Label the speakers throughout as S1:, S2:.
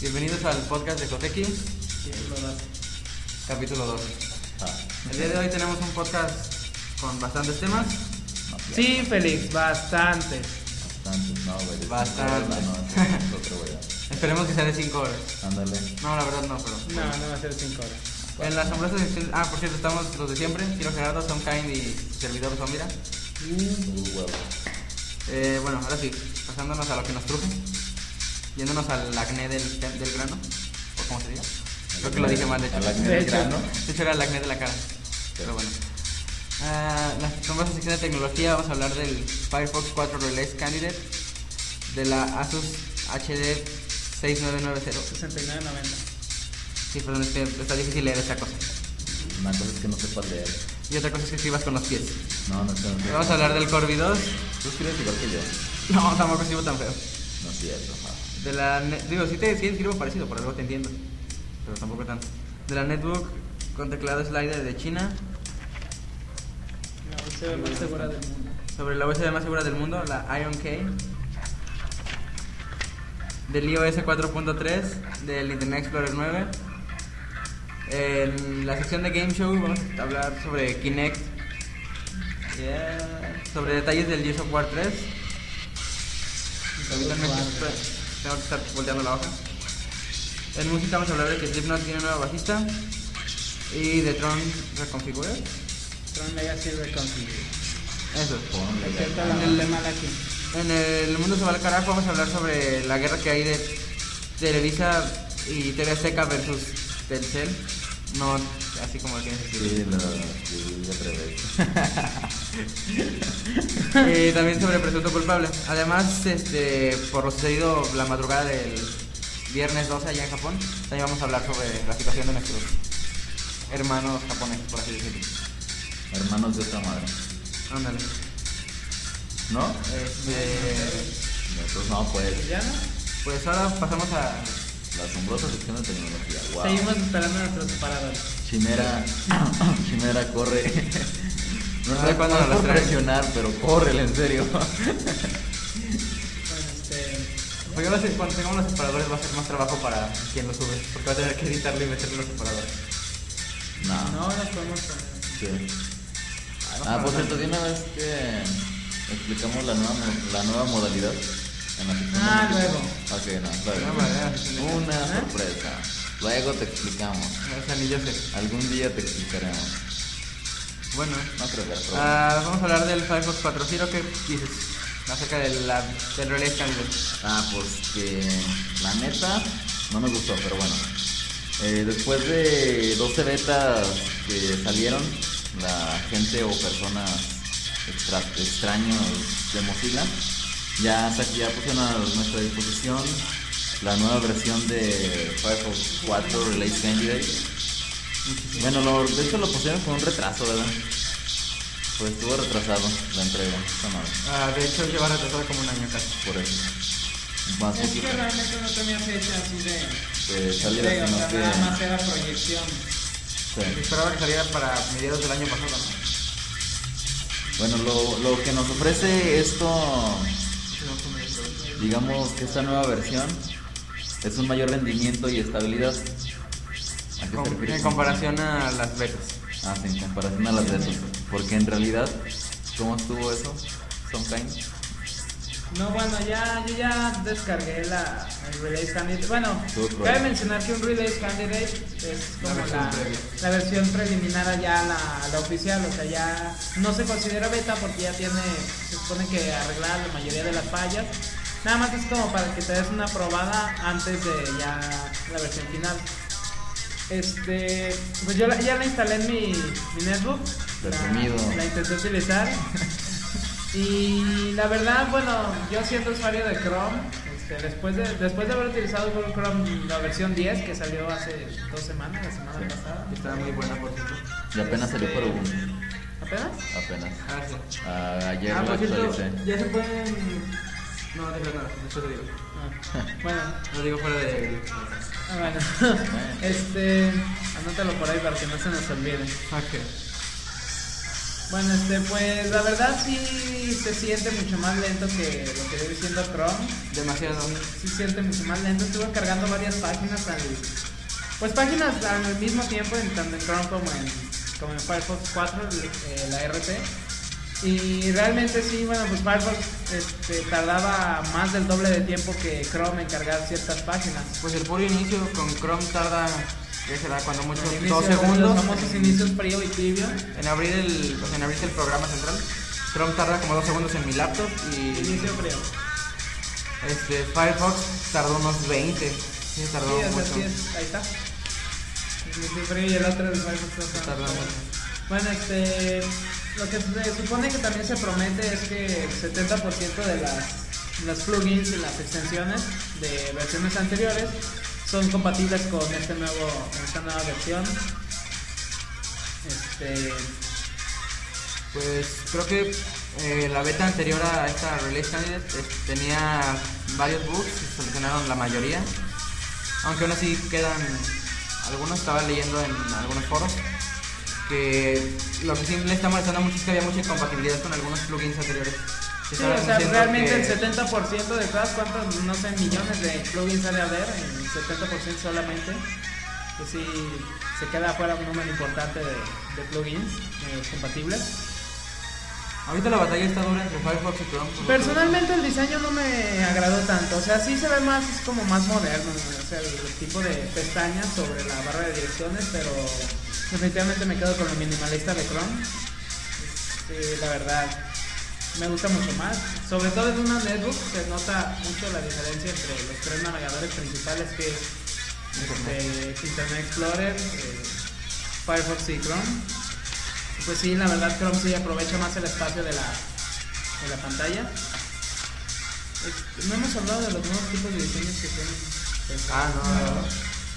S1: Bienvenidos al podcast de Cotequi, capítulo 2. El día de hoy tenemos un podcast con bastantes temas.
S2: Sí, Félix, bastante.
S3: Bastantes, no, güey. de
S1: Bastante.
S3: cinco horas, No, no, otro, güey.
S1: Esperemos que sea de 5 horas.
S3: Ándale.
S1: No, la verdad no, pero.
S2: No, no va a ser 5 horas.
S1: En las asombrosas ediciones- Ah, por cierto, estamos los de siempre. Quiero Gerardo, Son Kind y servidor Zomira.
S2: Mm.
S3: Uh, huevo.
S1: Eh, bueno, ahora sí, pasándonos a lo que nos truje. Yéndonos al acné del, del grano. ¿O cómo se diga? Creo que lo dije mal, de hecho.
S3: Al acné
S2: De
S3: del
S2: hecho.
S3: grano.
S1: De hecho era el acné de la cara. Pero bueno. Ah, la somos sección de tecnología, vamos a hablar del Firefox 4 Release Candidate, de la Asus HD 6990.
S2: 69.90.
S1: Sí, perdón, es que está difícil leer esta cosa.
S3: Una cosa es que no sepas leer.
S1: Y otra cosa es que escribas con los pies.
S3: No, no sé. no sé.
S1: Vamos a hablar del Corby 2.
S3: Tú escribes igual que yo.
S1: No, tampoco escribo tan feo.
S3: No es cierto, no.
S1: De la. ne- Digo, sí te sí escribo parecido, por algo te entiendo. Pero tampoco tanto. De la Netbook con teclado slider de China.
S2: La bolsa más segura del mundo.
S1: Sobre la USB más segura del mundo, la Iron K. Del iOS 4.3, del Internet Explorer 9. En la sección de Game Show vamos a hablar sobre Kinect. Yeah. Sobre detalles del Gears of War 3. Habitualmente tengo que estar volteando la hoja. En música vamos a hablar de que Slipknot tiene nueva bajista. Y de Tron Reconfigured.
S2: Tron Legacy Reconfigured.
S1: Eso.
S3: Ponle, güey.
S2: Excepto la del de Malaki.
S1: En el mundo se va al carajo vamos a hablar sobre la guerra que hay de Televisa y TV Azteca versus Telcel. No, así como el que
S3: Sí, lo escribí al revés.
S1: Eh, también sobre presunto culpable. Además, este, por lo sucedido la madrugada del viernes 12 allá en Japón, también vamos a hablar sobre la situación de nuestros hermanos japoneses, por así decirlo.
S3: Hermanos de otra madre.
S1: Ándale.
S3: ¿No?
S1: Este,
S3: Nosotros no, pues.
S2: ¿Ya no?
S1: pues ahora pasamos a...
S3: La asombrosa sección de tecnología. Wow.
S2: Seguimos esperando nuestros separadores.
S3: Chimera, Chimera corre. No
S1: A ver
S3: sé
S1: cuándo nos las
S3: cuándo no es por
S1: traen.
S3: presionar, pero córrele, en serio.
S2: Bueno, este.
S1: Porque ahora sí, cuando tengamos los separadores va a ser más trabajo para quien lo sube, porque va a tener que editarlo y meterle los separadores.
S3: No.
S2: No nos podemos poner.
S3: Sí. Ah, por cierto, de una vez que explicamos la nueva, mo- la nueva modalidad en la sección
S2: Ah,
S3: de
S2: luego.
S3: noticias. Ok, no,
S1: No,
S3: luego.
S1: madre,
S3: Una
S2: ¿Ah?
S3: sorpresa. Luego te explicamos.
S1: o sea, ni yo sé.
S3: Algún día te explicaremos.
S1: Bueno,
S3: No creo que haya problema.
S1: ah, vamos a hablar del Firefox 4 Zero, ¿qué dices? Acerca de la, del Relay Candidate.
S3: Ah, pues que la neta no me gustó, pero bueno. Eh, después de 12 betas que salieron, la gente o personas extra- extraños de Mozilla ya, sa- ya pusieron a nuestra disposición la nueva versión de Firefox 4 Release Candidate. Bueno, lo, de hecho lo pusieron con un retraso, ¿verdad? Pues estuvo retrasado la entrega, esta madre,
S1: Ah, de hecho, lleva retrasado como un año casi.
S3: por eso. Más
S2: Es
S3: poquito.
S2: que realmente no tenía fecha así de.
S3: De salida,
S2: entrega, o
S3: sino
S2: sea,
S3: que-
S2: nada más era proyección.
S3: Sí.
S1: Se esperaba que saliera para mediados del año pasado, ¿no?
S3: Bueno, lo, lo que nos ofrece esto, digamos que esta nueva versión, es un mayor rendimiento y estabilidad. ¿A qué te
S1: Com-
S3: refieres?
S1: en comparación a las betas.
S3: Ah, sí, en comparación a las de otros. Porque en realidad, ¿cómo estuvo eso? Sometimes.
S2: No, bueno, ya, yo ya descargué la, el Relay Candidate. Bueno,
S3: Todo cruel.
S2: cabe mencionar que un Relay Candidate es
S1: La
S2: como
S1: versión
S2: la,
S1: previa.
S2: la versión preliminar a ya la, la oficial, o sea, ya no se considera beta porque ya tiene, se supone que arreglar la mayoría de las fallas. Nada más es como para que te des una probada antes de ya la versión final. Este, pues yo la- ya la instalé en mi, mi netbook. La-
S3: Presumido.
S2: la intenté utilizar. Y la verdad, bueno, yo siendo usuario de Chrome, este, después, de, después de haber utilizado Google Chrome la versión 10 que salió hace dos semanas, la semana pasada,
S1: Estaba muy buena, por cierto.
S3: Y apenas salió por Ubuntu.
S2: ¿apenas?
S3: Apenas.
S1: Ah, sí.
S3: Ah, ayer
S1: Ah,
S3: lo
S1: por cierto,
S3: actualicé.
S1: ya se pueden... No, de verdad, después te digo.
S2: Ah, bueno,
S1: Lo digo fuera de...
S2: ah, bueno. este, anótalo por ahí para que no se nos olvide.
S1: Ok.
S2: Bueno, este, pues la verdad sí se siente mucho más lento que lo que viene siendo Chrome.
S1: Demasiado.
S2: Sí se siente mucho más lento. Estuve cargando varias páginas al. Pues páginas al mismo tiempo, en, tanto en Chrome como en, como en Firefox 4, eh, la RT. Y realmente sí, bueno, pues Firefox este, tardaba más del doble de tiempo que Chrome en cargar ciertas páginas.
S1: Pues el puro inicio con Chrome tarda, ¿qué será? Cuando mucho,
S2: Al inicio,
S1: dos
S2: Los
S1: segundos.
S2: famosos inicios frío y tibio.
S1: En abrir el, o sea, en abrir el programa central. Chrome tarda como dos segundos en mi laptop y
S2: Inicio frío.
S1: este, Firefox tardó unos 20. Sí,
S2: Sí,
S1: tardó
S2: o sea,
S1: mucho.
S2: sí es- ahí está. Inicio frío y el otro el Firefox.
S1: Sí, tardó mucho.
S2: Bueno, este, lo que se supone que también se promete es que el 70% de las, los plugins y las extensiones de versiones anteriores son compatibles con este nuevo, con esta nueva versión. Este,
S1: Pues creo que eh, la beta anterior a esta release candidate eh, tenía varios bugs, se solucionaron la mayoría. Aunque aún así quedan algunos, estaba leyendo en algunos foros que lo que sí le está molestando mucho es que había mucha incompatibilidad con algunos plugins anteriores. Que
S2: sí,
S1: estaban
S2: o sea,
S1: diciendo
S2: realmente
S1: que-
S2: el 70% de todas cuantas, no sé, millones de plugins sale a ver, el 70% solamente. Pues sí, se queda afuera un número importante de, de plugins eh, compatibles.
S1: Ahorita la batalla está dura entre Firefox y Chrome. por lo
S2: Personalmente el diseño no me agradó tanto, o sea, sí se ve más, es como más moderno, o sea, el tipo de pestañas sobre la barra de direcciones, pero definitivamente me quedo con lo minimalista de Chrome. Sí, la verdad, me gusta mucho más. Sobre todo en una netbook se nota mucho la diferencia entre los tres navegadores principales que es este, Internet Explorer, eh, Firefox y Chrome. Pues sí, la verdad Chrome sí aprovecha más el espacio de la, de la pantalla. Este, No hemos hablado de los nuevos tipos de diseños que tienen. pues,
S1: Ah, no,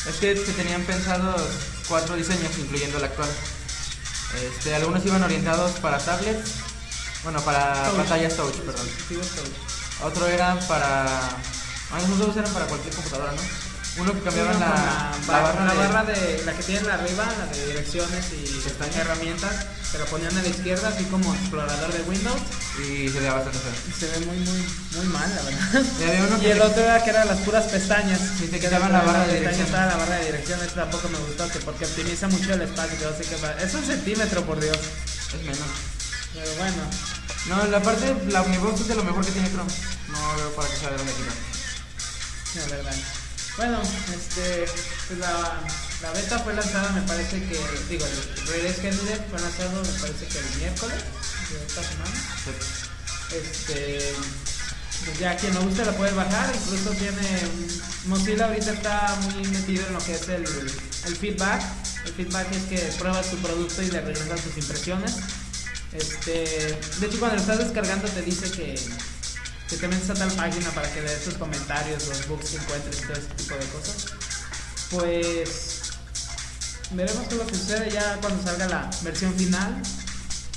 S1: Es que se tenían pensados cuatro diseños, incluyendo el actual. Este, algunos iban orientados para tablets, bueno, para
S2: Touch.
S1: pantallas touch, perdón.
S2: dispositivos touch.
S1: Otro era para... Ah, esos dos eran para cualquier computadora, ¿no? Uno que cambiaron
S2: Uno
S1: la,
S2: con
S1: la barra,
S2: la
S1: de-
S2: barra de la que tienen arriba, la de direcciones y
S1: Pestañas.
S2: herramientas, se la ponían a la izquierda, así como explorador de Windows.
S1: Y se veía bastante feo.
S2: Se ve muy, muy, muy mal, la verdad.
S1: Y había uno
S2: Y
S1: que-
S2: el otro era que era las puras pestañas.
S1: Sí, te
S2: Que
S1: quitaban
S2: era
S1: la barra de
S2: pestaña,
S1: direcciones.
S2: Estaba la barra de direcciones, tampoco me gustó, que porque optimiza mucho el espacio. yo sé que va- Es un centímetro, por Dios.
S1: Es menos.
S2: Pero bueno,
S1: No, la parte, la Unibox es de lo mejor que tiene Chrome. No veo para qué se dónde quitar.
S2: la verdad. Bueno, este, pues la, la beta fue lanzada, me parece que, digo, el Release Candidate fue lanzado, me parece que el miércoles de esta semana.
S1: Sí.
S2: Este, pues ya quien no guste la puede bajar, incluso tiene mm, Mozilla ahorita está muy metido en lo que es el, el feedback. El feedback es que pruebas tu producto y le regresas tus impresiones. Este, de hecho cuando lo estás descargando te dice que, que te metes a tal página para que lees tus comentarios, los bugs que encuentres y todo ese tipo de cosas. Pues Veremos qué es lo que sucede ya cuando salga la versión final.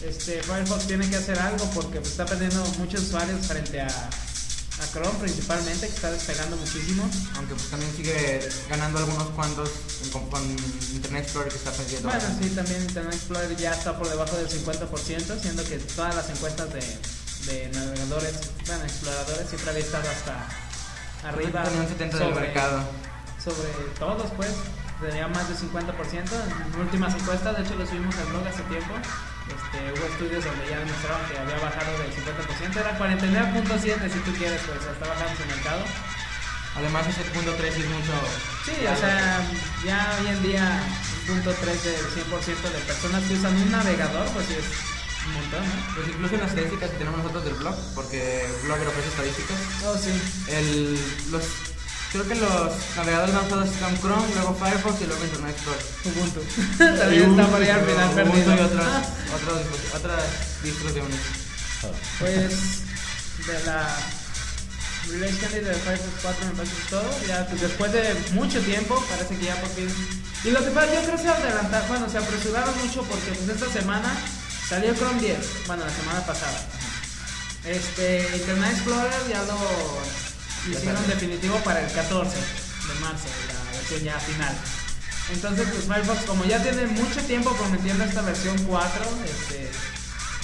S2: Este, Firefox tiene que hacer algo porque pues, está perdiendo muchos usuarios frente a, a Chrome principalmente, que está despegando muchísimo.
S1: Aunque pues también sigue ganando algunos cuantos con, con Internet Explorer que está perdiendo.
S2: Bueno, sí, también Internet Explorer ya está por debajo del 50%, siendo que todas las encuestas de, de navegadores, bueno, exploradores, siempre había estado hasta arriba.
S1: Tenía un 70 del
S2: sobre-
S1: mercado.
S2: sobre todos, pues, tenía más del 50%. En últimas encuestas, de hecho, lo subimos al blog hace tiempo. Este, hubo estudios donde ya demostraron que había bajado del 50%, era 49.7 si tú quieres, pues, está bajando su mercado.
S1: Además ese punto 3 es mucho.
S2: Sí, o sea, ya hoy en día, un punto 3 del 100% de personas que usan un navegador, pues sí es un montón, ¿no?
S1: Pues incluso en las estadísticas que tenemos nosotros del blog, porque Blogger ofrece estadísticas,
S2: Oh, sí.
S1: el, los, creo que los navegadores más usados son Chrome, luego Firefox y luego Internet Explorer.
S2: Ubuntu.
S1: Y
S2: También está
S1: Ubuntu,
S2: por ahí al
S1: pero
S2: final
S1: Ubuntu
S2: perdido.
S1: Y otras, otras, discos- otras discusiones.
S3: Ah,
S2: Pues de la Release Candidate de Firefox 4 me parece que es todo. Ya pues, después de mucho tiempo, parece que ya por fin. Y lo que pasa, yo creo que se adelantaron, bueno, se apresuraron mucho porque pues esta semana salió Chrome 10, bueno, la semana pasada. Este, Internet Explorer ya lo
S1: Ya
S2: hicieron
S1: salió.
S2: definitivo para el 14 de marzo, la versión ya final. Entonces, pues Firefox, como ya tiene mucho tiempo prometiendo esta versión 4, este,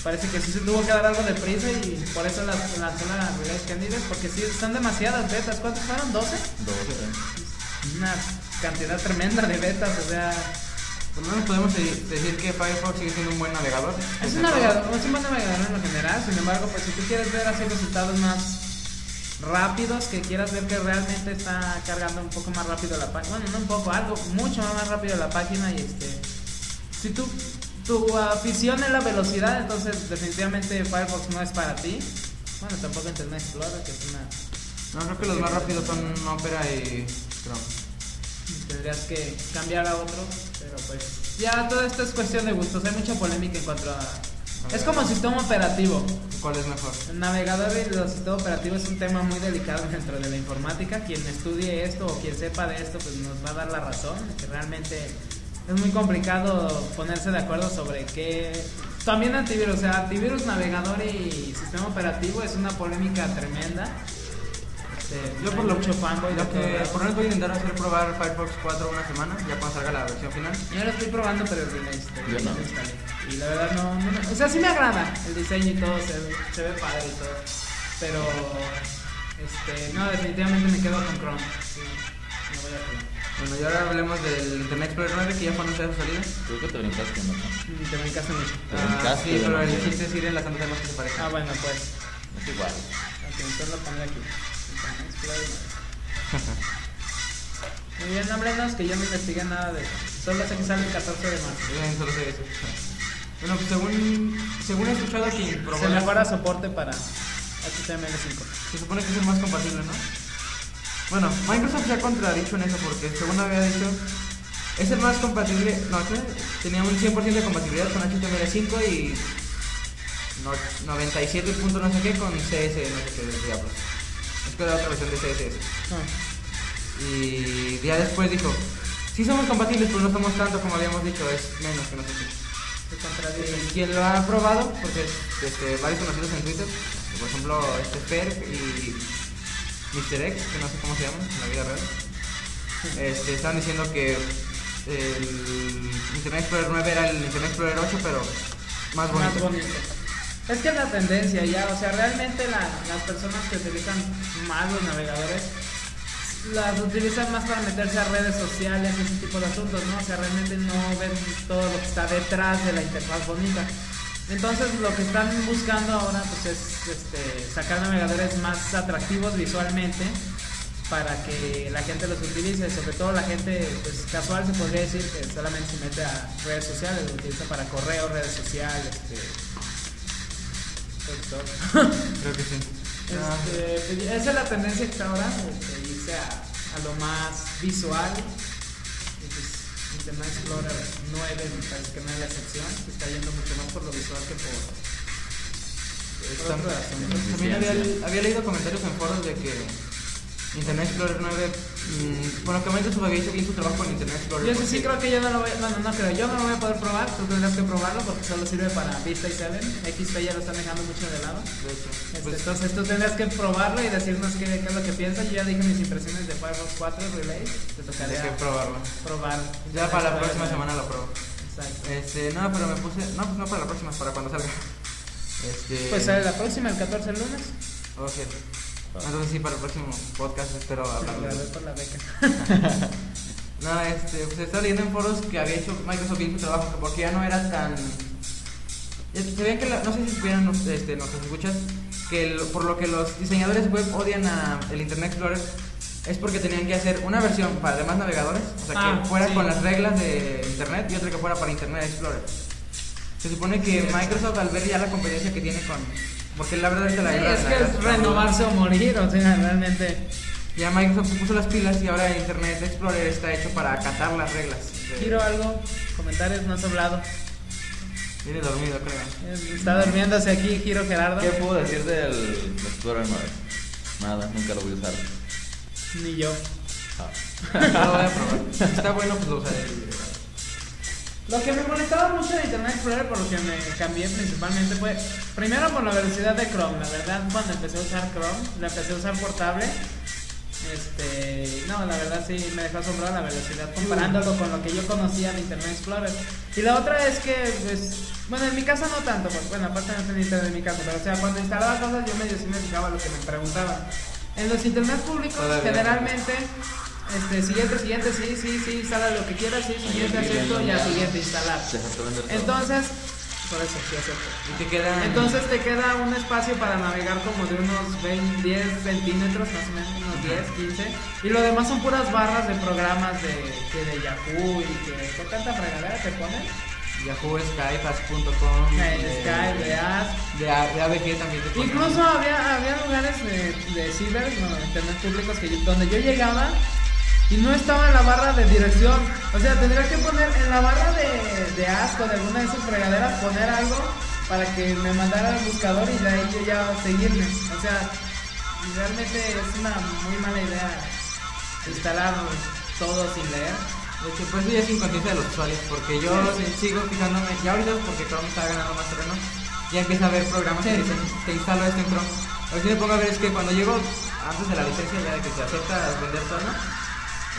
S2: Parece que sí se tuvo que dar algo de prisa y por eso las- lanzó las reglas candidas, porque sí, son demasiadas betas. ¿Cuántas fueron? ¿12?
S3: 12.
S2: Una cantidad tremenda de betas, o sea...
S1: Por lo menos podemos de- decir que Firefox sigue siendo un buen navegador. Sobre
S2: Es
S1: todo-
S2: un navegador, es un buen navegador en lo general, sin embargo, pues si tú quieres ver así resultados más rápidos, que quieras ver que realmente está cargando un poco más rápido la página, bueno, no un poco, algo mucho más rápido la página y este, si tú, tu afición es la velocidad, entonces definitivamente Firefox no es para ti, bueno, tampoco Internet Explorer, que es una,
S1: No, creo que los más rápidos son Opera y Chrome.
S2: tendrías que cambiar a otro, pero pues ya todo esto es cuestión de gustos, hay mucha polémica en cuanto a... Es como sistema operativo.
S1: ¿Cuál es mejor?
S2: El navegador y los sistemas operativos es un tema muy delicado dentro de la informática. Quien estudie esto o quien sepa de esto, pues nos va a dar la razón. Que realmente es muy complicado ponerse de acuerdo sobre qué. También antivirus, o sea, antivirus, navegador y sistema operativo es una polémica tremenda. Este,
S1: Yo por
S2: hay
S1: lo
S2: mucho fanboy de
S1: lo
S2: todo
S1: que
S2: lado.
S1: por lo menos voy a intentar hacer probar Firefox 4 una semana, ya cuando salga la versión final.
S2: Yo lo estoy probando, pero el este,
S3: Yo no.
S2: instalé. Y la verdad no, no me- O sea, sí me agrada el diseño y todo, se, ve- se ve padre y todo. Pero. Este, no, definitivamente me quedo con Chrome. Sí, me voy a Chrome.
S1: Bueno, y ahora hablemos del Internet Explorer 9 que ya fue anunciada su salida.
S3: Creo que te brincaste, ¿no? Es
S2: Mm, Te brincaste mucho.
S3: Te
S1: Ah,
S3: brincaste,
S1: sí, pero
S3: ¿no?
S1: el chiste es ir enlazando temas que se parecen.
S2: Ah, bueno, pues.
S3: igual.
S2: Ok, entonces lo pondré aquí. Entonces, claro. Muy bien, no menos que yo no investigué nada de eso. Solo sé que sale el 14 de marzo.
S1: Yo también solo sé eso. Bueno, pues según, según he escuchado que probó
S2: Se
S1: la-
S2: mejora soporte para HTML5.
S1: se supone que es el más compatible, ¿no? Bueno, Microsoft se ha contradicho en eso porque según había dicho, es el más compatible, no, ¿qué? tenía un 100% de compatibilidad con HTML5 y no, 97 punto no sé qué con CSS, no sé qué diablos. Es que era otra versión de CSS.
S2: Ah.
S1: Y ya después dijo, sí somos compatibles, pero no somos tanto como habíamos dicho, es menos que nosotros.
S2: Se contradice.
S1: Y quien Eh, lo ha probado, porque este, varios conocidos en Twitter, por ejemplo, este Ferb y Mr. X, que no sé cómo se llaman en la vida real, este, están diciendo que el Internet Explorer 9 era el Internet Explorer 8, pero más bonito.
S2: más bonito. Es que es la tendencia ya, o sea, realmente la- las personas que utilizan más los navegadores las utilizan más para meterse a redes sociales y ese tipo de asuntos, ¿no? O sea, realmente no ven todo lo que está detrás de la interfaz bonita. Entonces, lo que están buscando ahora pues es este, sacar navegadores más atractivos visualmente para que la gente los utilice, sobre todo la gente pues, casual se podría decir que solamente se mete a redes sociales, lo utiliza para correo, redes sociales, este, TikTok.
S1: Creo que sí. Ah,
S2: Este, pues, esa es la tendencia que está ahora, este, irse a, a lo más visual. Y pues, Internet Explorer 9 me parece que no es la excepción, se está yendo mucho más por lo visual que por.
S1: está-
S2: otra razón, ¿no?
S1: También había, había leído comentarios en foros de que Internet Explorer 9, mm, bueno, que Microsoft había hecho bien su trabajo con Internet Explorer.
S2: Yo sí, sí
S1: porque-
S2: creo que yo no lo voy bueno, no creo, yo no lo voy a poder probar, tú tendrás que probarlo porque solo sirve para Vista y 7, XP ya lo están dejando mucho de lado.
S1: de hecho,
S2: Este,
S1: pues,
S2: entonces tú tendrás que probarlo y decirnos qué, qué es lo que piensas. Yo ya dije mis impresiones de Firefox 4 Relay, te
S1: hay
S2: tocaría
S1: que probarlo.
S2: probar.
S1: Ya para la
S2: Explorer
S1: próxima
S2: 9.
S1: semana lo pruebo.
S2: Exacto.
S1: Este, no, pero me puse. No, pues no para la próxima, para cuando salga. Este.
S2: Pues sale la próxima, el 14 el lunes.
S1: Ok. Entonces sí, para el próximo podcast espero hablar de
S2: La doy
S1: eso.
S2: por la beca.
S1: No, este, pues estaba leyendo en foros que había hecho Microsoft bien su trabajo, que porque ya no era tan. ya Se veía que, la- no sé si supieran nos- este, nuestros escuchas, que el- por lo que los diseñadores web odian a el Internet Explorer es porque tenían que hacer una versión para demás navegadores, o sea,
S2: Ah,
S1: que fuera
S2: sí.
S1: con las reglas de Internet y otra que fuera para Internet Explorer. Se supone que
S2: Sí, es.
S1: Microsoft al ver ya la competencia que tiene con... Porque la verdad es que la guerra
S2: es
S1: la
S2: que
S1: guerra
S2: es
S1: está muy-
S2: renovarse o morir, o sea, realmente.
S1: Ya Microsoft se puso las pilas y ahora Internet Explorer está hecho para acatar las reglas. de-
S2: Giro algo, comentarios, no has hablado.
S1: Viene dormido, creo.
S2: Es- Está durmiéndose aquí, Giro Gerardo.
S3: ¿Qué puedo decir del Explorer 9? Nada, nunca lo voy a usar.
S2: Ni yo.
S3: Ah.
S1: No lo voy a probar. Si está bueno, pues lo usaré.
S2: Lo que me molestaba mucho de Internet Explorer, por lo que me cambié principalmente, fue primero por la velocidad de Chrome. La verdad, cuando empecé a usar Chrome, la empecé a usar portable. Este, no, la verdad sí me dejó asombrado la velocidad comparándolo con lo que yo conocía de Internet Explorer. Y la otra es que, pues, Bueno, en mi caso no tanto, porque bueno, aparte no tenía internet en mi casa, pero o sea, cuando instalaba cosas yo medio sí me fijaba lo que me preguntaban. En los internet públicos,
S1: Todavía.
S2: generalmente, este, siguiente, siguiente, sí, sí, sí, instala lo que quieras, sí, siguiente,
S3: Ahí
S2: acepto,
S3: viene,
S2: ya
S3: ya.
S2: siguiente, instalar.
S3: Se saltó vender todo.
S2: Entonces, por eso sí acepto.
S1: Y te quedan.
S2: Entonces te queda un espacio para navegar como de unos 20, 10 centímetros, más o menos, unos 10, 15. Y lo demás son puras barras de programas de, que de Yahoo y que. ¿Qué tanta fregadera te ponen?
S1: Yahoo, Skype, as.com.
S2: El
S1: eh,
S2: Skype, de Ask.
S1: De, A- de ABG también te ponen.
S2: Incluso había, había lugares de, de ciber, bueno, de internet públicos que yo- donde yo llegaba y no estaba en la barra de dirección. O sea, tendría que poner en la barra de, de asco de alguna de esas fregaderas, poner algo para que me mandara al buscador y de ahí yo ya seguirme. O sea, realmente es una muy mala idea instalar todo sin leer.
S1: De hecho, pues eso ya es inconsciencia de los usuarios, porque yo
S2: Sí,
S1: sigo fijándome, ya ahorita porque Chrome está ganando más terreno, ya empieza a ver programas que
S2: Sí.
S1: dicen, te instalo esto en Chrome. Lo que me pongo a ver es que cuando llego antes de la licencia, ya de que se acepta vender todo,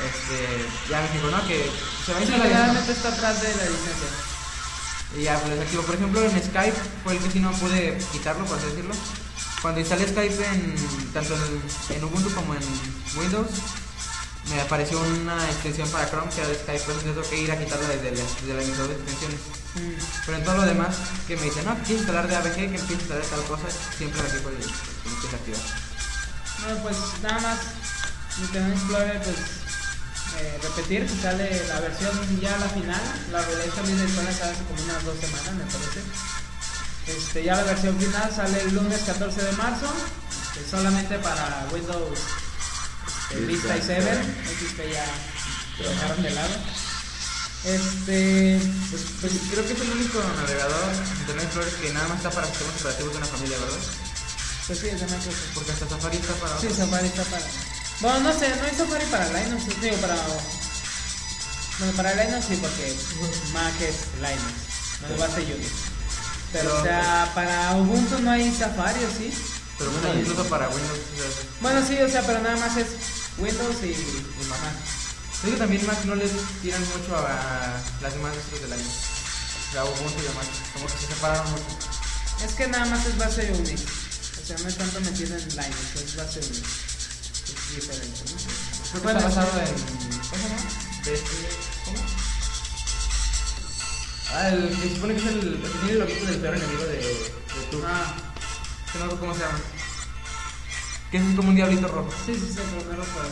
S1: este, ya me fijo, ¿no? Que se va a instalar
S2: Sí,
S1: esto.
S2: generalmente está atrás de la licencia.
S1: Y ya pues, desactivo. Por ejemplo, en Skype fue el que sí no pude quitarlo, por así decirlo. Cuando instalé Skype en, tanto en, en Ubuntu como en Windows, me apareció una extensión para Chrome que era de Skype, por eso tengo que ir a quitarla desde la, desde la emisora de extensiones.
S2: Mm.
S1: Pero en todo lo demás, que me dicen, no, que quieres instalar de ABG, que empieces a instalar tal cosa, siempre la equipo y tengo que desactivar.
S2: Bueno, pues nada más Nintendo Explorer, pues eh, repetir, que sale la versión ya la final, la release también de Explorer sale hace como unas dos semanas, me parece. Este, ya la versión final sale el lunes 14 de marzo, este, solamente para Windows este,
S3: Vista,
S2: Vista y 7,
S3: claro.
S2: XP ya lo
S3: Claro.
S2: dejaron de lado. Este,
S1: Pues, pues, creo que es el único navegador Internet Explorer que nada más está para sistemas operativos de una familia, ¿verdad?
S2: pues sí, es de Microsoft.
S1: Porque hasta Safari está para...
S2: Sí, Safari está para. Bueno, no sé, no hay Safari para Linux, digo para. Bueno, para Linux sí, porque Mac es Linux, no lo va a hacer YouTube. Pero, o sea, para Ubuntu no hay Safari, ¿o sí?
S1: Pero bueno, incluso para Windows... o sea,
S2: Bueno, sí, o sea, pero nada más es Windows y, y
S1: Pues,
S2: Mac.
S1: Es que también Mac no les tiran mucho a las demás distros del año. O sea, Ubuntu y demás. Como que se separaron mucho.
S2: Es que nada más es base Unix. O sea, no es tanto metido en Linux, es base Unix. Es diferente, ¿no?
S1: Creo que
S2: Bueno,
S1: está basado
S2: sí.
S1: en. ¿Cómo se llama? De este- ¿Cómo? Ah, el que se supone que es el, el que tiene el loguito del peor enemigo de, de Turk.
S2: Ah,
S1: Que no sé cómo se llama. Que es como un diablito rojo.
S2: sí, sí, sí, primero fue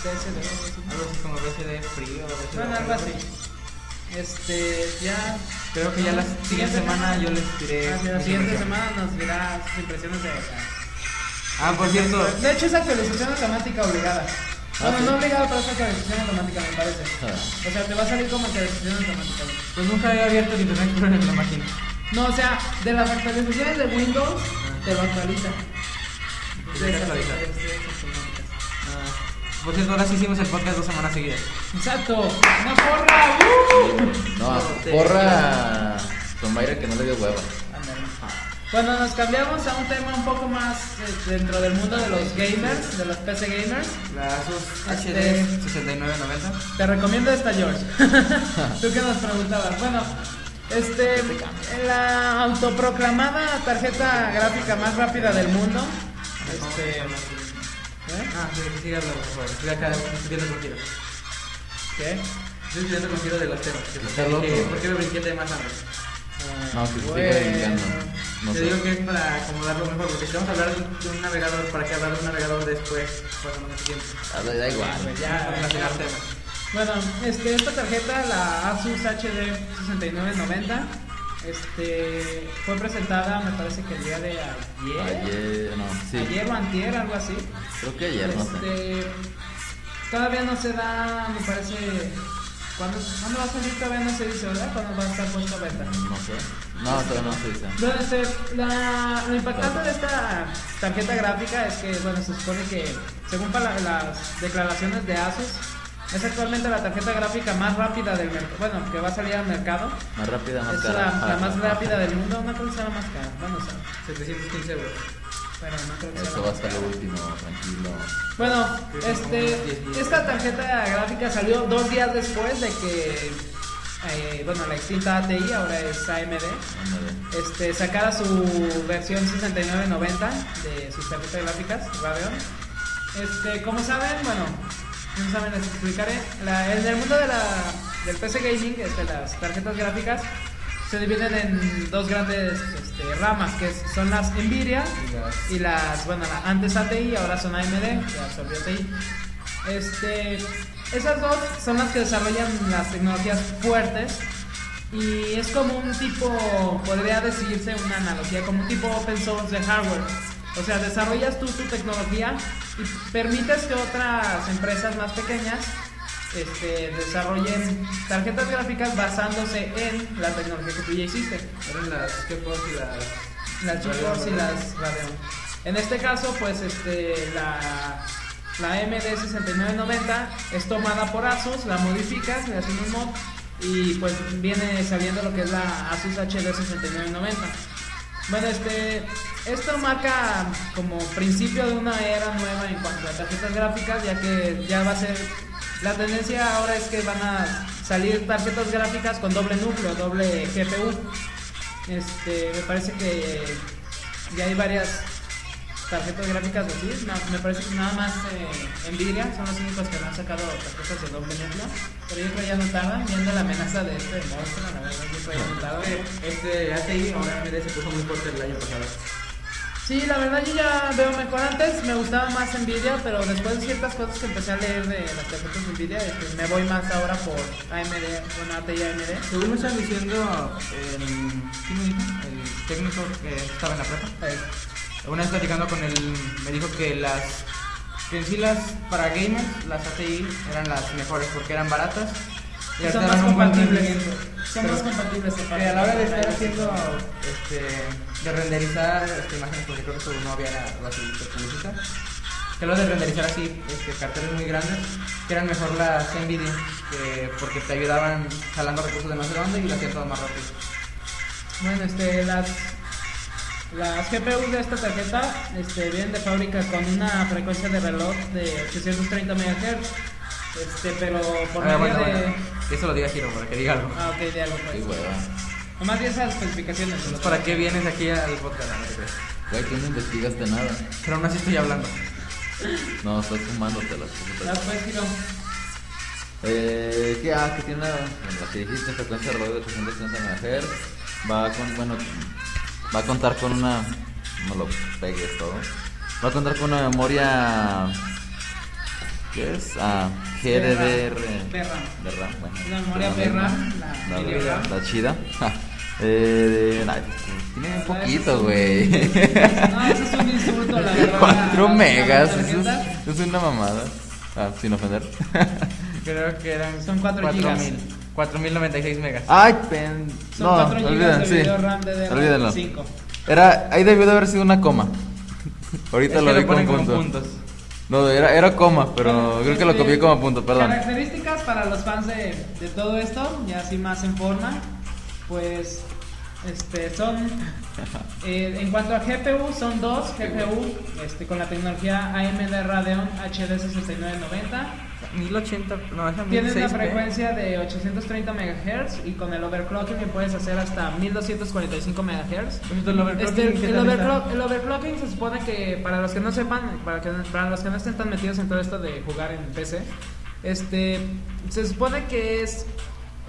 S2: DSD, ¿no?
S1: Algo así como BCD frío. BCD
S2: Bueno, algo así. Este, ya.
S1: Creo que ya la siguiente semana yo les tiré.
S2: Ah, sí, La
S1: mis
S2: siguiente
S1: impresiones.
S2: semana nos dirá sus impresiones de.
S1: Ah, por cierto.
S2: De hecho, es actualización automática obligada.
S1: Ah,
S2: Bueno,
S3: sí.
S2: no obligada, pero es actualización automática, me parece.
S3: Ah.
S2: O sea, te va a salir como actualización automática.
S1: Pues nunca he abierto el internet Explorer en la máquina.
S2: No, o sea, de las actualizaciones de Windows, te lo actualiza.
S1: Te deja actualizar.
S2: actualizaciones automáticas.
S1: Ah, Por cierto, ahora sí hicimos el podcast dos semanas seguidas.
S2: Exacto. ¡Una porra! ¡Uh!
S3: No,
S1: Sí.
S3: porra con Mayra que no le dio hueva.
S2: Ándale.
S1: Ah,
S2: Bueno, nos cambiamos a un tema un poco más eh, dentro del mundo de los gamers, de los PC gamers.
S1: La ASUS
S2: Este-
S1: HD 6990.
S2: Te recomiendo esta, George. Tú que nos preguntabas. Bueno, este, la autoproclamada tarjeta gráfica más rápida del mundo. Este, ¿eh?
S1: Ah, sí, sí, hablo, por favor. Estoy acá viendo con tiro.
S2: ¿Qué?
S1: Estoy viendo con tiro de los temas. que
S3: Está
S1: porque-
S3: loco.
S1: ¿Por qué me brinqué el de más antes?
S3: No, que se siga
S2: Bueno.
S3: brincando. No
S1: Te
S3: sé.
S1: digo que es para acomodarlo mejor, porque si vamos a hablar de un navegador, ¿para qué hablar de un navegador después? Cuando no tiempo.
S3: Ah, Da da igual.
S1: Ya,
S2: Ya,
S1: relacionar
S2: ya.
S1: temas.
S2: Bueno, este, esta tarjeta, la Asus HD 6990, este, fue presentada, me parece que el día de ayer.
S3: Ayer, no, sí.
S2: Ayer o antier, algo así.
S3: Creo que ayer, no sé.
S2: Este, todavía no se da, me parece. ¿Cuándo, ¿Cuándo va a salir? Todavía no se dice, ¿verdad? ¿Cuándo va a estar puesto a venta?
S3: No sé. No, todavía no se dice.
S2: Bueno, este, la- lo impactante de esta tarjeta gráfica es que, bueno, se supone que, según para las declaraciones de Asus, es actualmente la tarjeta gráfica más rápida del mercado, bueno, que va a salir al mercado.
S3: Más rápida, más
S2: Es
S3: cara.
S2: la, la
S3: Ah,
S2: más
S3: ah,
S2: rápida
S3: ah.
S2: del mundo, no creo que sea la más cara, bueno, o sea,
S1: 715 euros.
S2: pero no creo que sea
S3: Eso
S2: la
S3: va
S2: más
S3: hasta
S2: cara.
S3: lo último, tranquilo.
S2: Bueno,
S1: Creo que son como unos 10.000.
S2: este, esta tarjeta gráfica salió dos días después de que eh, bueno, la extinta ATI, ahora es AMD,
S3: Ándale.
S2: este, sacara su versión 6990 de sus tarjetas gráficas, Radeon. Este, como saben, bueno, como saben, les explicaré. La- en el mundo de la, del PC Gaming, este, las tarjetas gráficas se dividen en dos grandes este, ramas, que es- son las Nvidia
S1: Y las-
S2: y las, bueno, la- antes ATI, ahora son AMD, que absorbió ATI. Este, esas dos son las que desarrollan las tecnologías fuertes y es como un tipo, podría decirse una analogía, como un tipo open source de hardware. O sea, desarrollas tú tu tecnología y permites que otras empresas más pequeñas este, desarrollen tarjetas gráficas basándose en la tecnología que tú ya hiciste
S1: Eran las G-Force y las.
S2: las GeForce y las Radeon. En este caso, pues este la la MD6990 es tomada por Asus, la modificas, le haces un mod y pues viene saliendo lo que es la Asus HD6990. Bueno, este esto marca como principio de una era nueva en cuanto a tarjetas gráficas, ya que ya va a ser la tendencia ahora es que van a salir tarjetas gráficas con doble núcleo, doble GPU. Este, me parece que ya hay varias tarjetas gráficas así. na- me parece que nada más eh, Nvidia son los únicos que no han sacado tarjetas de doble núcleo. Pero yo creo ya no tardan, viendo la amenaza de este monstruo, la verdad, yo creo ya no tardan.
S1: Este ATI ahora AMD se puso muy fuerte el año pasado.
S2: Sí, la verdad yo ya veo mejor antes, me gustaba más Nvidia, pero después de ciertas cosas que empecé a leer de las tarjetas de Nvidia, este, me voy más ahora por AMD, bueno, ATI AMD.
S1: Según me están diciendo, el, ¿quién me dijo? El técnico que estaba en la prepa.
S2: Eh,
S1: Una vez platicando con él, me dijo que las. Que en sí las para gamers, las ATI eran las mejores porque eran baratas.
S2: Y
S1: ahorita
S2: son
S1: dan
S2: más
S1: un buen
S2: compatibles.
S1: rendimiento.
S2: Son
S1: Pero
S2: más compatibles.
S1: que a la hora de estar haciendo, este, de renderizar este, imágenes, porque creo que tu novia era la que te publicita, que a la hora de renderizar así este, carteles muy grandes, que eran mejor las NVIDIA, que- porque te ayudaban jalando recursos de no sé dónde y lo hacían todo más rápido.
S2: Bueno, este, las, las GPUs de esta tarjeta este, vienen de fábrica con una frecuencia de reloj de 830 MHz. Este, pero por
S1: A ver,
S2: medio
S1: Ah, bueno,
S2: de.
S1: bueno, que eso lo diga Giro, para que diga algo.
S2: Ah, ok, de algo. pues.
S3: Qué hueva.
S2: O más bien esas especificaciones.
S1: Entonces, ¿Para qué vienes aquí al podcast? No te creas.
S3: Güey, tú no investigaste nada.
S1: Pero aún así estoy hablando.
S3: No, estás fumándote las
S2: Las
S3: cosas.
S2: puedes giro.
S3: Eh, ¿Qué? Ah, que tiene la, bueno, la que dijiste, frecuencia de radio de 830 MHz. Va con, bueno, va a contar con una. No lo pegues todo. Va a contar con una memoria. ¿Qué es? Ah, GDDR.
S2: VRAM.
S3: VRAM, bueno.
S2: La memoria
S3: Es misma.
S2: VRAM, la
S3: La,
S2: media
S3: la,
S2: RAM.
S3: chida. Ja. Eh, ay, tiene un
S2: La verdad, eso
S3: poquito,
S2: es un-
S3: güey.
S2: No, eso es un insulto, la verdad.
S3: 4
S2: La- la
S3: megas, eso es,
S2: tarjeta.
S3: eso es una mamada. Ah, sin ofender.
S1: Creo que eran.
S2: Son cuatro gigas.
S1: 4096 megas.
S3: Ay, pen.
S2: Son
S3: no,
S2: 4 GB
S3: olviden,
S2: de
S3: sí.
S2: video RAM de
S3: Olvídenlo.
S2: 5.
S3: Era, ahí debió de haber sido una coma. Ahorita
S1: Es
S3: lo
S1: que
S3: vi
S1: lo ponen
S3: como
S1: como
S3: punto.
S1: puntos.
S3: No, era, era coma, pero creo que lo copié como punto, perdón.
S2: Características para los fans de, de todo esto, ya así más en forma, pues este, son, eh, en cuanto a GPU, son dos GPU este, con la tecnología AMD Radeon HD6990.
S1: 1080, no, esa
S2: Tienen una
S1: 1006p.
S2: frecuencia de 830 MHz y con el overclocking que puedes hacer hasta 1245 MHz.
S1: Por cierto, el overclocking,
S2: Este,
S1: ¿qué
S2: el,
S1: tal
S2: overclock-
S1: está?
S2: el overclocking se supone que, para los que no sepan, para, que, para los que no estén tan metidos en todo esto de jugar en PC, este, se supone que es.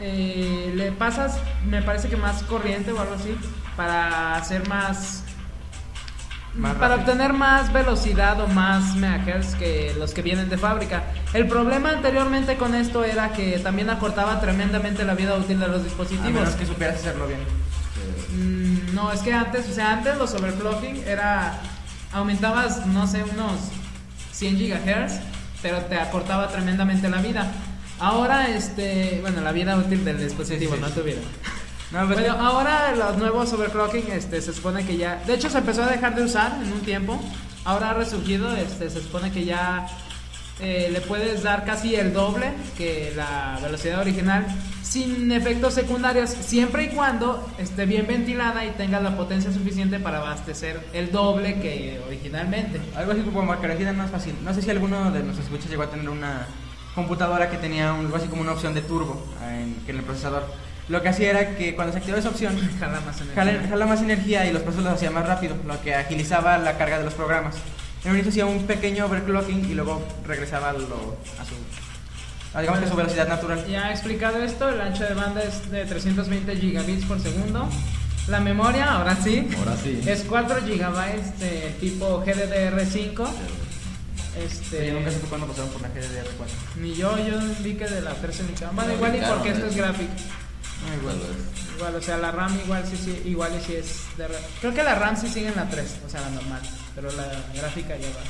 S2: eh, le pasas, me parece que más corriente o algo así, para hacer más.
S1: Más
S2: para
S1: rápido.
S2: obtener más velocidad o más megahertz que los que vienen de fábrica. El problema anteriormente con esto era que también acortaba tremendamente la vida útil de los
S1: A
S2: dispositivos.
S1: menos Ah, que supieras hacerlo bien.
S2: Mm, No, es que antes, o sea, antes los overclocking era. Aumentabas, no sé, unos 100 gigahertz, pero te acortaba tremendamente la vida. Ahora, este. Bueno, la vida útil del dispositivo,
S1: sí.
S2: no tu vida.
S1: No, pues
S2: Bueno, ahora los nuevos overclocking este, se supone que ya. De hecho, se empezó a dejar de usar en un tiempo. Ahora ha resurgido, este, se supone que ya eh, le puedes dar casi el doble que la velocidad original sin efectos secundarios, siempre y cuando esté bien ventilada y tenga la potencia suficiente para abastecer el doble que originalmente.
S1: algo así como macarecida es más fácil. No sé si alguno de nuestros escuchas llegó a tener una computadora que tenía un- algo así como una opción de turbo ah, en, que en el procesador. Lo que hacía era que cuando se activaba esa opción,
S2: Jala más energía.
S1: jala, jala más energía y los procesos los hacía más rápido, lo que agilizaba la carga de los programas. En un inicio hacía un pequeño overclocking y luego regresaba lo- a su, a, digamos que a su velocidad natural.
S2: Ya he explicado esto, el ancho de banda es de 320 gigabits por segundo. La memoria, ahora sí,
S3: Ahora sí.
S2: es 4 gigabytes de tipo GDDR5.
S1: Yo nunca
S2: Este,
S1: supe cuándo pasaron por la GDDR4.
S2: ni yo, yo vi que de la tercera ni cam- Bueno,
S3: No,
S2: igual y
S3: claro,
S2: porque
S3: no
S2: esto es
S3: es-
S2: gráfico.
S1: Ay,
S3: Tal
S1: bueno.
S3: vez.
S2: Igual, o sea, la RAM igual sí, sí igual y sí es de ra- Creo que la RAM sí sigue en la 3, o sea, la normal, pero la gráfica ya va.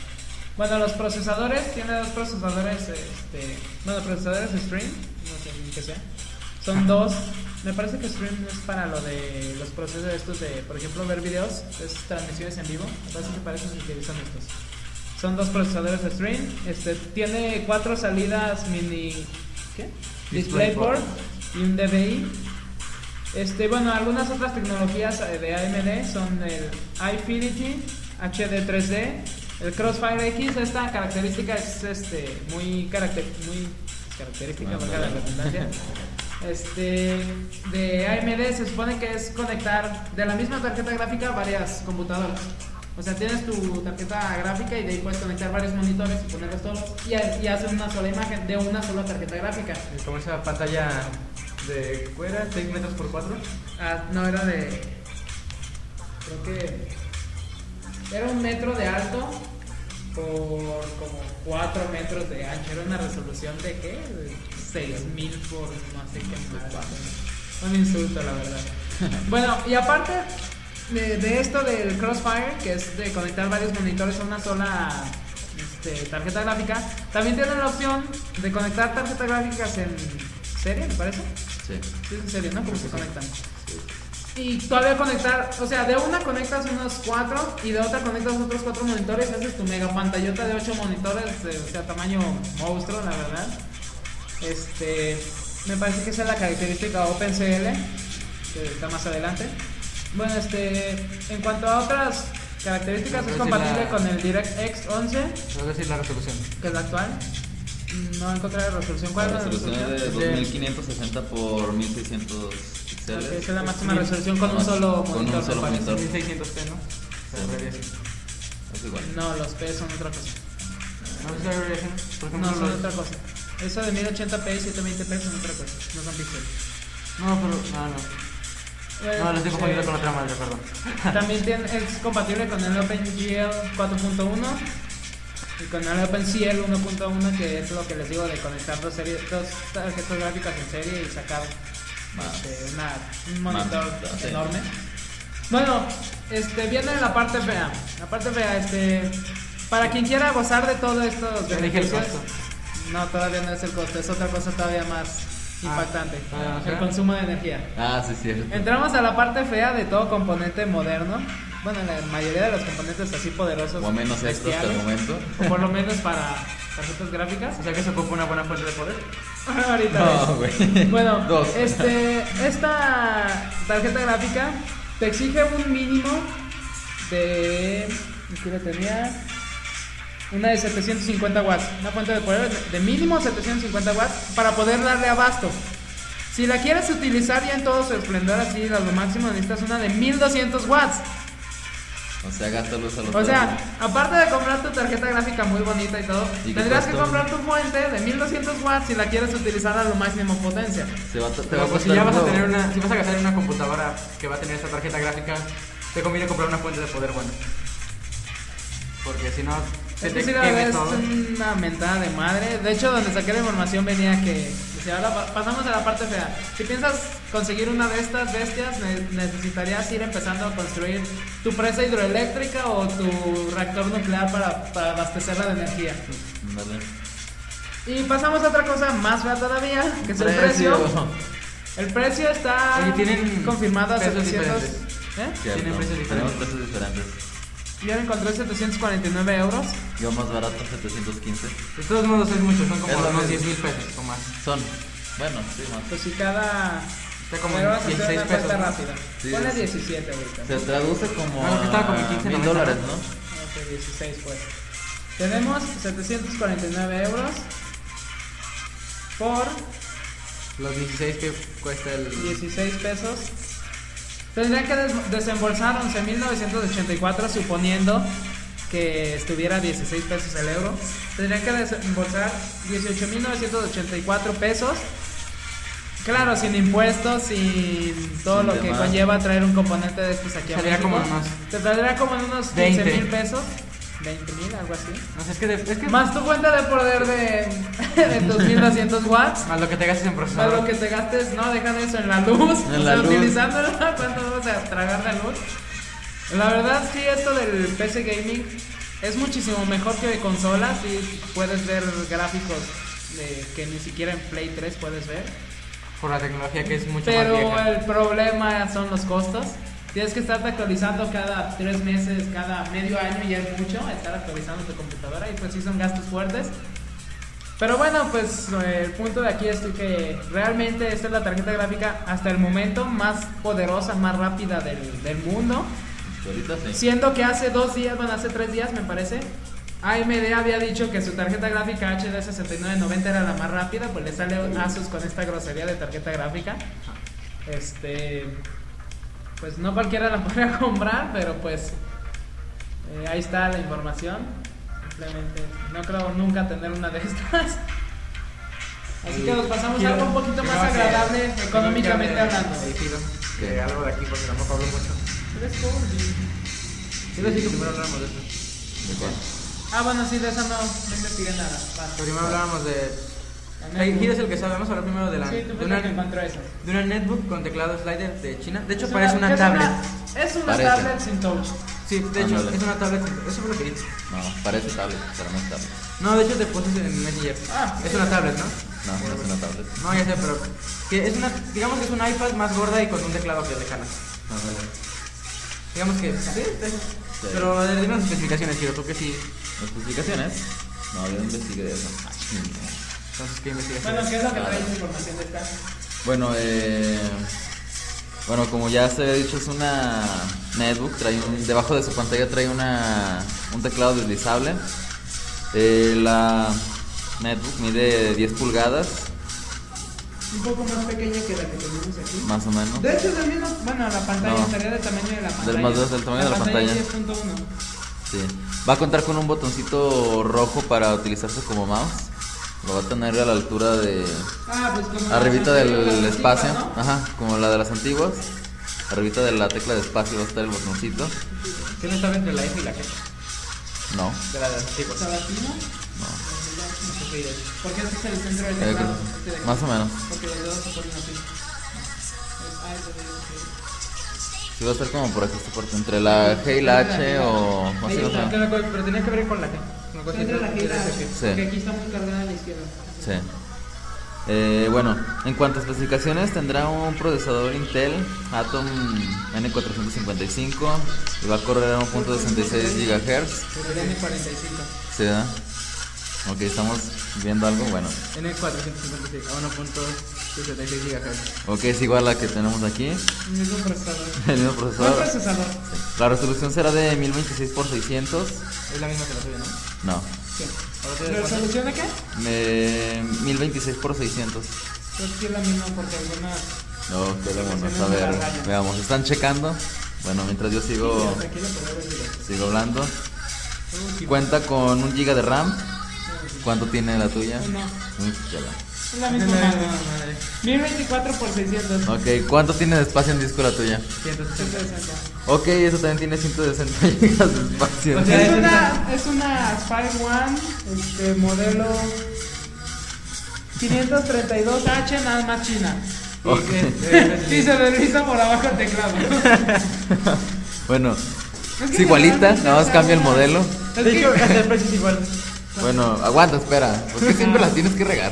S2: Bueno, los procesadores, tiene dos procesadores, este, bueno, procesadores de stream, no sé ni qué sea. Son dos, me parece que stream es para lo de los procesos estos de, por ejemplo, ver videos, es transmisiones en vivo, me parece que para eso se utilizan estos. Son dos procesadores de stream, este, tiene cuatro salidas mini, ¿qué?
S1: DisplayPort.
S2: DisplayPort y un DVI. Este, bueno, algunas otras tecnologías eh, de AMD son el iFinity, HD 3D, el Crossfire X, esta característica es este, muy, caracter, muy característica,
S3: Ah,
S2: valga la
S3: vale.
S2: redundancia. Este, de AMD se supone que es conectar de la misma tarjeta gráfica varias computadoras. O sea, tienes tu tarjeta gráfica y de ahí puedes conectar varios monitores y ponerlos todos y, ha- y hace una sola imagen de una sola tarjeta gráfica.
S1: Como esa pantalla de cuera, 6 metros por 4.
S2: Ah, no, era de. Creo que. Era un metro de alto por como 4 metros de ancho. Era una resolución de qué? De 6000 por no sé qué más. Un insulto, la verdad. bueno, y aparte de, de esto del Crossfire, que es de conectar varios monitores a una sola. este, tarjeta gráfica, también tienen la opción de conectar tarjetas gráficas en serie, me parece.
S3: Sí.
S2: Sí, es en serio, ¿no? Como se conectan. Y todavía conectar, o sea, de una conectas unos cuatro y de otra conectas otros cuatro monitores y haces tu mega pantallota de ocho monitores, de- o sea, tamaño monstruo, la verdad. Este, me parece que esa es la característica OpenCL, que está más adelante. Bueno, este, en cuanto a otras características, es
S3: Pues
S1: Entonces,
S2: compatible
S1: la-
S2: con el DirectX 11,
S1: Voy a decir la resolución.
S2: que es la actual. No encontré la resolución. ¿Cuál
S3: La
S2: es la
S3: resolución es de
S2: resolución?
S3: 2560 por 1600 píxeles.
S2: Ok, esa es la máxima resolución con un solo
S3: Con
S2: monitor,
S3: un
S2: me
S3: solo
S2: parece.
S3: monitor.
S1: 1600p, ¿no? Se debería así.
S3: Es igual.
S2: No, los P son otra cosa.
S1: No se debería así. Por ejemplo,
S2: No, son
S1: los-
S2: otra cosa. Eso de 1080p y 720p son otra cosa. No son píxeles.
S1: No, pero. No, no. No, lo estoy confundiendo
S2: Eh,
S1: con otra madre, perdón.
S2: También tiene- es compatible con el OpenGL 4.1 y con el OpenCL 1.1, que es lo que les digo de conectar dos, serie- dos tarjetas gráficas en serie y sacar
S3: Más.
S2: este, una- un monitor
S3: Más, sí.
S2: enorme. Bueno, este, viene la parte fea. La parte fea, este, para quien quiera gozar de todo esto,
S1: Ya dije el costo.
S2: no, todavía no es el costo, es otra cosa todavía más
S1: Ah,
S2: impactante,
S1: ah,
S2: el
S1: ajá.
S2: consumo de energía.
S3: Ah, sí, cierto.
S2: Entramos a la parte fea de todo componente moderno. Bueno, la mayoría de los componentes así poderosos.
S3: O al menos esto hasta el
S2: bestiales,
S3: momento.
S2: O por lo menos para tarjetas gráficas.
S1: O sea que se ocupa una buena fuente de poder.
S2: Ah, Ahorita
S3: No,
S2: ves.
S3: güey.
S2: Bueno,
S3: Dos.
S2: este, esta tarjeta gráfica te exige un mínimo de. Aquí lo tenía. Una de 750 watts. Una fuente de poder de mínimo 750 watts para poder darle abasto. Si la quieres utilizar ya en todo su esplendor, así a lo máximo, necesitas una de 1200 watts.
S3: O sea, gasta luz a los
S2: O sea, aparte de comprar tu tarjeta gráfica muy bonita y todo,
S3: ¿Y qué
S2: tendrás que
S3: costó?
S2: comprar tu fuente de 1200 watts si la quieres utilizar a lo máximo potencia.
S3: Se va a- te va
S1: Pero
S3: a
S1: pues si
S3: costar
S1: ya vas a
S3: uno-
S1: tener una. Si vas a gastar en una computadora que va a tener esta tarjeta gráfica, te conviene comprar una fuente de poder buena. Porque si mm, no, se
S2: Es que
S1: te
S2: sí, la verdad
S1: queme
S2: es
S1: todo.
S2: una mentada de madre. De hecho, donde saqué la información venía que. decía, ahora pa- pasamos a la parte fea. Si piensas conseguir una de estas bestias, ne- necesitarías ir empezando a construir tu presa hidroeléctrica o tu reactor nuclear para, para abastecerla de energía.
S3: Vale.
S2: Y pasamos a otra cosa más fea todavía, que es el precio. El precio está
S1: Oye, tienen
S2: confirmado a
S1: precios
S2: 700. ¿Eh?
S3: Cierto.
S1: Tienen precios
S3: Tenemos
S1: diferentes.
S3: precios diferentes.
S2: Yo lo encontré 749 euros.
S3: Yo más barato, 715.
S1: De todos modos es mucho, son
S3: Es
S1: como
S3: lo
S1: unos
S3: mismo.
S1: 10 mil pesos o más.
S3: Son. Bueno, sí, más.
S2: Pues si cada.
S1: Está como
S2: Pero
S1: en
S2: vamos a hacer
S1: 16
S2: una
S1: pesos,
S2: cuenta
S1: ¿no?
S2: rápida.
S3: Sí,
S2: Ponle
S3: sí.
S2: 17 ahorita.
S3: Se traduce como
S1: Ah, que estaba como en
S3: a
S1: 15.90,
S3: mil
S1: ¿no?
S3: dólares, ¿no?
S2: Ok, 16 pues. Tenemos 749 euros. por
S1: Los 16 que cuesta el.
S2: 16 pesos. Tendría que des- desembolsar 11.984 suponiendo que estuviera 16 pesos el euro. Tendría que desembolsar 18.984 pesos. Claro, sin impuestos, sin todo
S3: Sin
S2: lo que
S3: demás.
S2: conlleva traer un componente de estos aquí a
S1: Saldría
S2: México.
S1: como unos-
S2: Te saldría como en unos
S1: 20.
S2: 15.000 pesos. 20.000, algo así.
S1: No sé, es que. de- es que
S2: Más tu cuenta de poder de, de 2.200 watts.
S1: Más lo que te gastes en
S2: Para
S1: procesador.
S2: lo que te gastes, no, deja de eso en la luz.
S3: En
S2: o
S3: la
S2: sea,
S3: luz.
S2: utilizándola, ¿cuánto vamos a tragar la luz? La verdad, sí, esto del PC Gaming es muchísimo mejor que de consolas. Y puedes ver gráficos de- que ni siquiera en Play 3 puedes ver.
S1: Por la tecnología que es mucho más
S2: Pero eh,
S1: vieja.
S2: el problema son los costos. Tienes que estarte actualizando cada tres meses, cada medio año, ya es mucho estar actualizando tu computadora y pues sí son gastos fuertes. Pero bueno, pues eh, el punto de aquí es que realmente esta es la tarjeta gráfica hasta el momento más poderosa, más rápida del, del mundo.
S3: Ahorita sí.
S2: Siendo que hace dos días, bueno, hace tres días me parece, AMD había dicho que su tarjeta gráfica HDS 7990 era la más rápida, pues le sale un Asus con esta grosería de tarjeta gráfica. Este, pues no cualquiera la podría comprar, pero pues eh, ahí está la información. Simplemente no creo nunca tener una de estas. Así que nos pasamos a algo un poquito más agradable económicamente hablando.
S1: Que algo de aquí porque tampoco hablo mucho.
S2: Eres pobre.
S1: Sí, sí, que primero hablamos de eso.
S3: ¿De cuál?
S2: Ah, bueno, sí, de esa no, no investigué nada. Vas.
S1: Primero hablábamos de.
S2: La
S1: Hey,
S2: netbook.
S1: Gil es el que sabe, vamos a hablar primero de la.
S2: Sí, tú
S1: de,
S2: fuiste
S1: una,
S2: el que encontró eso.
S1: de una netbook con teclado slider de China. De hecho,
S2: Es
S1: parece una,
S2: que es
S1: tablet.
S2: es una
S3: Parece.
S2: tablet sin touch.
S1: Sí, de hecho,
S3: Ándale.
S1: es una tablet. Eso fue lo que dije.
S3: No, parece tablet, pero no es tablet.
S1: No, de hecho te puse en Messenger.
S2: Ah,
S1: es
S2: sí.
S1: una tablet, ¿no?
S3: No, no es una tablet.
S1: No, ya sé, pero. Que es una, digamos que es un iPad más gorda y con un teclado que le jala. Digamos que. Sí, de- Pero a ver, dime las especificaciones, Giro, tú que sí.
S3: ¿Las publicaciones? No, yo no investigué eso.
S1: Entonces, ¿qué investigaciones?
S2: Bueno, ¿qué es lo que
S3: Ah,
S2: trae
S3: no.
S2: esa información de esta?
S3: Bueno, eh, bueno, como ya se había dicho, es una netbook. Trae un, debajo de su pantalla trae una, un teclado deslizable. Eh, la netbook mide 10 pulgadas,
S2: Un poco más pequeña que la que tenemos aquí.
S3: más o menos.
S2: De hecho, es del mismo. Bueno, la pantalla
S3: No.
S2: estaría del tamaño de la pantalla.
S3: más o menos del tamaño de la pantalla.
S2: pantalla. es 10.1.
S3: Sí. Va a contar con un botoncito rojo para utilizarse como mouse. Lo va a tener a la altura de
S2: Ah, pues como. la
S3: Arribita
S2: pantalla de
S3: del
S2: las
S3: espacio, Ah.
S2: antiguas, ¿no?
S3: ajá, como la de las antiguas. Arribita de la tecla de espacio va a estar el botoncito.
S1: ¿Qué no estaba entre la F y la G?
S3: No,
S1: De la de los chicos.
S2: Sabatino.
S3: no.
S2: Porque este es el centro del
S3: Eh,
S2: teclado. este de acá.
S3: más o menos.
S2: Porque los dos se ponen así. Ah, eso
S3: Sí va a estar como por aquí, esta parte, entre la G y la H o así, o sea,
S1: Pero tenía que ver con la G. No
S2: de Entra la gira,
S3: Sí.
S2: porque aquí está muy cargada a la izquierda.
S3: Sí. Eh, bueno, en cuanto a especificaciones, tendrá un procesador Intel Atom N455 y va a correr a 1.66 GHz.
S1: N45.
S3: Sí, ¿verdad? Ok, estamos viendo algo bueno.
S1: N456 a 1.66 GHz.
S3: Ok, es igual a la que tenemos aquí.
S2: Mismo procesador.
S3: El mismo
S2: Buen
S3: procesador.
S2: procesador.
S3: La resolución será de 1026 x 600.
S1: Es la misma que la tuya, ¿no?
S3: No,
S2: Sí.
S1: Ahora te doy cuenta.
S2: ¿Resolución de qué?
S3: me- 1026 x 600.
S2: Creo que es la misma porque alguna.
S3: No, qué
S2: Resoluciones
S3: vámonos. A
S2: de la
S3: ver,
S2: raya.
S3: veamos, están checando. Bueno, mientras yo sigo,
S2: Aquí lo puedo ver directo.
S3: sigo hablando. Cuenta con un giga de RAM. ¿Cuánto tiene la tuya?
S2: Uno.
S3: Un giga.
S2: Es la misma madre. 1024 por 600.
S3: Ok, ¿cuánto tiene de espacio en disco la tuya?
S1: 160.
S2: 160.
S3: Ok, eso también tiene 160 gigas de
S1: O
S3: espacio.
S1: sea,
S2: Es
S1: es
S2: una, es una Spy One, este modelo 532H, nada más china.
S1: Y
S3: Ok.
S1: que- eh,
S2: Sí, se desliza por abajo el teclado.
S3: Bueno,
S2: que
S3: es igualita,
S2: generalmente
S3: nada más
S2: esa
S3: cambia el
S2: una-
S3: modelo.
S2: Es
S1: De
S2: que-
S1: hecho, hasta el precio es igual.
S3: Bueno, aguanta, espera. ¿Por qué siempre las tienes que regar?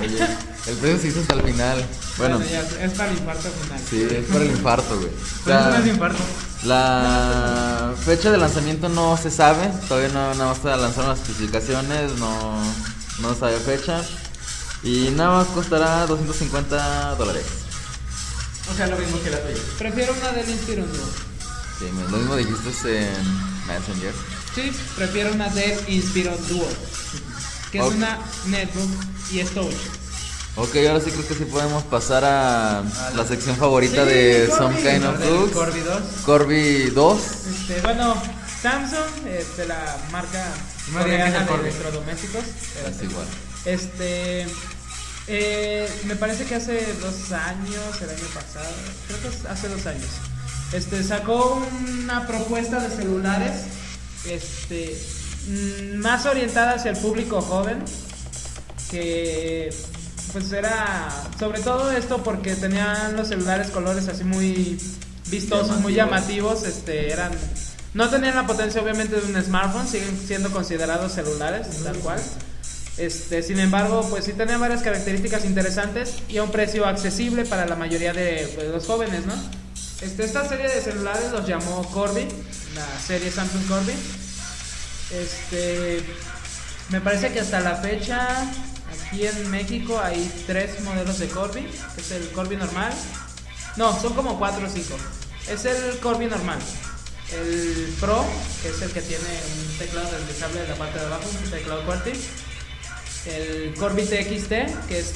S3: Oye, el precio se hizo hasta el final. Bueno,
S2: ya, es para el infarto final.
S3: sí, es para el infarto, güey. O
S1: Pero eso no
S3: sea,
S1: es infarto.
S3: la fecha de lanzamiento no se sabe. Todavía no, nada más se lanzaron las especificaciones. No, no se sabe fecha. Y nada más costará 250 dólares.
S1: O sea, lo mismo que la tuya.
S2: Prefiero una del Inspiron Duo.
S3: Sí, me- lo mismo dijiste en Messenger.
S2: Sí, prefiero una del Inspiron Duo. Que
S3: Ok.
S2: es una netbook y es touch.
S3: Ok, ahora sí creo que sí podemos pasar a
S1: la-
S3: la sección favorita
S2: Sí,
S3: de
S2: Corby.
S3: Some Kind
S1: Señor
S3: of
S1: del
S3: Looks.
S1: Corby 2.
S3: Corby 2.
S2: Este, bueno, Samsung, este, la marca
S1: No digas
S2: coreana
S1: el
S2: de
S1: Corby.
S2: electrodomésticos.
S3: Es igual.
S2: Este, eh, me parece que hace dos años, el año pasado, creo que es hace dos años, este, sacó una propuesta de celulares, este, mm, más orientada hacia el público joven, que pues era, sobre todo esto porque tenían los celulares colores así muy vistosos, muy
S3: Llamativos.
S2: llamativos, este, eran, no tenían la potencia obviamente de un smartphone, siguen siendo considerados celulares, tal cual. Este, sin embargo, pues sí tenía varias características interesantes y a un precio accesible para la mayoría de pues, los jóvenes, ¿no? Este, esta serie de celulares los llamó Corby, la serie Samsung Corby. Este, me parece que hasta la fecha aquí en México hay tres modelos de Corby. que Es el Corby normal. No, son como cuatro o cinco. Es el Corby normal. El Pro, que es el que tiene un teclado deslizable en la parte de abajo, un teclado QWERTY. El Corby TXT, que es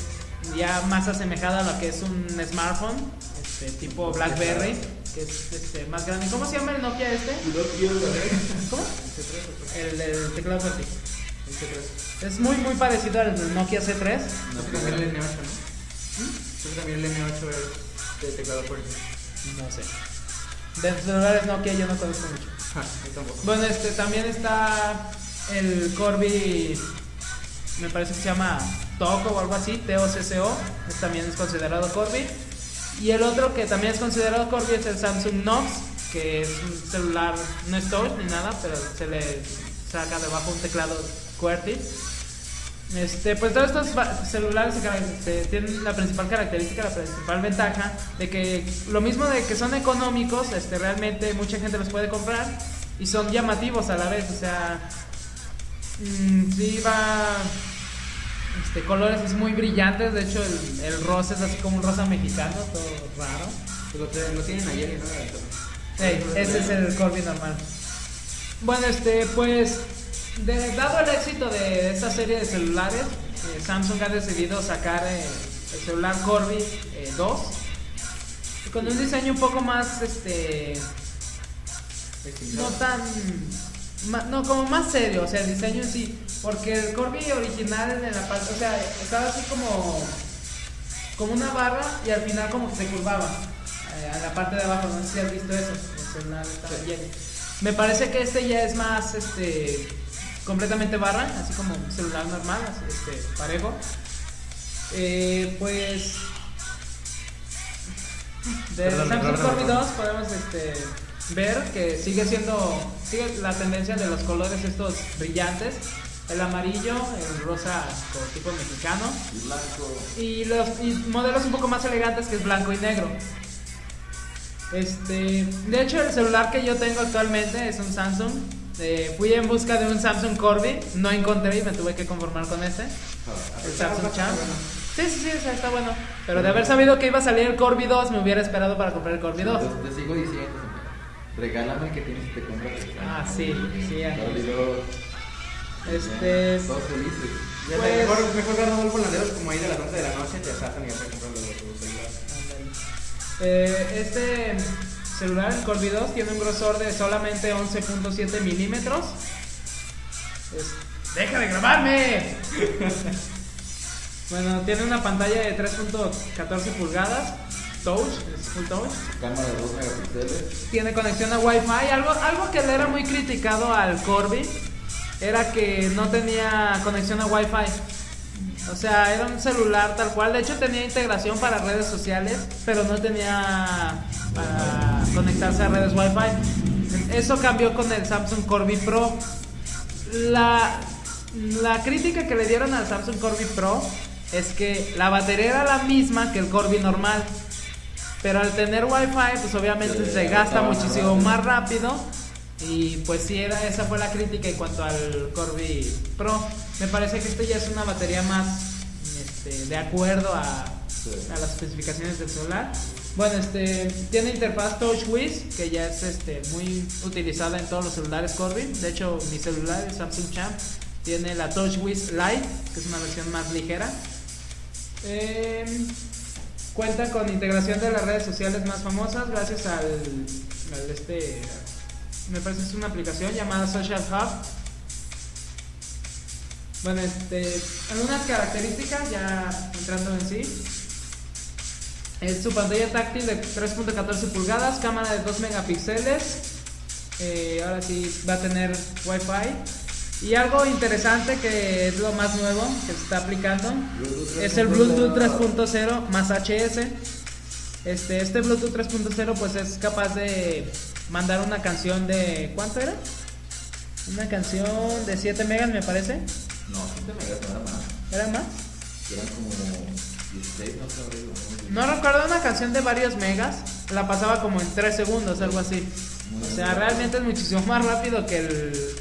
S2: ya más asemejada a lo que es un smartphone, este, tipo BlackBerry, que es este, más grande. ¿Cómo se llama el Nokia este? ¿Cómo? El del teclado QWERTY. Es muy muy parecido al del Nokia C3.
S1: No, creo que el N8, ¿no? Creo que también el N8 es de teclado fuerte.
S2: No sé. De los celulares Nokia yo no conozco mucho.
S1: Ja, yo tampoco.
S2: Bueno, este también está el Corby, me parece que se llama Toco o algo así, T-O-C-C-O, este también es considerado Corby. Y el otro que también es considerado Corby es el Samsung Knox, que es un celular, no es touch ni nada, pero se le saca debajo un teclado QWERTY. Este, pues todos estos va- celulares se cara- se tienen la principal característica, la principal ventaja de que lo mismo de que son económicos, este, realmente mucha gente los puede comprar y son llamativos a la vez, o sea, mm, sí va, este, colores es muy brillantes, de hecho el, el rosa es así como un rosa mexicano, todo raro.
S1: Pues lo, que- lo tienen ayer, ¿no?
S2: Ey, ese es el Corby normal. Bueno, este, pues, de- dado el éxito de esta serie de celulares, eh, Samsung ha decidido sacar eh, el celular Corby eh, 2 con un diseño un poco más, este, no tan, ma- no, como más serio, o sea, el diseño en sí, porque el Corby original en la parte, o sea, estaba así como, como una barra y al final como que se curvaba eh, a la parte de abajo, no sé si has visto eso, el celular estaba lleno. Me parece que este ya es más, este, completamente barra, así como un celular normal, así, este, parejo. Eh, pues... De
S1: Perdón,
S2: Samsung
S1: perdón,
S2: Corby
S1: perdón.
S2: 2 podemos este, ver que sigue siendo sigue la tendencia de los colores estos brillantes el amarillo el rosa como tipo mexicano y los y modelos un poco más elegantes que es blanco y negro este de hecho el celular que yo tengo actualmente es un Samsung Eh, fui en busca de un Samsung Corby no encontré y me tuve que conformar con este el Samsung Champ sí sí sí o sea, está bueno pero de haber sabido que iba a salir el Corby 2 me hubiera esperado para comprar el Corby 2
S3: Te sigo diciendo. Regálame el que tienes y te compras. el que
S2: Ah,
S3: tienes.
S2: sí, sí, ajá.
S3: Dale, luego,
S2: Este,
S3: ya, Todos felices.
S1: Ya,
S2: Pues-
S1: mejor, mejor agarra dos volanderos como ahí de las 11 de la noche, te asaltan y ya te compran los los celulares.
S2: Eh, este celular, el Corby 2, tiene un grosor de solamente 11.7 milímetros. Es- ¡Deja de grabarme! bueno, tiene una pantalla de 3.14 pulgadas, touch, es full touch.
S3: Cámara de 2 megapíxeles.
S2: Tiene conexión a Wi-Fi. Algo, algo que le era muy criticado al Corby era que no tenía conexión a Wi-Fi. O sea, era un celular tal cual. De hecho, tenía integración para redes sociales, pero no tenía para conectarse a redes Wi-Fi. Eso cambió con el Samsung Corby Pro. La, la crítica que le dieron al Samsung Corby Pro es que la batería era la misma que el Corby normal. Pero al tener Wi-Fi, pues obviamente
S3: Sí,
S2: se gasta
S3: estaba más
S2: muchísimo
S3: rápido.
S2: más rápido. Y pues sí, era, esa fue la crítica en cuanto al Corby Pro. Me parece que este ya es una batería más este, de acuerdo a,
S3: Sí.
S2: a las especificaciones del celular. Bueno, este tiene interfaz TouchWiz, que ya es este, muy utilizada en todos los celulares Corby. De hecho, mi celular, el Samsung Champ, tiene la TouchWiz Lite, que es una versión más ligera. Eh, cuenta con integración de las redes sociales más famosas gracias al, al este, me parece que es una aplicación llamada Social Hub. Bueno, este, algunas características ya entrando en sí. Es su pantalla táctil de 3.14 pulgadas, cámara de 2 megapíxeles. Eh, ahora sí va a tener Wi-Fi. Y algo interesante que es lo más nuevo que se está aplicando es el Bluetooth 3.0 más HS. Este, este Bluetooth 3.0 pues es capaz de mandar una canción de ¿cuánto era? Una canción de 7 megas me parece.
S3: No, 7 megas no era más.
S2: ¿Era más?
S3: Eran como 16, no sé, algo así.
S2: No recuerdo una canción de varios megas, la pasaba como en 3 segundos, algo así. O sea, realmente es muchísimo más rápido que el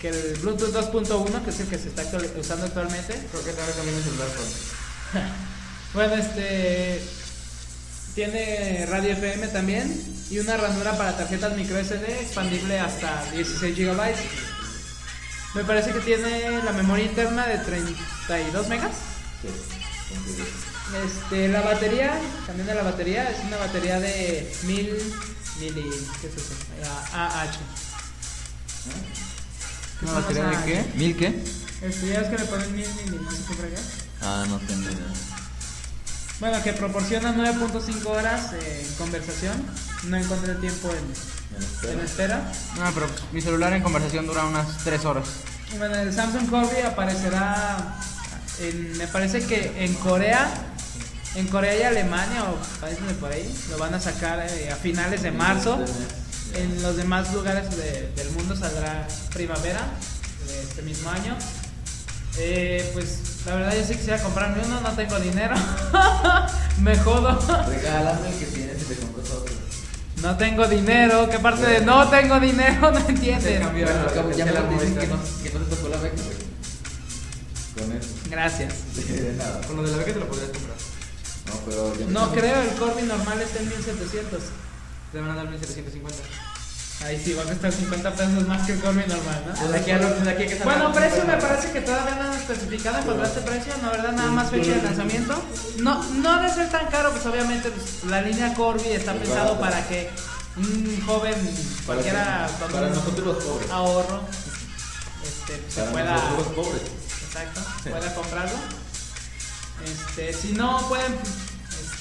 S2: que el Bluetooth 2.1, que es el que se está actuali- usando actualmente.
S1: Creo que también cambié mi celular pues. por...
S2: Bueno, este tiene radio FM también y una ranura para tarjetas micro SD expandible hasta 16 GB. Me parece que tiene la memoria interna de 32 megas.
S3: Sí, entonces,
S2: Este, la batería, también de la batería, es una batería de 1000 mili, ¿qué es eso? Ah, AH.
S1: ¿Una batería de qué?
S3: ¿Mil qué?
S2: Este, ya es que le ponen 1000 mili, no sé qué fregar.
S3: Ah, no tengo idea.
S2: Bueno, que proporciona 9.5 horas eh, en conversación. No encontré tiempo en,
S3: Me lo espero.
S2: en espera.
S1: No, pero mi celular en conversación dura unas 3 horas.
S2: Y Bueno, el Samsung Corby aparecerá, en- me parece que en Corea, en Corea y Alemania o países de por ahí, lo van a sacar eh, a finales de marzo. En los demás lugares de- del mundo saldrá primavera de este mismo año. Eh, pues la verdad yo sí quisiera comprarme uno, no tengo dinero, me jodo.
S3: Regálame el que tienes y te compras otro.
S2: No tengo dinero, ¿qué parte de no tengo dinero no
S1: Se
S2: entienden?
S1: cambió.
S3: Bueno, al cabo,
S1: Te
S3: ya me
S1: la
S3: lo dicen
S1: muestra,
S3: que no,
S1: ¿no?
S3: que no te tocó la beca, güey. Con eso.
S2: Gracias.
S3: De nada.
S1: Con lo de la beca te lo podrías comprar.
S3: No, pero ya me-
S2: No creo, el Corby normal está en 1700.
S1: Te van a dar 1750.
S2: Ahí sí, va a costar 50 pesos más que el Corby normal, ¿no?
S1: Pues de aquí a lo- de aquí a que salga
S2: Bueno,
S1: el
S2: precio
S1: Corby
S2: me
S1: normal.
S2: parece que todavía no han especificado, encontraste este precio, ¿no? ¿Verdad? Nada más fecha de lanzamiento. No, no de ser tan caro, pues obviamente pues, la línea Corby está
S3: Muy
S2: pensado
S3: barato.
S2: para que un joven
S3: Para,
S2: cualquiera con
S3: para
S2: un
S3: nosotros los pobres.
S2: ahorro este, pues, se
S3: Para
S2: pueda...
S3: nosotros los pobres.
S2: Exacto, pueda comprarlo. Este, si no pueden,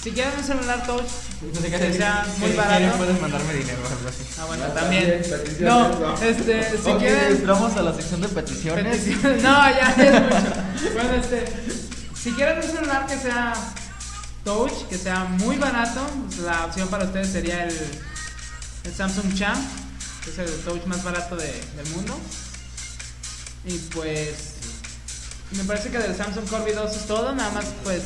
S2: si quieren un celular touch,
S1: Entonces,
S2: que sea muy
S1: si
S2: barato.
S1: quieres, puedes mandarme dinero o algo así.
S2: Ah, bueno,
S3: Ah,
S2: también.
S3: también, peticiones,
S2: No,
S3: ¿no?
S2: este, si
S3: Ok,
S2: quieren.
S3: entramos a la sección de peticiones.
S2: peticiones- No, ya es mucho. Bueno, este, si quieren un celular que sea touch, que sea muy barato, pues, la opción para ustedes sería el, el Samsung Champ, que es el touch más barato de- del mundo. Y pues me parece que del Samsung Corby 2 es todo, nada más pues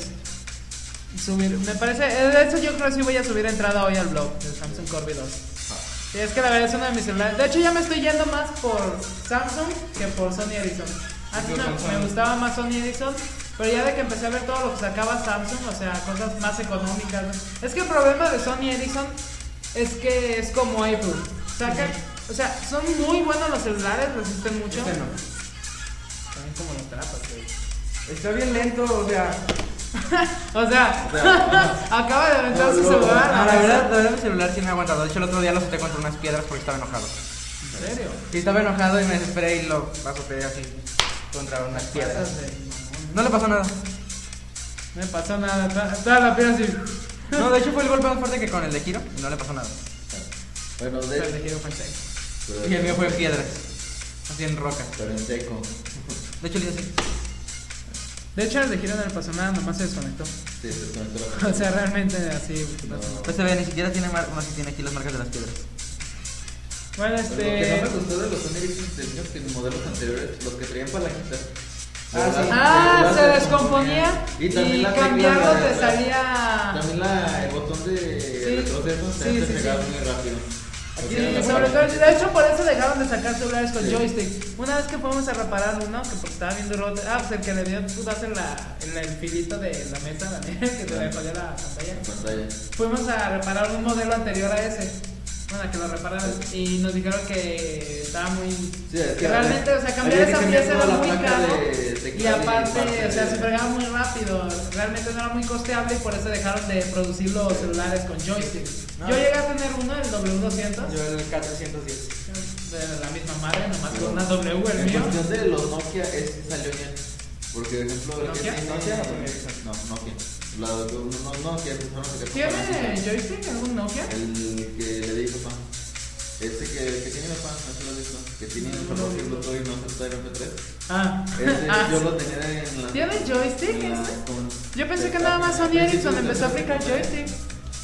S2: subir, me parece, eh, de hecho yo creo que sí voy a subir entrada hoy al blog del Samsung Corby 2. Y es que la verdad es uno de mis celulares. De hecho ya me estoy yendo más por Samsung que por Sony Ericsson. Antes
S1: Yo
S2: me-
S1: Samsung.
S2: me gustaba más Sony Ericsson, pero ya de que empecé a ver todo lo que sacaba Samsung, o sea, cosas más económicas. ¿no? Es que el problema de Sony Ericsson es que es como Apple. Sacan, o sea, son muy buenos los celulares, resisten mucho.
S1: Este no.
S2: También como los trapas, güey.
S1: Está bien lento, o sea.
S2: O sea, acaba de aventar su
S3: No, no,
S2: celular.
S1: Ah,
S2: a
S1: la verdad, la verdad, mi celular sí me ha aguantado. De hecho, el otro día lo solté contra unas piedras porque estaba enojado.
S2: ¿En serio?
S1: Sí, estaba enojado y me desesperé y lo azoté así contra unas piedras.
S2: Pasas de-
S1: No le pasó nada.
S2: No me pasó nada, toda, toda la pierna así.
S1: No, de hecho fue el golpe más fuerte que con el de Kiro y no le pasó nada.
S3: Bueno, de
S2: Pero dije, fue en serio.
S3: pero-
S1: Y el mío fue en piedras, así en roca.
S3: Pero en seco.
S1: De hecho, le hice así.
S2: De hecho, el de Giro no le pasó nada, nomás se desconectó.
S3: Sí, se desconectó la
S2: O sea, realmente así.
S3: No.
S1: Pues se ve, ni siquiera tiene mar- no, sí tiene aquí las marcas de las piedras.
S2: Bueno,
S3: Lo que
S2: este.
S3: no me gustó de los Sony Ericsson es que en modelos anteriores, los que traían palanquitas.
S1: Ah,
S3: ¿verdad?
S1: sí.
S2: Ah,
S3: ¿verdad?
S2: se descomponía
S3: Y también
S2: y
S3: la tecla
S2: cambiarlo
S3: de-
S2: te salía.
S3: También la, el botón de retroceso se
S2: Sí,
S3: te
S2: sí,
S3: pegaba
S2: sí.
S3: muy rápido.
S2: Sí,
S3: O sea, la
S2: sobre todo,
S3: palanquita.
S2: de hecho por eso dejaron de sacar celulares con
S3: Sí.
S2: joystick. Una vez que fuimos a reparar uno, que porque estaba viendo roto, ah, pues el que le dio putazo en, la, en el filito de la mesa, Daniel, que se le falló la pantalla.
S3: En pantalla.
S2: Fuimos a reparar un modelo anterior a ese, bueno, a que lo repararon, y nos dijeron que estaba muy...
S3: Sí, es
S2: que realmente, o sea, cambiar
S3: había que
S2: esa pieza
S3: toda
S2: era
S3: la
S2: muy
S3: placa
S2: caro.
S3: De, de
S1: de
S2: Y aparte, o sea, se fregaba muy rápido, realmente no era muy costeable y por eso dejaron de producir los celulares con joysticks.
S1: No.
S2: Yo llegué a tener uno, el W200,
S1: Yo el K310.
S2: de la misma madre, nomás con una W el
S4: En
S2: mío.
S4: cuestión de los Nokia, este salió bien. Porque, por ejemplo, el que
S2: ¿Nokia?
S4: tiene-
S1: ¿Nokia o
S4: No, Nokia. La, no, Nokia, que fueron los que
S2: ¿Tiene joystick algún Nokia?
S4: El que le di papá. Este que, que tiene papá, no se lo he visto. Que tiene
S2: No,
S4: un
S2: no lo
S4: color
S2: he
S4: que
S2: visto.
S4: explotó y no acepta el MP3.
S2: Ah,
S4: Este
S2: ah,
S4: yo lo tenía en la.
S2: ¿Tiene joystick
S4: en la-
S2: ese?
S4: con-
S2: este? Yo pensé que
S4: de-
S2: nada más Sony
S4: al principio
S2: Ericsson
S4: de-
S2: empezó a aplicar ¿eh? joystick.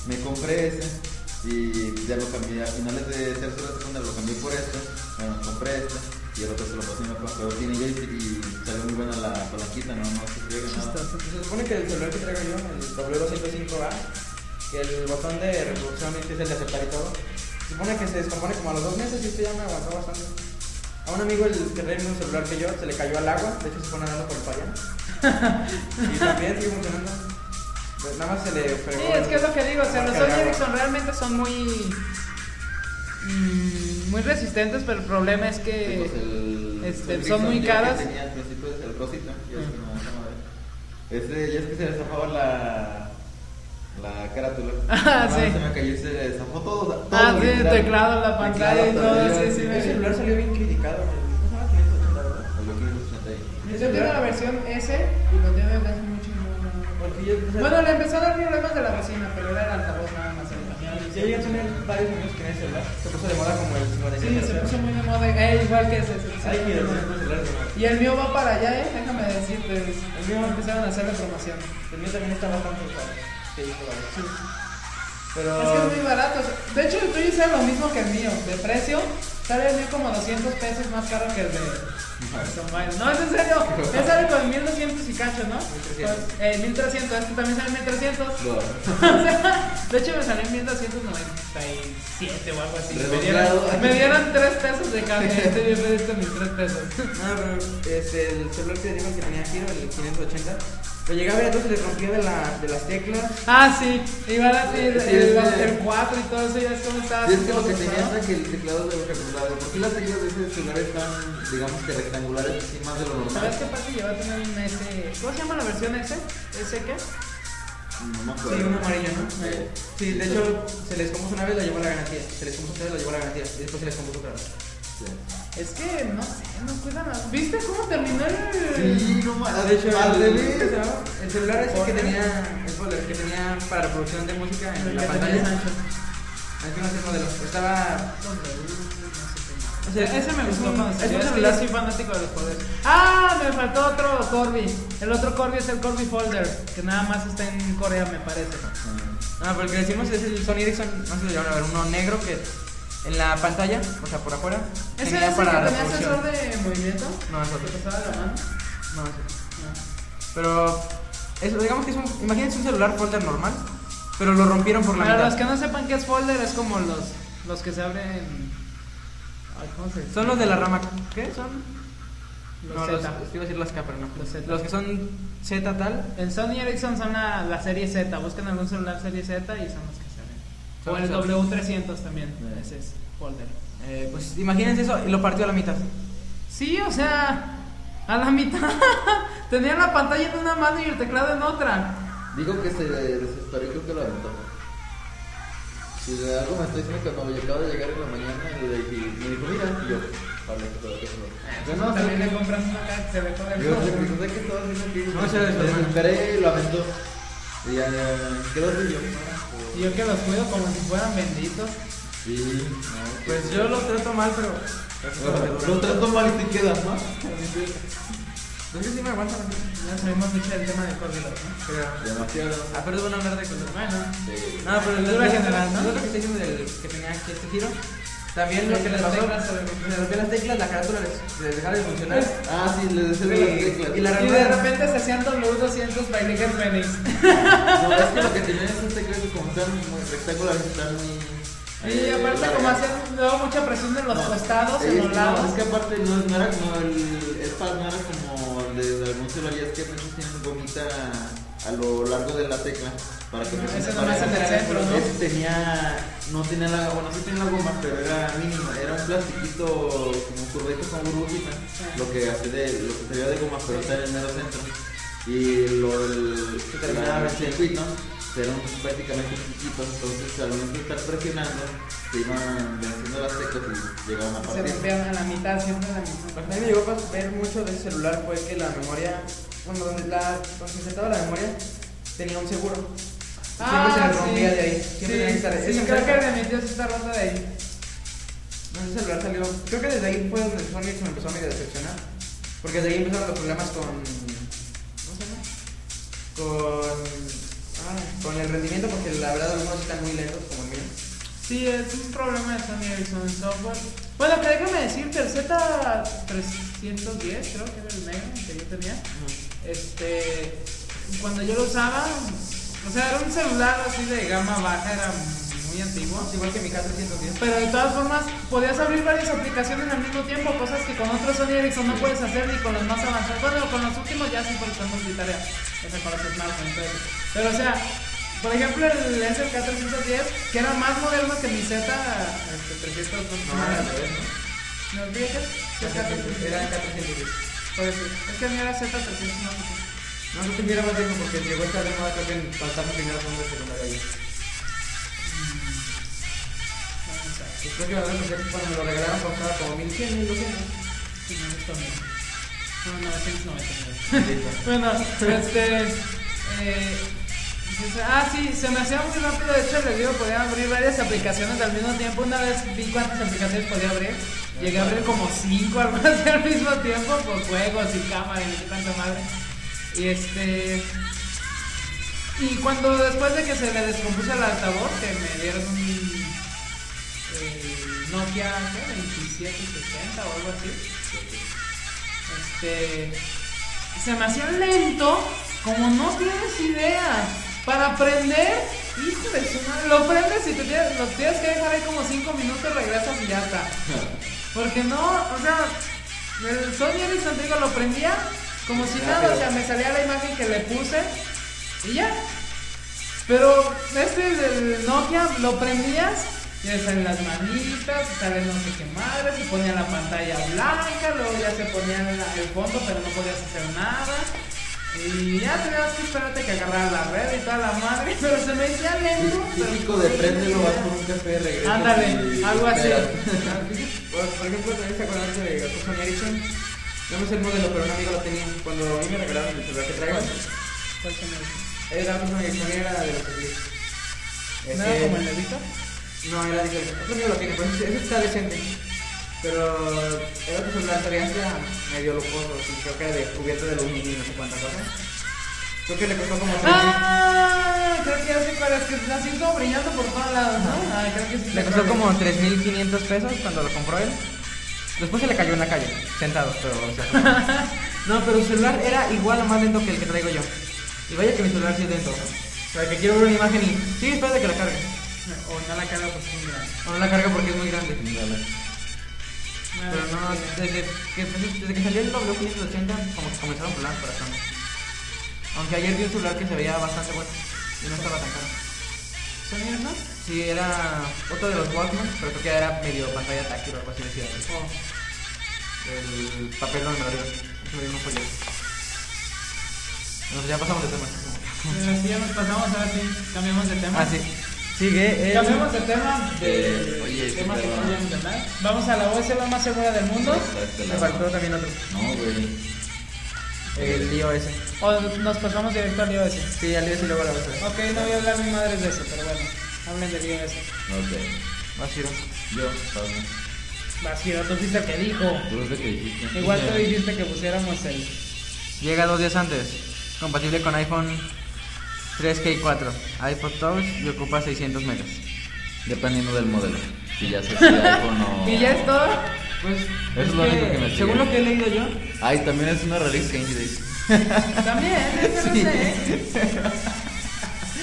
S4: Me compré ese y ya lo cambié. A finales de tercera segunda lo cambié por este. Bueno, compré este y el otro se lo pasé a mi papá. Pero tiene joystick y salió muy buena la palanquita, no, no se friega nada.
S2: Chistoso.
S1: Se supone que el celular que traigo yo, el W205A, que el botón de reproducción es el de aceptar y todo, se supone que se descompone como a los dos meses y esto ya me aguantó bastante. A un amigo el que trae el mismo celular que yo se le cayó al agua, de hecho se fue nadando por el payán. y también sigue funcionando. Pues nada más se le fregó.
S2: Sí, es que es lo que digo, o sea, los Sony
S1: Ericsson
S2: Ericsson realmente son muy. mm, muy resistentes, pero el problema es
S4: Pues
S2: que.
S4: el-
S2: este,
S4: el
S2: son muy
S4: Dixon, yo
S2: caras. Ah.
S4: que Tenía al principio es el rosita, ya es que no, no, eh. Ese, ya es que se le zafaba la, la carátula.
S2: Ah,
S4: No,
S2: sí.
S4: Se me cayó y se le zafó todo. todo
S2: Ah, sí,
S4: literal.
S2: el teclado, la pantalla y todo,
S4: pantalla,
S2: sí, sí,
S1: El
S2: me-
S1: celular salió bien criticado. el- ¿Cómo se llama? 580, ¿verdad?
S4: El de 580 ahí.
S2: Yo tengo la versión S y lo tengo desde hace mucho y no-
S1: Porque yo, o sea,
S2: Bueno, le empezó a dar problemas de la vecina, pero era el altavoz nada más. el-
S1: yo llegué a tener varios amigos que en ese celular. Se puso de moda como el 55.
S2: Sí, se puso muy de moda. Eh, igual que ese. se puso
S1: Ay,
S2: muy
S1: mira,
S2: de
S1: no
S2: moda.
S1: es el celular. ¿no?
S2: Y el mío va para allá, eh, déjame decirte. El mío empezaron a hacerle promoción.
S1: El mío también está bastante usado. Sí,
S2: Sí.
S1: Pero.
S2: Es que es muy barato. o sea, De hecho, el tuyo sale lo mismo que el mío. De precio, sale el mío como 200 pesos más caro que el de Samuel. No, es en serio. Él sale con 1200 y cacho, ¿no?
S1: 1300.
S2: Con- Eh, 1300. Este también sale 1300.
S4: Lo-
S2: O sea, de hecho, me salió en 1297 o algo así. Me dieron,
S4: Redondeado.
S2: me dieron 3 pesos de cambio. Este yo me diste mis 3 pesos.
S1: No, ah, pero este, el celular que digo que tenía giro, el 580. Lo llegué a ver a dos se le rompía de, la, de las teclas.
S2: Ah, sí. Igual así,
S4: Sí,
S2: el,
S4: sí,
S2: el,
S4: es de-
S2: el 4 y todo eso. Ya es como estaba.
S4: Y es que lo
S2: todo
S4: que
S2: usado.
S4: tenía era que el teclado de rectangular. ¿Por qué las teclas de ese celular están, digamos que rectangulares, así más de lo
S2: ¿Sabes
S4: normal?
S2: qué pasa? Lleva a tener un S. ¿Cómo se llama la versión S? ¿S qué?
S4: No me
S1: Sí,
S4: acuerdo.
S1: uno amarillo, ¿no?
S4: Sí.
S1: Sí, de hecho, se les compuso una vez, lo llevó a la garantía. Se les compuso otra vez, lo llevó a la garantía. Y después se les compuso otra vez.
S4: Sí.
S2: Es que no sé, no cuida nada. ¿Viste cómo terminó el.?
S4: Sí, no ma-
S1: Ah, De hecho,
S4: al
S1: el,
S4: revés.
S1: el celular es el que
S2: Folder.
S1: tenía, el folder que tenía para reproducción de música en la
S2: que
S1: pantalla.
S2: tenía Sancho.
S1: Es que no sé el modelo. Estaba. O sea,
S2: Ese me gustó
S1: más.
S2: más.
S1: Es un
S2: Yo
S1: celular
S2: soy fanático de los poderes. Ah, me faltó otro Corby. El otro Corby es el Corby Folder, que nada más está en Corea, me parece.
S1: Ah, porque decimos es el Sony Ericsson, no sé si lo llegaron a ver, uno negro que en la pantalla, o sea, por afuera,
S2: ¿Ese
S1: tenía
S2: es el que
S1: para
S2: tenía sensor
S1: reproducción.
S2: de movimiento?
S1: No, es
S2: ¿Que
S1: otro.
S2: pasaba la mano?
S1: No, es otro.
S2: No.
S1: Pero eso, digamos que es un, imagínense un celular folder normal, pero lo rompieron por la
S2: Para los
S1: mitad.
S2: que no sepan qué es folder, es como los, los que se abren. Ay, ¿Cómo se dice?
S1: Son los de la rama, ¿qué son?
S2: Los
S1: no,
S2: Z.
S1: los, iba a decir las K, pero no.
S2: Los Z.
S1: que son Z tal,
S2: En Sony Ericsson son la, la serie Z. Busquen algún celular serie Z y son los que se ven. O
S1: Son
S2: el
S1: los-
S2: W300 también.
S4: Sí.
S2: Ese es folder.
S1: eh, pues imagínense eso y lo partió a la mitad.
S2: Sí, o sea, a la mitad. Tenía la pantalla en una mano y el teclado en otra.
S4: Digo que se desesperó y creo que lo aventó. Si de algo me estoy diciendo que cuando yo acabo de llegar en la mañana y le dije, me dijo, mira, y yo, vale, pues, que todo, que todo.
S1: Ah,
S4: Yo no, sé
S2: también le compras una caja que se ve todo el
S4: Yo
S2: folder.
S4: sé que todo haciendo aquí.
S1: No, se desesperó.
S4: Me desesperé y lo aventó. Y ya, ya, quedó así yo.
S2: Y yo que los cuido como si fueran benditos.
S4: Sí, no,
S1: Pues yo lo trato mal, pero...
S4: Lo- Lo trato mal y te quedas, ¿no?
S1: No sé si me aguantan.
S2: Ya sabemos mucho del tema de Corby, ¿no?
S1: Pero...
S4: Demasiado.
S1: Ah, pero es bueno hablar de cosas.
S2: Bueno.
S4: Sí.
S1: No, pero el
S2: Cultura
S1: otro-
S2: general, ¿no?
S1: el otro que estoy diciendo del que tenía aquí este giro, también lo que les
S2: Las
S1: pasó,
S2: teclas se-
S1: se rompió las teclas, la carátula les, les dejaba de funcionar.
S4: Ah, sí, le deseo
S1: Y-
S4: las teclas.
S1: y la
S2: Y de repente se hacían W200 by Liger Phoenix.
S4: No, es que lo que tenía esas teclas que como están muy rectangulares, están muy...
S2: Y
S4: eh,
S2: aparte
S4: largas.
S2: como hacían luego mucha presión en los
S4: No,
S2: costados,
S4: eh,
S2: en los
S4: no,
S2: lados.
S4: Es que aparte no, no era como el... Es para, no era como el de algún celular, ya es que muchos tienen gomita
S3: a lo largo de la tecla para que
S2: No,
S3: presione
S2: ese
S3: para
S2: nomás
S3: abajo.
S2: en el centro, ¿no?
S3: Ese tenía, no tenía la, bueno, sí tenía la goma, pero era mínima, era un plastiquito como curvito con burbujita, lo que hacía de, lo que sería de goma, pero estaba en el mero centro. Y lo del
S1: Se terminaba
S3: la- el
S1: así.
S3: circuito eran prácticamente chiquitos, entonces al momento de estar presionando, se iban venciendo las teclas y llegaban a
S2: Se
S3: partir.
S2: rompían a la mitad, siempre a la mitad.
S4: Lo que a mí me llegó a ver mucho de ese celular fue que la memoria, bueno, donde, la, donde se sentaba la memoria, tenía un seguro. Siempre
S1: Ah,
S4: se me rompía de ahí. Siempre tenía que estar
S2: Ah, sí, sí, creo que el de mi tío se está roto de ahí.
S4: No, ese celular salió. Creo que desde ahí fue donde Sony se me empezó a medio decepcionar. Porque desde ahí empezaron los problemas con. ¿Cómo se llama? Con. ah, con el rendimiento, porque la verdad algunos están muy lentos, como el mío.
S2: Sí, es un problema de Sony Ericsson en software. Bueno, que déjame decirte, el Z310 creo que era el negro que yo tenía. Este, cuando yo lo usaba, o sea, era un celular así de gama baja, era muy antiguo.
S4: Igual que mi caso 110.
S2: Pero de todas formas, podías abrir varias aplicaciones al mismo tiempo, cosas que con otros Sony Ericsson no puedes hacer ni con los más avanzados. Bueno, con los últimos ya sí, porque son multitarea. O sea, con los smartphones. Pero, pero, o sea, por ejemplo, el SLK 310, que era más moderno que mi Z, este, 300, no,
S4: No, era al revés,
S2: ¿No olvides?
S4: ¿no? Era el K310.
S2: Por eso, es que a mí era Z 300, no sé.
S4: No, no tuviera más tiempo porque llegó esta de moda, creo que en- cuando estábamos primero fondo de secundaria ahí. Pues
S2: no sé.
S4: Pues creo que la verdad, pues, cuando me lo regalaron costaba como 1100, 1200.
S2: Sí, me gusta mucho. Bueno, 999. bueno, este. eh, dice, ah, sí, se me hacía muy rápido. De hecho, le digo, podía abrir varias aplicaciones al mismo tiempo. Una vez vi cuántas aplicaciones podía abrir. Llegué a abrir como 5 algo así al mismo tiempo, por juegos y cámara y no sé cuánta madre. Y este. Y cuando después de que se me descompuso el altavoz, que me dieron un eh, Nokia ¿qué? 2760 o algo así, este, se me hacía lento, como no tienes idea. Para prender, hijo de su madre, lo prendes y te tienes, lo tienes que dejar ahí como 5 minutos, regresas y ya está. Porque no, o sea, el Sony Ericsson, te digo, lo prendía como si nada, o sea, me salía la imagen que le puse y ya. Pero este del Nokia lo prendías y le salen las manitas, salen no sé qué madre, se ponía la pantalla blanca, luego ya se ponía la- el fondo, pero no podías hacer nada. Y ya tenías que esperarte que agarrara la red y toda la madre, pero se me hacía lento. pero-
S3: Típico de préndelo, vas por un café, regresas.
S2: Ándale,
S3: y
S2: algo así.
S3: esperas.
S4: Por pues, por ejemplo, también se acuerdan de Otto Sony Ericsson. No me sé el modelo, pero un amigo lo tenía. Cuando a mí me regalaron el celular que traigo,
S2: ¿Cuál se me hizo?
S4: era Otto Sony Ericsson, era de los que vi.
S2: ¿No
S4: Ese-
S2: era como el de Vito?
S4: No, era diferente. Otro amigo lo tiene, pues ese ese está decente. Pero era otro celular, traía hasta medio lujoso, así, creo que era de cubierto de aluminio y no sé cuánta cosa. Creo que le costó como 3
S2: Ah, creo que ya sé cuál es, que está así como brillando por todos lados, ¿no? Ah, creo que sí.
S1: Le costó como 3.500 pesos cuando lo compró él. Después se le cayó en la calle, sentado, pero... o sea, no, pero su celular era igual o más lento que el que traigo yo. Y vaya que mi celular sí es lento. O sea, que quiero ver una imagen y... Sí, espérate que la cargue.
S2: O no la carga por su grande.
S1: O no la carga porque es muy grande.
S3: Ándale.
S1: Pero no, desde que, empezó- desde que salió el W580, como que comenzaron problemas para Sony. Aunque ayer vi un celular que se veía bastante bueno y no estaba tan caro.
S2: ¿Son ellos, no?
S1: Sí, era otro de los Walkman, pero creo que era medio pantalla táctil o algo así decía. El papel no me lo dio. Eso me dio unos folletos. Bueno, pues ya pasamos de tema.
S2: Pero sí, ya nos pasamos, ahora sí, cambiamos de tema. Eh,
S1: Ah, sí. Sigue el...
S2: Cambiamos de tema de
S3: Eh, oye,
S2: tema
S3: sí,
S2: que no
S3: pero-
S2: habíamos hablado. Vamos a la USB más segura del mundo.
S3: Exacto,
S1: Me
S3: la-
S1: faltó también otro.
S3: No, güey.
S1: El iOS.
S2: O nos pasamos directo al iOS.
S1: Sí, al iOS y luego a la USB.
S2: Ok, no voy a hablar mi madre de eso, pero bueno, hablen del iOS.
S3: Ok.
S1: Más giro.
S3: Yo, Pablo.
S2: Vas, Giro, tú fuiste el que dijo.
S3: Tú es lo que dijiste.
S2: Igual tú dijiste que pusiéramos el.
S1: Llega dos días antes. Compatible con iPhone 3G y 4. iPod Touch y ocupa 600 megas.
S3: Dependiendo del modelo. Si ya se si iPhone o.
S2: ¿Y ya es todo?
S1: Pues,
S3: Eso es lo único que me sigue.
S1: Según lo que he leído yo,
S3: Ay, también es una release Candy Days.
S2: También, eso no sé.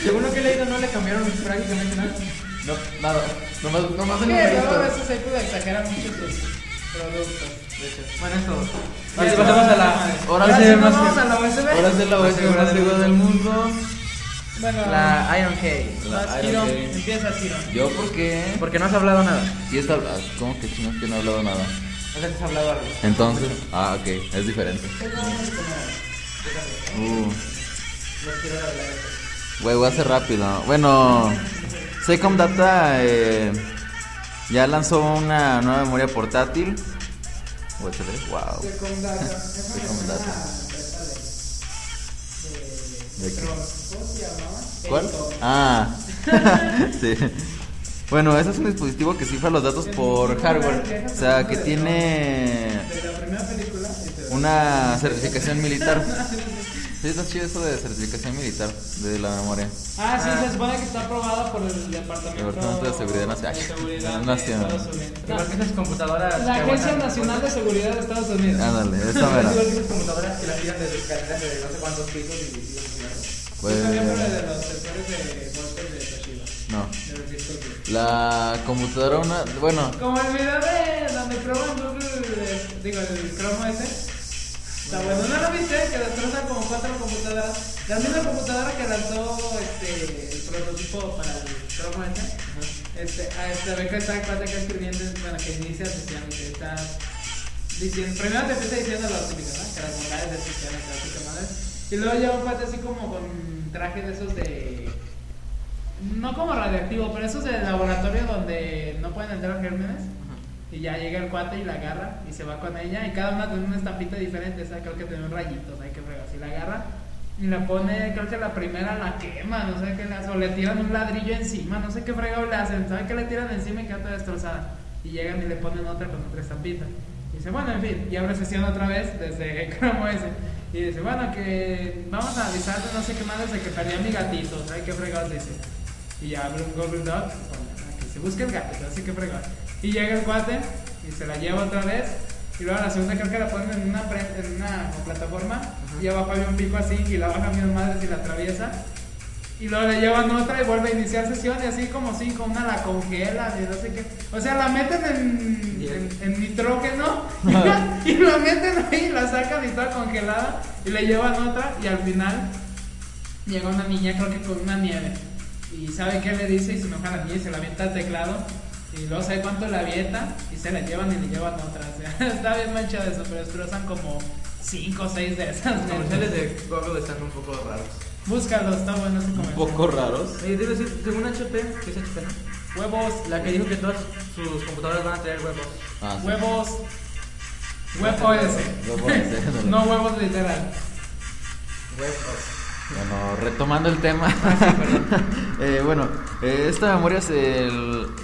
S4: Según lo que he leído, no le cambiaron prácticamente nada.
S3: No, nada. Nomás, nomás
S2: ¿Qué?
S3: el numerito.
S2: Luego a veces se pudo exagerar mucho sus Productos.
S4: De hecho. Bueno, es todo.
S2: Ahora sí,
S1: pasamos a la-
S2: Ahora
S1: ahora
S2: sí,
S1: sí,
S2: nos
S1: más
S2: vamos
S1: que-
S2: a la USB.
S3: Ahora es de la
S1: La
S3: vez
S1: segura
S3: más
S1: del
S3: segura del mundo.
S2: Bueno,
S1: La Iron Hay.
S3: La
S2: vas,
S3: Iron
S2: Ciro.
S3: Maiden.
S2: Empieza, Ciro.
S3: ¿Yo por qué?
S1: Porque no has hablado nada.
S3: Y esta, ah, ¿Cómo que chingas que no he hablado nada?
S1: O sea, que has hablado algo.
S3: Entonces, ah, ok, es diferente. Uh. Güey, voy a hacer rápido. Bueno, Secom Data eh, ya lanzó una nueva memoria portátil. USB, wow. Secom Data. ¿De qué? ¿Cuál? Ah, sí. Bueno, ese es un dispositivo que cifra los datos por hardware. O sea, que tiene una certificación militar. Sí, está chido eso de certificación militar de la memoria.
S2: Ah, sí, se supone que está aprobada por el Departamento,
S3: Departamento de Seguridad Nacional.
S2: de Seguridad de
S3: Nacional.
S2: Estados Unidos. No,
S1: Igual que esas computadoras.
S2: La
S1: que
S2: Agencia
S1: aguantan-
S2: Nacional de Seguridad de Estados Unidos.
S3: Ándale, esta Ah, mera.
S4: Igual que esas computadoras que las tiran desde escaleras de no sé cuántos pisos y siguen funcionando.
S2: Yo sabía por la de
S3: Pues,
S2: los sensores de golpes de Toshiba,
S3: no.
S2: de los discos duros.
S3: La computadora, una, bueno,
S2: Como el video de donde proban Google, digo, el cromo ese. Está bueno, ¿no lo viste? Que destrozan como cuatro computadoras. La misma computadora que lanzó este, el prototipo para el cromo ese. Este, a este, ve que está cuate que escribiendo, bueno, que inicia sesión y que está diciendo, primero te empieza diciendo lo típico, ¿no? Que las bondades de sesión, que las puta madre. Y luego lleva un cuate así como con traje de esos de... No como radioactivo, pero esos de laboratorio donde no pueden entrar gérmenes. Y ya llega el cuate y la agarra y se va con ella. Y cada una tiene una estampita diferente. O sea, creo que tiene un rayito, hay que fregar. Si la agarra y la pone, creo que la primera la quema, no sé qué le hace. O le tiran un ladrillo encima, no sé qué fregado le hacen. ¿Saben qué le tiran encima y queda toda destrozada? Y llegan y le ponen otra con otra estampita. Y dice, bueno, en fin. Y abre sesión otra vez desde Cromo ese. Y dice, bueno, que vamos a avisar de no sé qué más desde que perdí a mi gatito. ¿Saben qué fregados dice? Y ya abre un Google Doc con- que se busque el gato, así que fregón. Y llega el cuate y se la lleva otra vez. Y luego la segunda creo que la ponen en una, pre- en una plataforma. Y abajo había un pico así y la baja a mis madres y la atraviesa. Y luego le llevan otra y vuelve a iniciar sesión y así como cinco, una la congela y no sé qué. O sea, la meten en, en, en nitrógeno y la meten ahí y la sacan y está congelada y le llevan otra y al final llega una niña creo que con una nieve y sabe qué le dice y se enoja la niña y se la avienta al teclado y luego sabe cuánto la avienta y se la llevan y le llevan otra. O sea, está bien manchado eso, pero destrozan como cinco o seis de esas.
S4: Los comerciales de Google están un poco raros.
S2: Búscalo, está bueno ese
S3: un
S2: comentario.
S3: poco raros.
S4: Eh, debe ser, según HP, que es HP, ¿no?
S2: Huevos,
S4: La que dijo que todas sus computadoras van a traer huevos.
S3: Ah, sí.
S2: Huevos. Huevo
S3: Huevo ese.
S2: ese. no huevos literal.
S4: Huevos.
S3: Bueno, retomando el tema.
S2: Ah,
S3: Eh, bueno, eh, esta memoria se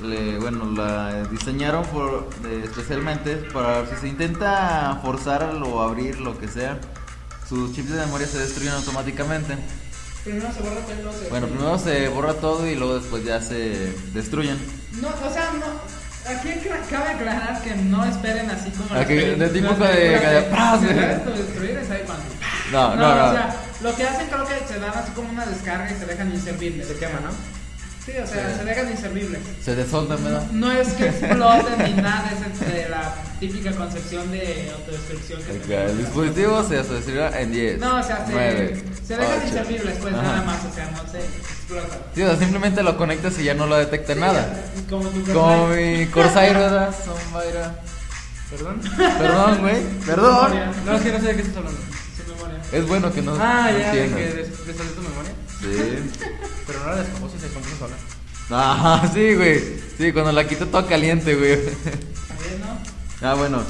S3: le- bueno, la diseñaron por, eh, especialmente para si se intenta forzar o abrir lo que sea, sus chips de memoria se destruyen automáticamente.
S2: Primero se borra todo y
S3: Bueno, primero se borra todo y luego después ya se destruyen.
S2: No, o sea, no. Aquí ac- cabe aclarar que no esperen así como.
S3: Ah, que
S2: las peli-
S3: de tipo
S2: las
S3: de-
S2: películas
S3: de- ¡pras!
S2: Si sabes tu destruir es ahí cuando.
S3: No, no, no.
S2: O sea, lo que hacen creo que se dan así como una descarga y se dejan inservibles.
S4: Se quema, ¿no?
S2: Sí, o sea,
S3: Sí.
S2: se dejan inservibles.
S3: Se desoldan, ¿verdad?
S2: No es que exploten ni nada, es de la típica concepción de autodestrucción que
S3: Ok,
S2: tenemos.
S3: El dispositivo se destruirá en 10.
S2: No, o sea, se,
S3: 9,
S2: se dejan
S3: 8.
S2: inservibles, pues
S3: Ajá.
S2: nada más, o sea, no se explotan.
S3: Sí, o sea, simplemente lo conectas y ya no lo detecta nada.
S2: Como tu
S3: Como
S2: personaje.
S3: mi Corsair, ¿verdad? Zombaira.
S4: ¿Perdón?
S3: Perdón, güey. Perdón.
S4: No, es que no sé de qué estás hablando.
S2: Su memoria.
S3: Es bueno que no
S4: Ah, ya, de
S3: entiendas.
S4: que des- deshaces tu memoria.
S3: Sí.
S4: Pero no la descompuse, se descompuso sola.
S3: Ajá, sí, güey. Sí, cuando la quito todo caliente, güey.
S2: También, ¿no?
S3: Ah, bueno.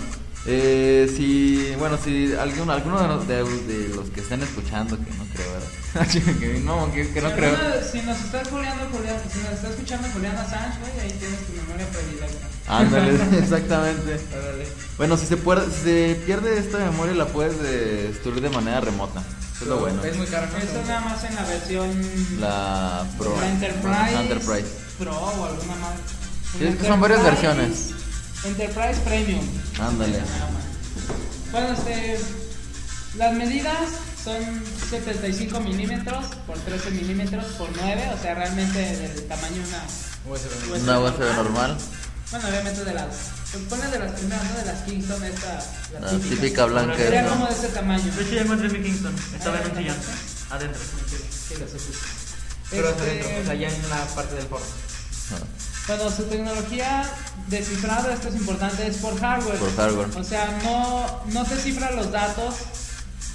S3: Eh, si, bueno, si alguno, alguno de, los, de, de los que están escuchando, que no creo, ¿verdad? Que no, que, que no
S2: Si
S3: creo.
S2: alguno- Si nos estás juliando, Julián, si nos está escuchando Julián Assange, güey, ahí tienes tu memoria predilecta.
S3: Ándale, exactamente.
S4: Órale.
S3: Bueno, si se, puer- si se pierde esta memoria, la puedes eh, destruir de manera remota. Eso es lo bueno.
S4: Es muy caro, ¿no?
S2: Eso nada más en la versión
S3: La Pro.
S2: la Enterprise,
S3: la Enterprise.
S2: Pro o alguna más.
S3: Sí, es que son varias
S2: Enterprise-
S3: versiones.
S2: Enterprise Premium.
S3: Ándale.
S2: Nada más. Bueno, este, las medidas son 75 milímetros por 13 milímetros por 9, o sea, realmente del tamaño de una
S4: USB.
S3: Una USB normal.
S2: Bueno, obviamente de lado. Pues ponle de las primeras, ¿no? De las Kingston, esta.
S3: La
S2: típicas.
S3: típica blanca,
S2: Sería
S3: ¿no?
S2: como de ese tamaño.
S5: De hecho, ya encontré mi Kingston. Estaba en un
S2: Ahí
S5: sillón.
S2: está.
S5: Adentro.
S2: Sí, lo supuse.
S1: Pero hasta
S2: Este,
S1: adentro, o sea, ya en la parte del foro.
S2: Bueno, su tecnología de cifrado, esto es importante, es por hardware.
S3: Por hardware.
S2: O sea, no, no te cifra los datos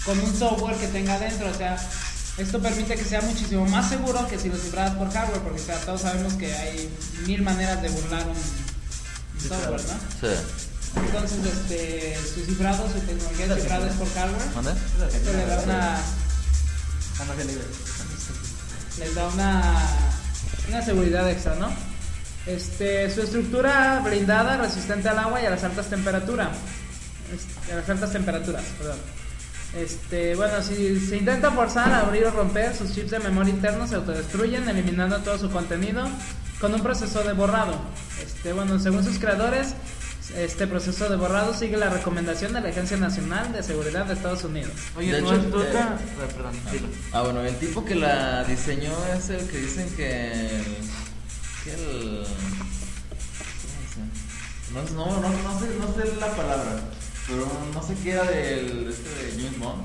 S2: con un software que tenga dentro. O sea, esto permite que sea muchísimo más seguro que si lo cifradas por hardware, porque o sea, todos sabemos que hay mil maneras de burlar un, un
S5: Sí,
S2: software,
S5: claro.
S2: ¿no?
S3: Sí.
S2: Entonces, este, su cifrado, su tecnología de cifrado es por hardware.
S3: ¿Dónde?
S2: Esto le da una,
S5: Ah, no, que libre.
S2: les da una, una seguridad extra, ¿no? Este, su estructura blindada, resistente al agua y a las altas temperaturas. Este, a las altas temperaturas, perdón. Este, bueno, si se intenta forzar a abrir o romper, sus chips de memoria internos se autodestruyen, eliminando todo su contenido con un proceso de borrado. Este, bueno, según sus creadores, este proceso de borrado sigue la recomendación de la Agencia Nacional de Seguridad de Estados Unidos.
S1: Oye,
S3: De
S1: tú,
S3: hecho,
S1: tú
S3: eh,
S1: acá- ah, Perdón, dilo.
S3: Ah, bueno, el tipo que la diseñó es el que dicen que. que el. ¿cómo se llama? No, no, no, no, sé, no sé la palabra, pero no sé qué era del. este de James Bond.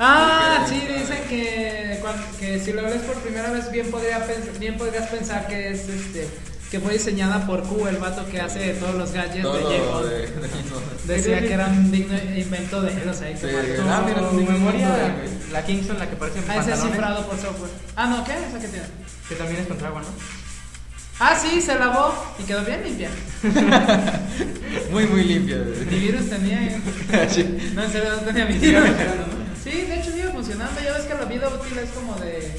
S2: Ah, sí,
S3: Porque-
S2: dicen que, cuan- que si lo lees por primera vez bien, podría pens- bien podrías pensar que es este que fue diseñada por Q, el vato que hace todos los gadgets
S3: Todo
S2: de
S3: lo
S2: J.
S3: de, de James Bond.
S2: Decía que era un digno invento de él, o sea, que
S3: Sí,
S2: mató-
S3: ah, mira,
S1: Tu
S3: sí,
S1: memoria,
S3: sí, güey.
S1: la Kingston, la que parece en
S2: Ah, ese es
S1: pantalones,
S2: cifrado por software. Ah, no, ¿qué? ¿Esa que tiene?
S1: que también es contra agua, ¿no?
S2: Ah, sí, se lavó y quedó bien limpia.
S3: Muy, muy limpia.
S2: Mi virus tenía. ¿eh?
S3: Sí.
S2: No, en serio, no tenía mi virus. Sí, de hecho sigue funcionando. Ya ves que la vida útil es como de.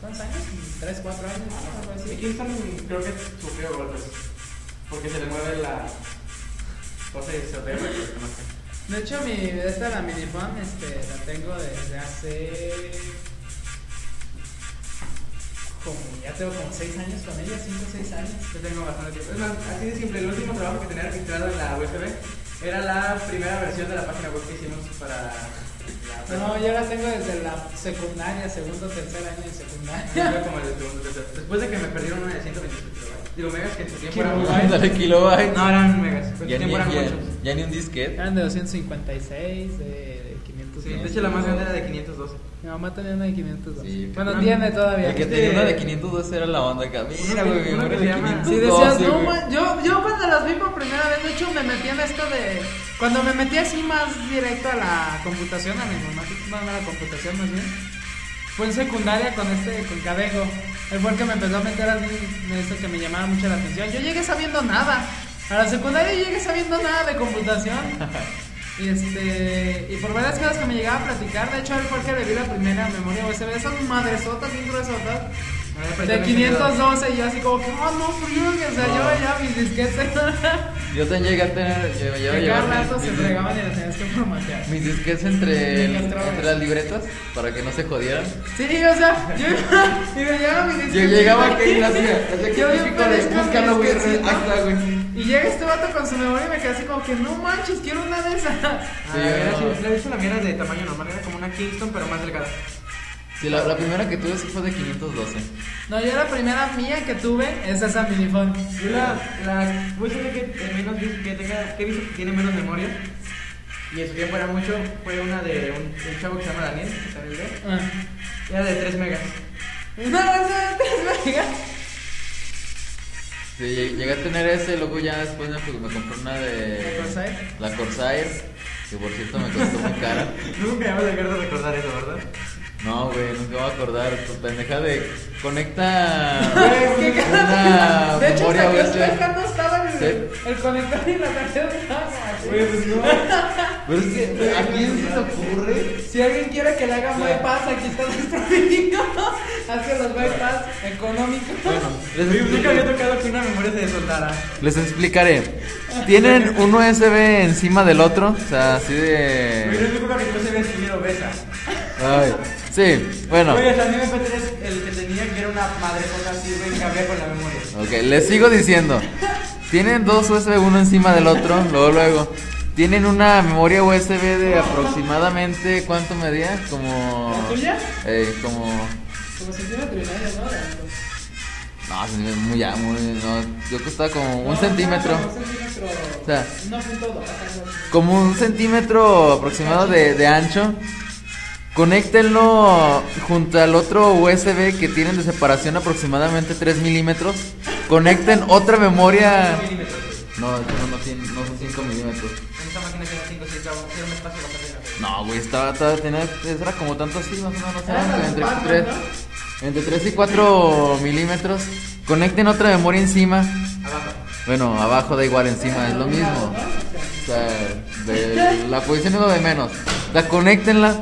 S2: ¿Cuántos años? ¿Tres, cuatro años? Algo así.
S1: Sí, Kingston creo que sufrió golpes. Porque se le mueve la cosa y se pues, le pega.
S2: De hecho, mi, esta la minifam este, la tengo desde hace. Como ya tengo como 6 años con ella, 5 o 6 años.
S1: Yo tengo bastante tiempo. Es más, así de simple, el último trabajo que tenía registrado en la USB era la primera versión de la página web que hicimos para la
S2: No, yo la tengo desde la secundaria, segundo, tercer año de secundaria.
S1: Era como el segundo, tercero. Después de que me perdieron una de 127 kilobytes. Digo, megas que en su tiempo eran
S2: Kilobytes.
S1: muchos.
S3: Dale kilobyte.
S1: No, eran megas. En su
S3: ya, ni,
S1: tiempo eran
S3: ya-
S1: muchos.
S3: ya ni un disquete.
S2: Eran de 256, de, de 500.
S1: Sí, de hecho la más grande era de 512.
S2: Mi mamá tenía una de 502.
S3: Sí,
S2: bueno,
S1: pero-
S2: tiene todavía.
S3: El que
S1: Este-
S3: tenía una de 512 era la banda acá. Mira,
S1: Uno que-
S3: güey, mi
S1: uno
S3: memoria
S1: que
S3: de
S1: se llama-
S3: 512.
S2: Sí, decías, no,
S3: güey.
S2: man, yo, yo cuando las vi por primera vez, de hecho me metí en esto de. Cuando me metí así más directo a la computación, a la informática, no a la computación más bien, fue en secundaria con este, con Cadengo. Él fue el que me empezó a meter a mí, en esto que me llamaba mucho la atención. Yo llegué sabiendo nada. A la secundaria yo llegué sabiendo nada de computación. Y este. Y por varias cosas que me llegaba a platicar, de hecho él fue el que le vi la primera memoria USB. Esas madresotas, bien gruesotas.
S1: Ahora
S2: De
S1: apareció en el
S2: 512 y yo así como que, oh no, friegue, o sea,
S3: No.
S2: yo ya mis disquetes
S3: Yo también llegué a tener. Yo, yo
S2: de
S3: llevaba
S2: cada rato
S3: mis-
S2: se
S3: mis-
S2: fregaban y las tenías que formatear.
S3: Mis disquetes entre,
S2: Me castraba.
S3: entre las libretas para que no se jodieran.
S2: Sí, o sea, yo iba y me llegaba mis
S3: Yo
S2: disquetes.
S3: llegaba aquí y la hacía. Hacía que
S2: Yo bien
S3: típico de,
S2: perezco mi
S3: búscalo, güey. re-
S2: disquetito.
S3: Ahí está, güey.
S2: Y llega este vato con su memoria y me quedé así como que, no manches, quiero una de esas.
S1: Ah,
S3: Sí,
S1: era
S3: yo-
S1: así, la viste la mía era de tamaño normal, era como una Kingston pero más delgada.
S3: Sí, la, la primera que tuve sí fue de 512.
S2: No, yo la primera mía que tuve es esa minifone.
S1: Yo la, la USB que de menos disc- que tenga, que he visto que tiene menos memoria y en su tiempo era mucho, fue una de un, de un chavo que se llama Daniel, que también ve,
S2: Ah.
S1: era de 3 megas.
S2: Una de esas de tres megas.
S3: Sí, lleg- llegué a tener ese, luego ya después me, pues, me compré una de.
S2: ¿La Corsair?
S3: La Corsair, que por cierto me costó muy cara.
S1: Nunca me voy a dejar de recordar eso, ¿verdad?
S3: No, güey, nunca me voy a acordar. Tu pendeja de. Conecta.
S2: ¿Qué
S3: una
S2: De hecho,
S3: memoria
S2: salió
S3: USB.
S2: no estaba el,
S3: Sí.
S2: el conector y la tarjeta estaba como así.
S1: pues,
S3: Pero es que, ¿a quién se le ocurre?
S2: Si alguien quiere que le hagan bypass, aquí está nuestro video. Hace los bypass económicos.
S3: Bueno,
S1: Yo
S3: les,
S1: pues, nunca había tocado que una memoria se desoldara.
S3: les explicaré. Tienen un USB encima del otro, o sea, así
S1: Pero
S3: de.
S1: es nunca que no se ve escribir obesa.
S3: Ay, sí, bueno.
S1: Oye, o sea, a mí me fue tres, el que tenía que era una madre cosa así, güey, que había con la memoria.
S3: Ok, les sigo diciendo. Tienen dos USB uno encima del otro, luego luego. Tienen una memoria USB de aproximadamente cuánto medía, como
S2: ¿La tuya?
S3: eh, como
S2: Como centímetro y medio, ¿no?
S3: No, se me- muy, ya, muy, no, yo costaba como un
S2: No,
S3: centímetro.
S2: no, Un centímetro.
S3: O sea,
S2: No punto dos, algo así.
S3: como un centímetro aproximado de, de ancho. Conéctenlo junto al otro USB que tienen de separación aproximadamente 3 milímetros. Conecten otra memoria. No, esto no, no, tiene- no son 5 milímetros.
S1: Esta máquina tiene 5 6 trabajos, tiene un espacio bastante grande.
S3: No, güey, estaba, estaba tenía, era como tanto así, más o menos,
S2: Era
S3: eran
S2: las
S3: entre,
S2: patas,
S3: 3, entre 3 y 4 milímetros. Conecten otra memoria encima. Bueno, abajo da igual, encima es lo mismo. O sea, de- la posición es lo de menos. La conéctenla.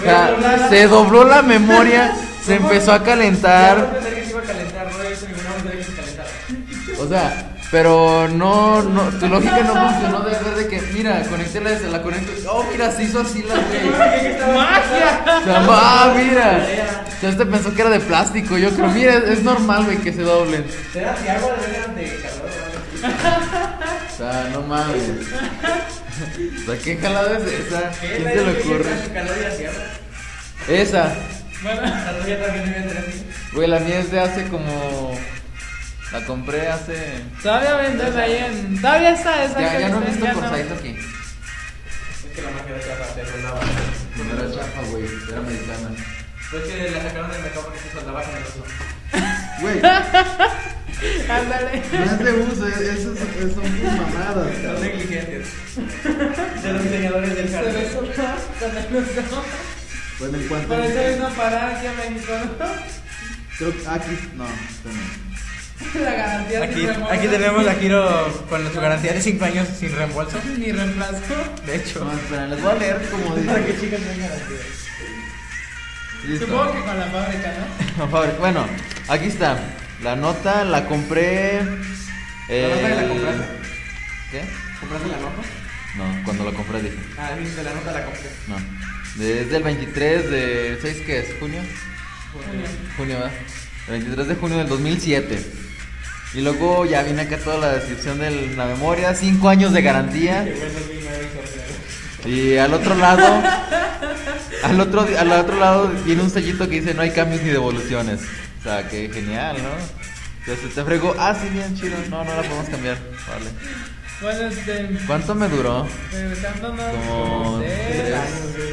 S3: O sea, se dobló la memoria, se empezó a
S1: Yo
S3: calentar.
S1: pensé que se iba a calentar, no he visto ninguna mujer que se calentara.
S3: O sea, pero no, no, tu lógica no funcionó de ver de que, mira, conéctela, se la conecto. Oh, mira, se hizo así la güey.
S2: ¡Magia!
S3: O sea, ah, mira. O sea, este pensó que era de plástico. Yo creo, mira, es, es normal, güey, que se doblen.
S4: ¿Será si algo de veras de calor? ¿no?
S3: O sea, no mames. O sea, ¿qué jalada es esa?
S4: ¿Qué?
S3: ¿Quién
S4: Nadie
S3: se le
S4: dice
S3: ocurre?
S4: que calor y así, ¿no?
S3: Esa.
S2: Bueno,
S4: La tuya también debe tener así.
S3: Güey, la mía es de hace como. La compré hace.
S2: todavía vendes ahí en. Todavía está esa.
S3: Ya,
S2: que
S3: ya no he
S2: viste,
S3: visto
S2: ya
S3: por
S2: no.
S3: Saito aquí.
S4: Es que la magia de chapa se soldaba.
S3: No era chafa, güey. Era americana.
S4: Fue Pues que la sacaron del mercado porque se soldaba con el oso.
S3: Güey,
S2: Ándale.
S3: no te uso. eh, Esas son tus mamadas,
S4: Son negligentes. De los diseñadores del
S2: Se
S4: jardín.
S2: besó con el oso.
S3: Bueno, en cuanto.
S2: Por eso vino a parar aquí a México, ¿no?
S3: ah, Aquí. No, no.
S2: La garantía sin
S1: Aquí,
S2: reembolso.
S1: aquí tenemos a Kiro con su garantía de 5 años sin reembolso.
S2: Ni reemplazo.
S1: De hecho,
S3: espera, les voy a leer como
S4: Para
S3: dice.
S4: que chicas tengan así.
S2: Supongo que con la fábrica, ¿no?
S3: Por favor, bueno, aquí está. La nota la compré.
S1: ¿La nota que la
S3: el-
S1: compraste?
S3: ¿Qué?
S1: ¿compraste la ropa?
S3: No, cuando la compré dije.
S1: Ah, viste, la nota la compré.
S3: No. Desde el 23 de. ¿6 qué es? ¿Junio? Junio, ¿verdad? El 23 de junio del 2007. Y luego ya viene acá toda la descripción de la memoria, 5 años de garantía. Y al otro lado, al otro, al otro lado tiene un sellito que dice no hay cambios ni devoluciones. O sea, que genial, ¿no? Entonces te fregó, ah, sí, bien chido. No, no la podemos cambiar. Vale.
S2: Bueno, este.
S3: ¿Cuánto me duró?
S2: Regresándonos.
S3: Como
S2: seis
S3: tres.
S2: años, güey.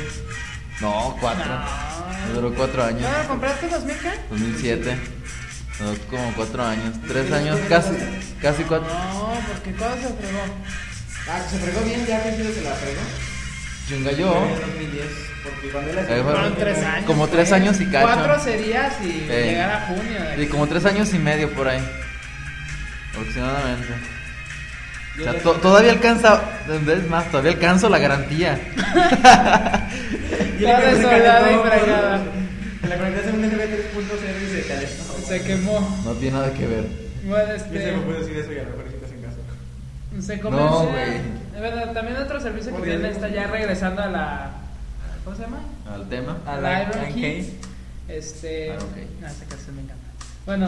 S3: No, cuatro.
S2: No.
S3: Me duró cuatro años.
S2: Ah, ¿compraste 2000 qué?
S3: 2007. Me duró como cuatro años. Tres años, casi, casi cuatro.
S2: No, porque todo se fregó.
S4: Ah, que se fregó bien, ya que se la fregó.
S3: Chungayó.
S4: Fue en 2010, porque cuando él
S3: Ahí fue.
S2: Fueron tres años.
S3: Como tres
S2: güey.
S3: años y cacho.
S2: Cuatro sería si
S3: Eh.
S2: llegara junio. de
S3: Sí,
S2: aquí.
S3: como tres años y medio por ahí. Aproximadamente. O sea,
S4: Yo
S3: to- todavía alcanza, es más, todavía alcanzo la garantía.
S4: Y la
S2: Toda
S4: se
S2: desolada
S4: calentó,
S2: y fregada.
S4: güey. La conectaste a un USB 3.0 y se calentó. güey.
S2: Se quemó.
S3: No tiene nada que ver.
S2: Bueno,
S4: Yo sé
S2: este.
S4: que puedo decir eso y a lo mejor estás en casa.
S3: Pues
S2: Se
S3: No,
S2: comercia.
S3: güey.
S2: bueno, también otro servicio que
S4: Obvio.
S2: tiene está ya regresando a la. ¿Cómo se llama?
S3: Al tema.
S1: A la
S2: Iron
S1: Iron
S2: Key.
S1: Key.
S2: Este.
S3: Ah, ok.
S2: no, esa canción me encanta. Bueno,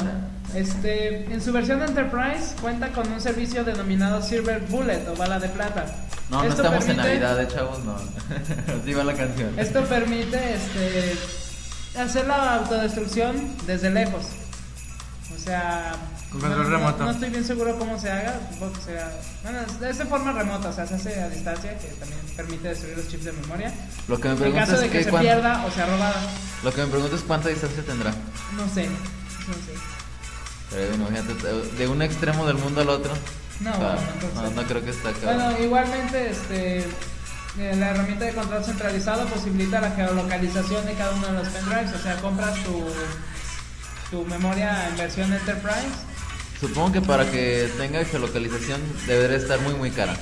S2: este, en su versión de Enterprise cuenta con un servicio denominado Silver Bullet o bala de plata.
S3: No, no
S2: Esto
S3: estamos en
S2: permite-
S3: Navidad, eh, chavos, no. Así va la canción.
S2: Esto permite este, hacer la autodestrucción desde lejos. O sea,
S1: Con
S2: no,
S1: control
S2: no-
S1: remoto.
S2: no estoy bien seguro cómo se haga. Supongo que sea, bueno, es es de forma remota, o sea, se hace a distancia, que también permite destruir los chips de memoria.
S3: Lo que me
S2: En
S3: pregunto
S2: caso
S3: es
S2: de que,
S3: que
S2: se
S3: cuán-
S2: pierda o sea robada,
S3: lo que me pregunto es cuánta distancia tendrá.
S2: no sé. No sé.
S3: Pero bueno, imagínate, de un extremo del mundo al otro.
S2: No,
S3: O sea,
S2: bueno, entonces-
S3: no, no creo que está acá.
S2: Bueno, igualmente, este, eh, la herramienta de control centralizado posibilita la geolocalización de cada uno de los pendrives. O sea, compras tu, tu memoria en versión Enterprise.
S3: Supongo que para que tenga geolocalización debería estar muy muy cara.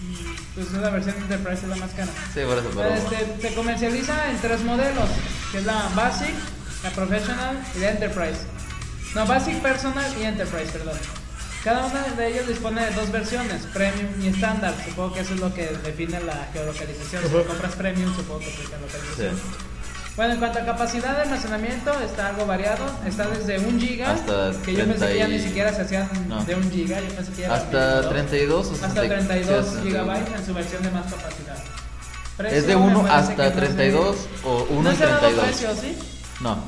S2: y, Pues la versión Enterprise es la más cara.
S3: Sí, por eso, pero
S2: Este, se comercializa en tres modelos, que es la Basic, la Professional y la Enterprise. No, Basic, Personal y Enterprise, perdón. Cada una de ellas dispone de dos versiones, Premium y Estándar. Supongo que eso es lo que define la geolocalización. Si compras Premium, supongo que es geolocalización.
S3: Sí.
S2: Bueno, en cuanto a capacidad de almacenamiento, está algo variado. Está desde 1 giga,
S3: Hasta
S2: que yo pensé que ya ni
S3: 30 y-
S2: siquiera se hacían
S3: No.
S2: de 1 giga. Yo pensé que ya eran
S3: hasta
S2: 32.
S3: 32 o
S2: Hasta
S3: 60 sí,
S2: 32
S3: hasta
S2: gigabytes en su versión de más capacidad. Precio,
S3: ¿Es de
S2: me
S3: 1
S2: parece que
S3: hasta
S2: no se-
S3: 32 o 1
S2: no
S3: y
S2: se ha dado
S3: 32?
S2: precio, ¿sí?
S3: No,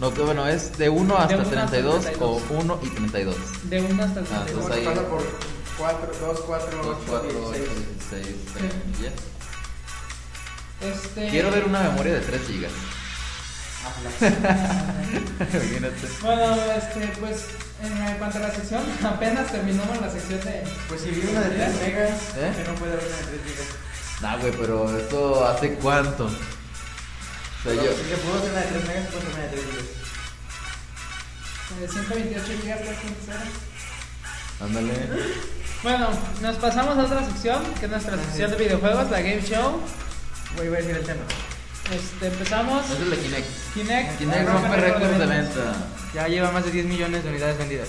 S3: No, que bueno, es de 1 hasta
S2: uno hasta
S3: 32 o
S2: 32.
S3: 1 y 32.
S2: De 1 hasta
S3: Ah,
S4: Como
S2: 32.
S3: entonces
S4: se
S3: ahí-
S4: pasa por 4, 2, 4,
S3: 2, 4,
S4: 8,
S3: 8,
S4: 16.
S3: 16,
S2: Sí.
S3: ya.
S2: Este...
S3: Quiero ver una memoria de 3 GB. Imagínate.
S2: Bueno, este, pues en cuanto a la sección, apenas terminamos la sección de.
S4: Pues si vi una de 3 megas,
S3: ¿Eh?
S4: que no puede haber una de 3 gigas.
S3: Nah, güey, pero esto hace cuánto? O sea,
S4: Pero
S3: yo.
S4: Si que puedo hacer una de 3 megas, puedo hacer una de 3 gigas.
S2: de 128 GB de cero.
S3: Ándale.
S2: Bueno, nos pasamos a otra sección, que es nuestra sección de videojuegos, la Game Show.
S4: Güey, voy a decir el tema.
S2: Este, empezamos.
S3: Esa es la Kinect.
S2: Kinect.
S3: Kinect rompe récords de venta.
S1: Ya lleva más de 10 millones de unidades vendidas.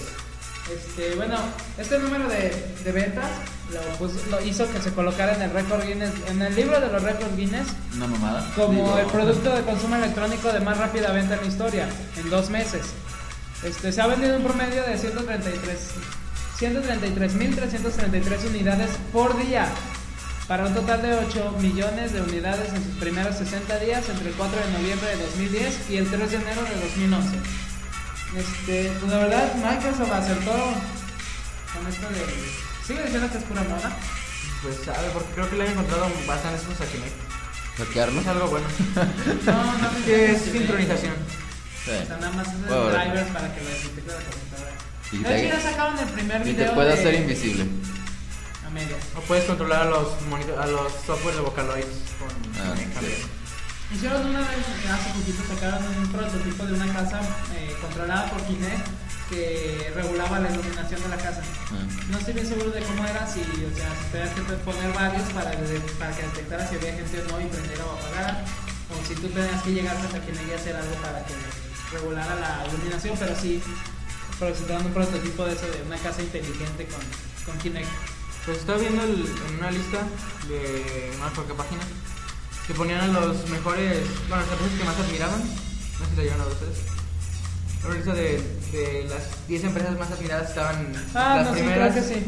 S2: Este, bueno, este número de, de ventas lo, puso- lo hizo que se colocara en el récord Guinness, en el libro de los récords Guinness,
S3: Una mamada.
S2: como
S3: Digo,
S2: el producto de consumo electrónico de más rápida venta en la historia, en dos meses. Este, se ha vendido un promedio de 133 133.333 unidades por día, para un total de 8 millones de unidades en sus primeros 60 días entre el 4 de noviembre de 2010 y el 3 de enero de 2011. Este, pues la verdad, Microsoft acertó con esto de... Sigue diciendo que es pura moda.
S1: Pues sabe, porque creo que le han encontrado bastantes cosas a Kinect.
S3: ¿Hackearlo?
S1: Es algo bueno.
S2: No, no me
S1: Que es
S2: interesa.
S1: sincronización.
S3: Sí.
S2: O sea, nada más es el
S3: Bueno, ahora.
S2: drivers para que lo desintegre la computadora.
S3: Y
S2: De
S3: te-
S2: hecho, ya sacaron el primer
S3: Y
S2: video.
S3: te puede
S2: de-
S3: hacer invisible.
S2: A medias.
S1: O puedes controlar a los, monito- a los software de Vocaloid con
S3: Ah,
S1: Kinect
S3: sí.
S1: también.
S2: Hicieron una vez, hace poquito sacaron un prototipo de una casa eh, controlada por Kinect que regulaba la iluminación de la casa.
S3: Ah.
S2: No estoy bien seguro de cómo era, si, o sea, si tenías que poner varios para, de- para que detectara si había gente o no y prendiera o apagara. O si tú tenías que llegar hasta Kinect y hacer algo para que regulara la iluminación, pero sí presentaron un prototipo de eso, de una casa inteligente con, con Kinect.
S1: Pues estaba viendo el- en una lista de no sé por qué página que ponían a los mejores, bueno, las empresas que más admiraban. No sé si la llevan a ustedes. Una lista de, de las 10 empresas más admiradas estaban
S2: Ah,
S1: las
S2: no, sí, creo
S1: primeras.
S2: que sí.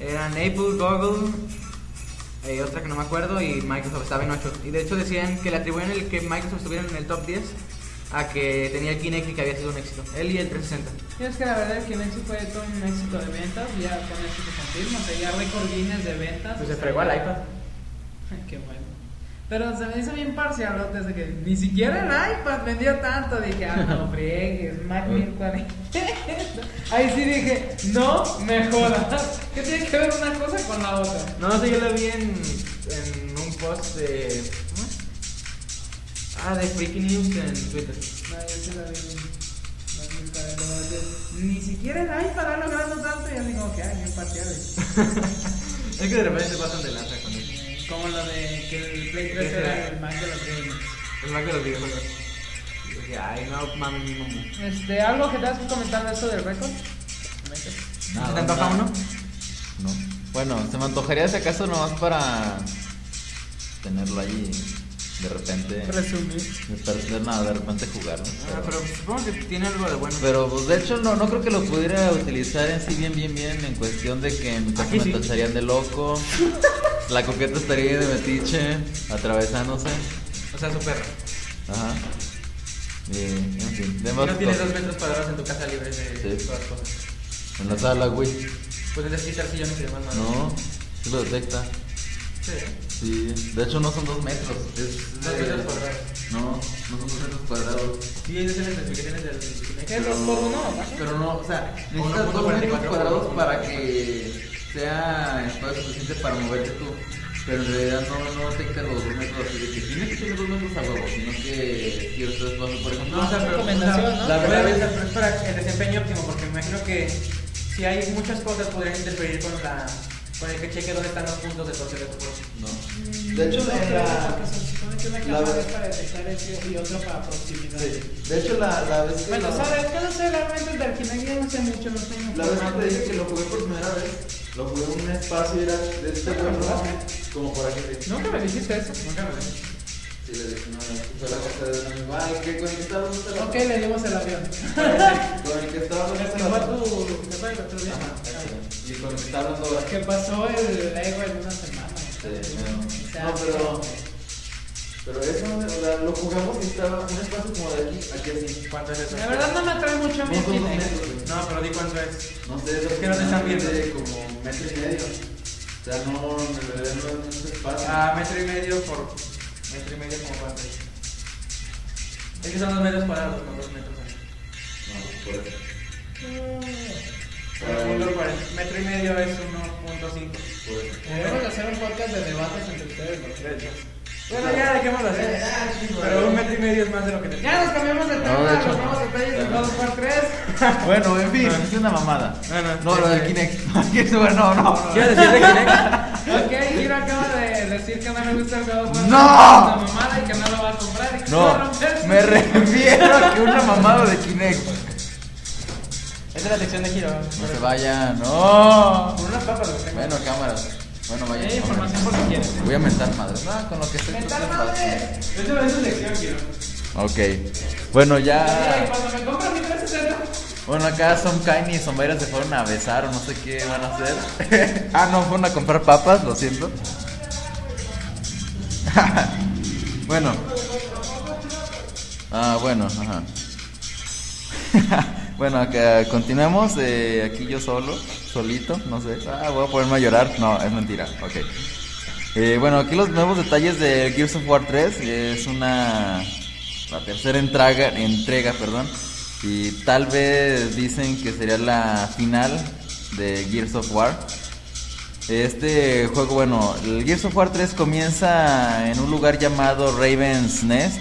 S1: Eran Apple, Google, eh, otra que no me acuerdo, y Microsoft estaba en 8. Y de hecho decían que le atribuían el que Microsoft estuviera en el top 10 a que tenía el Kinect y que había sido un éxito. Él y el 360.
S2: Y es que la verdad el Kinect sí fue todo un éxito de ventas, ya con eso se confirma, o sea, ya récord Guinness de ventas.
S1: Pues
S2: o
S1: se
S2: sea,
S1: fregó al
S2: ya-
S1: iPad.
S2: Qué bueno. Pero se me hizo bien parcial, ¿no? Desde que ni siquiera el iPad vendió tanto. Dije, ah, no friegues, Mac 1040. Ahí sí dije, no me jodas. ¿Qué tiene que ver una cosa con la otra?
S1: No, sé, yo la vi en, en un post de. ¿cómo es? Ah, de Freaky News en Twitter.
S2: No, yo sí la vi. Mac 1040, no, yo- Ni siquiera el iPad ha logrado tanto. Y así como que, ay, bien parciales.
S1: Es que de repente se pasan de lanza con el,
S2: Como lo de que el Play 3 era el Mac de los gamers.
S1: el Mac Pues de los videojuegos. Y dije, ay, no mames, mi mamá.
S2: Este, ¿Algo que te has comentado esto del récord?
S3: Nada,
S1: ¿Se te antoja
S3: nada.
S1: uno?
S3: No. Bueno, se me antojaría si acaso nomás para tenerlo ahí de repente.
S2: Resumir.
S3: De perder nada, de repente jugarlo.
S1: Ah,
S3: Pero,
S1: pero supongo que tiene algo de bueno.
S3: pero, pues, de hecho no, no creo que lo pudiera utilizar en sí bien, bien, bien en cuestión de que en mi casa
S1: Aquí
S3: me
S1: sí.
S3: tacharían de loco. La coqueta estaría de metiche, atravesándose.
S1: O sea, su perro.
S3: Ajá. Y, en fin,
S1: Y
S3: demás
S1: no tienes
S3: cosas.
S1: dos metros cuadrados en tu casa libre de
S3: Sí.
S1: todas las cosas. Pues
S3: En la sala, güey.
S1: Puedes quitar sillones y demás, madre.
S3: No, sí lo detecta.
S1: Sí, ¿eh?
S3: Sí, de hecho no son dos metros. Es,
S1: dos
S3: eh,
S1: metros cuadrados.
S3: No, no son dos metros cuadrados.
S1: Sí, esas son las especificaciones del Kinect.
S2: ¿Qué es los por uno? ¿no?
S3: Pero no, o sea, necesitas dos metros
S1: 1.44
S3: cuadrados para que sea espacio suficiente para moverte tú. Pero en realidad no, no detecta los dos metros así de que tienes que tener dos metros a huevo, sino que cierto espacio, por ejemplo.
S1: No, o sea, pero-
S2: recomendación,
S1: o sea,
S2: ¿no?
S1: La verdad es
S4: es para el desempeño óptimo, porque me imagino que si hay muchas cosas podrían interferir con la con el que cheque dónde están los puntos de torsión de tu cuerpo.
S3: no. De hecho,
S2: No,
S3: la-
S2: pero
S3: la-
S2: porque se supone que una
S3: la-
S2: cámara es para detectar eso y otra para proximidad.
S3: sí, de hecho la, la vez que
S2: Bueno,
S3: lo-
S2: ¿sabes? Yo no sé realmente del Kinect, yo no sé mucho, no estoy
S3: La vez que
S2: informado.
S3: te dije que lo jugué por primera vez, lo jugué en un espacio era de este vuelo, como por aquí.
S2: Nunca me dijiste eso. Nunca me
S3: Sí, le dije, no, fue la casa de un amigo. Ay, que con el que estaba ¿dónde está la-
S2: Ok, le dimos el avión.
S3: Con el que estaba ¿dónde está la-
S2: ¿Fue tu jefa el otro día?
S3: Ajá, ese. Y con el que estaba hablando
S2: Que pasó el ego en una semana.
S3: este, no. No, pero
S6: Pero eso, o sea, lo jugamos y estaba un espacio como de aquí, aquí así.
S4: ¿Cuánto es eso?
S2: La verdad no me atrae mucho a mí el
S6: Unos dos
S2: cine.
S6: metros, güey.
S4: No, pero di cuánto es.
S6: No sé, eso
S4: Es que no te están viendo.
S6: de como metro y medio. O sea, no, en realidad no no es espacio.
S4: Ah, metro y medio por. Metro y medio como cuánto es. Es que son dos metros cuadrados, no dos metros.
S6: No, por eso.
S4: Pero punto cuarenta- Metro y medio es 1.5.
S6: Por eso.
S2: Podemos hacer un podcast de debates entre ustedes. ¿no?
S4: Bueno, ya dejémoslo así. Pero un metro y medio es más de lo que te
S2: Ya nos cambiamos de tema,
S3: No, de
S2: nos
S3: hecho,
S2: vamos a detalles de todos por tres.
S3: Bueno, en fin,
S4: Ah.
S3: es una mamada.
S4: No, no,
S3: No, lo del Kinect. Que eso, No, no.
S4: ¿Quieres decir de
S2: Ok, Giro acaba de decir que no le gusta el juego.
S3: ¡No!
S2: Una mamada y que no lo va a comprar y que se va a
S3: No,
S2: romper.
S3: me refiero a que una mamada de Kinect.
S4: Esa es la sección de giro.
S3: No se vayan, no.
S4: Con unas papas, güey.
S3: Bueno, cámaras. Bueno, vayan.
S2: Hay
S3: cámaras.
S2: información por si quieres.
S3: Voy a mentar madres. No, con lo que estoy.
S2: ¡Mental madre!
S4: Eso es su sección, giro.
S3: Ok. Bueno,
S2: Mira, y
S3: ya.
S2: cuando me compro mi 360,
S3: Bueno, acá son Kaini y Sombreras se fueron a besar o no sé qué van a hacer. ah, no, fueron a comprar papas, lo siento. bueno. Ah, bueno, ajá. bueno, acá continuamos. eh, aquí yo solo, solito, no sé. Ah, voy a ponerme a llorar. No, es mentira. Ok. Eh, bueno, aquí los nuevos detalles de Gears of War 3. Es una. La tercera entrega, entrega, perdón. Y tal vez dicen que sería la final de Gears of War. Este juego, bueno, el Gears of War 3 comienza en un lugar llamado Raven's Nest,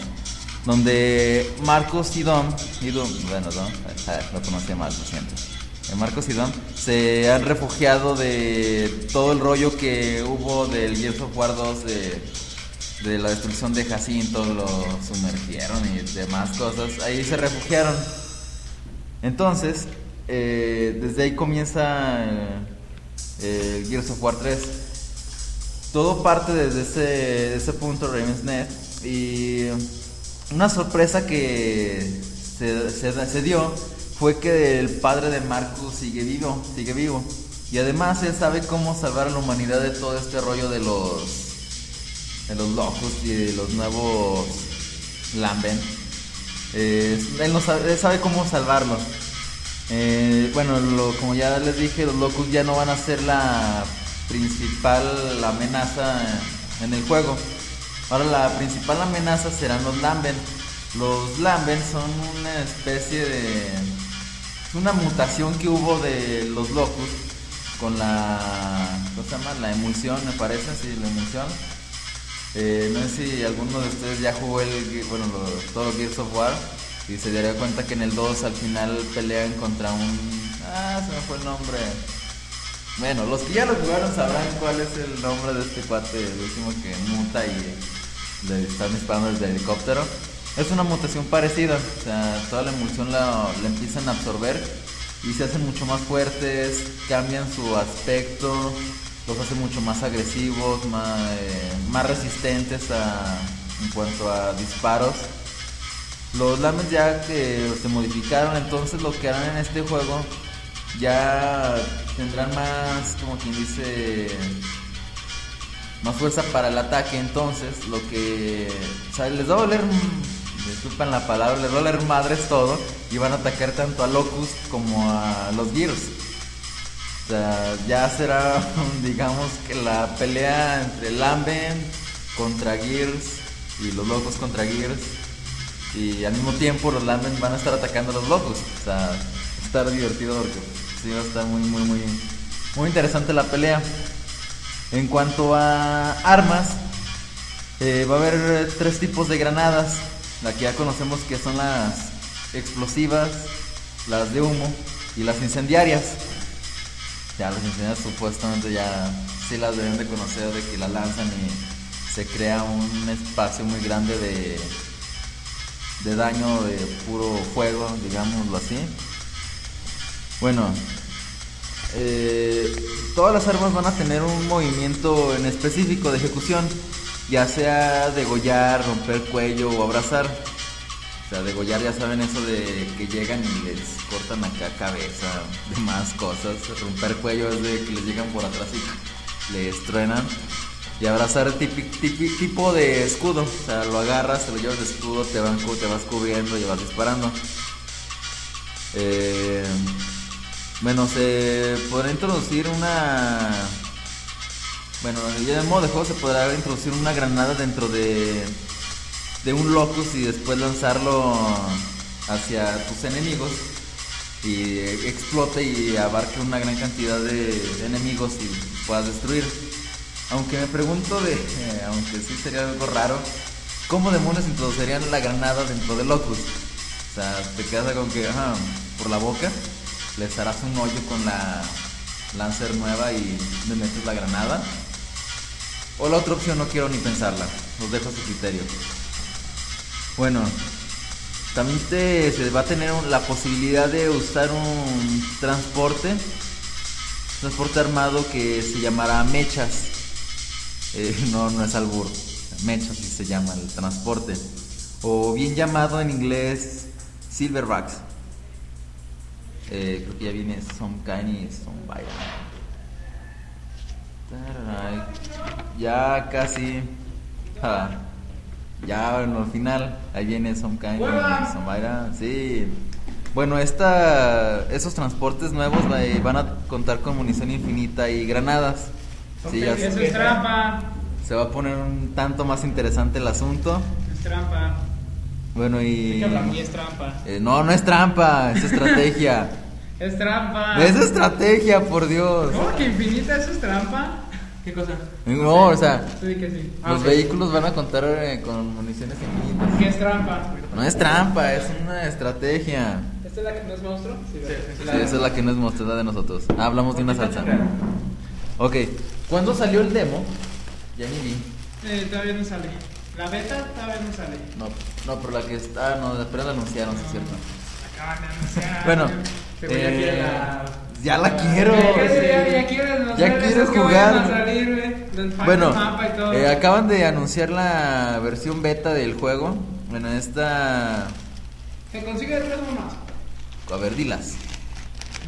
S3: donde Marcos y Dom, y Dom bueno, Dom, ah, lo pronuncié mal, lo siento. Eh, Marcos y Dom se han refugiado de todo el rollo que hubo del Gears of War 2 de, de la destrucción de Jacinto, lo sumergieron y demás cosas. Ahí se refugiaron. Entonces, eh, desde ahí comienza eh, el Gears of War 3. Todo parte desde ese, de ese punto, Raven's Nest. Y una sorpresa que se, se- se dio fue que el padre de Marcus sigue vivo, sigue vivo. Y además él sabe cómo salvar a la humanidad de todo este rollo de los de los locos y de los nuevos Lamben. Eh, él, no sabe, él sabe cómo salvarlos. Eh, bueno, lo- como ya les dije, los locos ya no van a ser la principal amenaza en el juego. Ahora la principal amenaza serán los Lamben. Los Lamben son una especie de... es una mutación que hubo de los locos con la... ¿Cómo se llama? La emulsión, me parece, sí, la emulsión. Eh, no sé si alguno de ustedes ya jugó el, Ge- bueno, los- todos los Gears of War y se daría cuenta que en el 2 al final pelean contra un... Ah, se me fue el nombre. Bueno, los que ya lo jugaron sabrán cuál es el nombre de este cuate, el último que muta y eh, le están disparando desde el helicóptero. Es una mutación parecida, o sea, toda la emulsión la, la empiezan a absorber y se hacen mucho más fuertes, cambian su aspecto, los hacen mucho más agresivos, más, eh, más resistentes a- en cuanto a disparos. Los lames ya que se modificaron, entonces lo que harán en este juego ya tendrán más, como quien dice, más fuerza para el ataque. Entonces, lo que. O sea, les va a doler. mm, Disculpan la palabra, les va a doler madres todo. Y van a atacar tanto a Locust como a los Gears. O sea, ya será, digamos, que la pelea entre Lamben contra Gears y los locos contra Gears. Y al mismo tiempo los Lamben van a estar atacando a los locos. O sea, va a estar divertido porque sí va a estar muy, muy, muy, muy interesante la pelea. En cuanto a armas, eh, va a haber eh, tres tipos de granadas. La que ya conocemos que son las explosivas, las de humo y las incendiarias. Ya las incendiarias supuestamente ya sí las deben de conocer de que la lanzan y se crea un espacio muy grande de, de daño de puro fuego, digámoslo así. Bueno, eh, todas las armas van a tener un movimiento en específico de ejecución, ya sea degollar, romper cuello o abrazar. O sea, degollar ya saben eso de que llegan y les cortan acá cabeza, demás cosas. Romper cuello es de que les llegan por atrás y les truenan. y abrazar tipi- tipi- tipo de escudo. O sea, lo agarras, te lo llevas de escudo, te, van cu- te vas cubriendo y vas disparando. Eh, bueno, se podrá introducir una. Bueno, ya en modo de juego se podrá introducir una granada dentro de. de un locus y después lanzarlo hacia tus enemigos. Y explote y abarque una gran cantidad de enemigos y puedas destruir. Aunque me pregunto de. eh, aunque sí sería algo raro. ¿Cómo demonios introducirían la granada dentro del locus? O sea, te quedas con que, ajá, por la boca, les harás un hoyo con la Lancer nueva y le metes la granada. O la otra opción no quiero ni pensarla, los dejo a su criterio. Bueno, también te, se va a tener un- la posibilidad de usar un transporte, transporte armado que se llamará mechas. Eh, no, no es albur. Mecho así se llama el transporte. O bien llamado en inglés silverbacks. Eh, creo que ya viene some kind y some violent. Tarara, Ya casi. ja, ya en el final. Ahí viene some kind y some violent, Sí. Bueno, esta, esos transportes nuevos eh, van a contar con munición infinita y granadas. Sí, ya
S2: Eso
S4: sé.
S2: es trampa.
S3: se va a poner un tanto más interesante el asunto.
S2: Es trampa.
S3: Bueno,
S2: Sí
S3: y.
S2: que hablamos, y es trampa.
S3: Eh, no, no es trampa, es estrategia.
S2: Es trampa.
S3: Pues es estrategia, por Dios.
S2: ¿Cómo que infinita? ¿Eso es trampa?
S5: ¿Qué cosa?
S3: No, o sea,
S2: Tú di que sí. Ah,
S3: los vehículos van a contar eh, con municiones infinitas.
S2: ¿Qué es trampa?
S3: No es trampa, es una estrategia.
S2: ¿Esta es la que no es monstruo? Sí, ¿verdad?
S3: Sí, esa es la que no es mostrada de nosotros. Ah, hablamos de una salsa. Ok, ¿cuándo salió el demo? Ya ni vi.
S2: Eh, todavía no sale. La beta todavía no sale.
S3: No, no, pero la que está. Ah, no, apenas la anunciaron, sí es cierto.
S2: Acaban de anunciar.
S3: Bueno,
S2: Según ya
S3: eh,
S2: quiere la.
S3: ya la quiero.
S2: Ya, ya, ya quiero,
S3: Ya quiero
S2: A
S3: jugar.
S2: salir, güey, del final
S3: Bueno,
S2: mapa y todo.
S3: eh, acaban de anunciar la versión beta del juego. Bueno, esta.
S2: ¿Se consigue el juego más?
S3: A ver, dilas.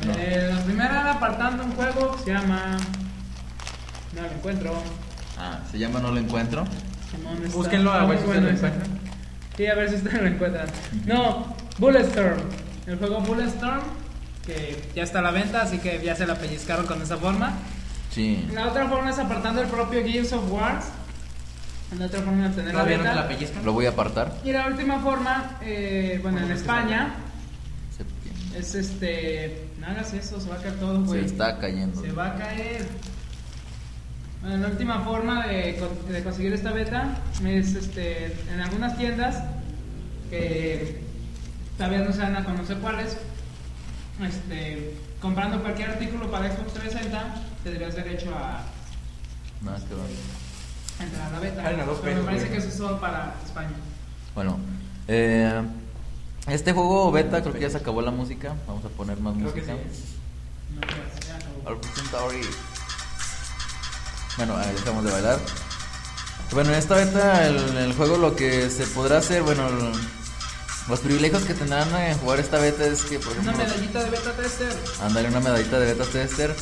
S3: No.
S2: Eh, la primera era apartando un juego se llama. No lo encuentro.
S3: Ah, se llama No lo encuentro.
S2: Simón está-
S5: Búsquenlo, a
S2: muy
S5: ver si
S2: bueno
S5: ustedes lo
S2: ese.
S5: encuentran.
S2: Sí, a ver si ustedes lo encuentran. No, Bulletstorm. El juego Bulletstorm, que ya está a la venta, así que ya se la pellizcaron con esa forma.
S3: Sí.
S2: La otra forma es apartando el propio Gears of War. La otra forma de obtener la
S5: ¿Todavía no
S2: venta.
S5: te la pellizcan?
S3: Lo voy a apartar.
S2: y la última forma, eh, bueno, en España,
S3: Se,
S2: es este. No hagas eso, se va a caer todo, güey.
S3: se está cayendo.
S2: Se va a caer. Bueno, la última forma de, con- de conseguir esta beta es este, en algunas tiendas que todavía no se van a conocer cuáles. Este, comprando cualquier artículo para Xbox 360 tendrías derecho a
S3: No, es que va.
S2: entrar a la beta.
S4: Ay, no, dos
S2: Pero me
S4: pesos,
S2: parece
S4: güey.
S2: que eso es solo para España.
S3: Bueno, eh, este juego beta creo que ya se acabó la música. Vamos a poner más
S4: Creo que
S3: música.
S4: sí.
S2: No, pues, ya acabó.
S3: Al Centauri. Bueno, ahí dejamos de bailar. Bueno, en esta beta el, el juego lo que se podrá hacer, bueno, el- los privilegios que tendrán en jugar esta beta es que, por
S2: Una
S3: ejemplo,
S2: medallita de beta tester.
S3: Ándale una medallita de beta tester.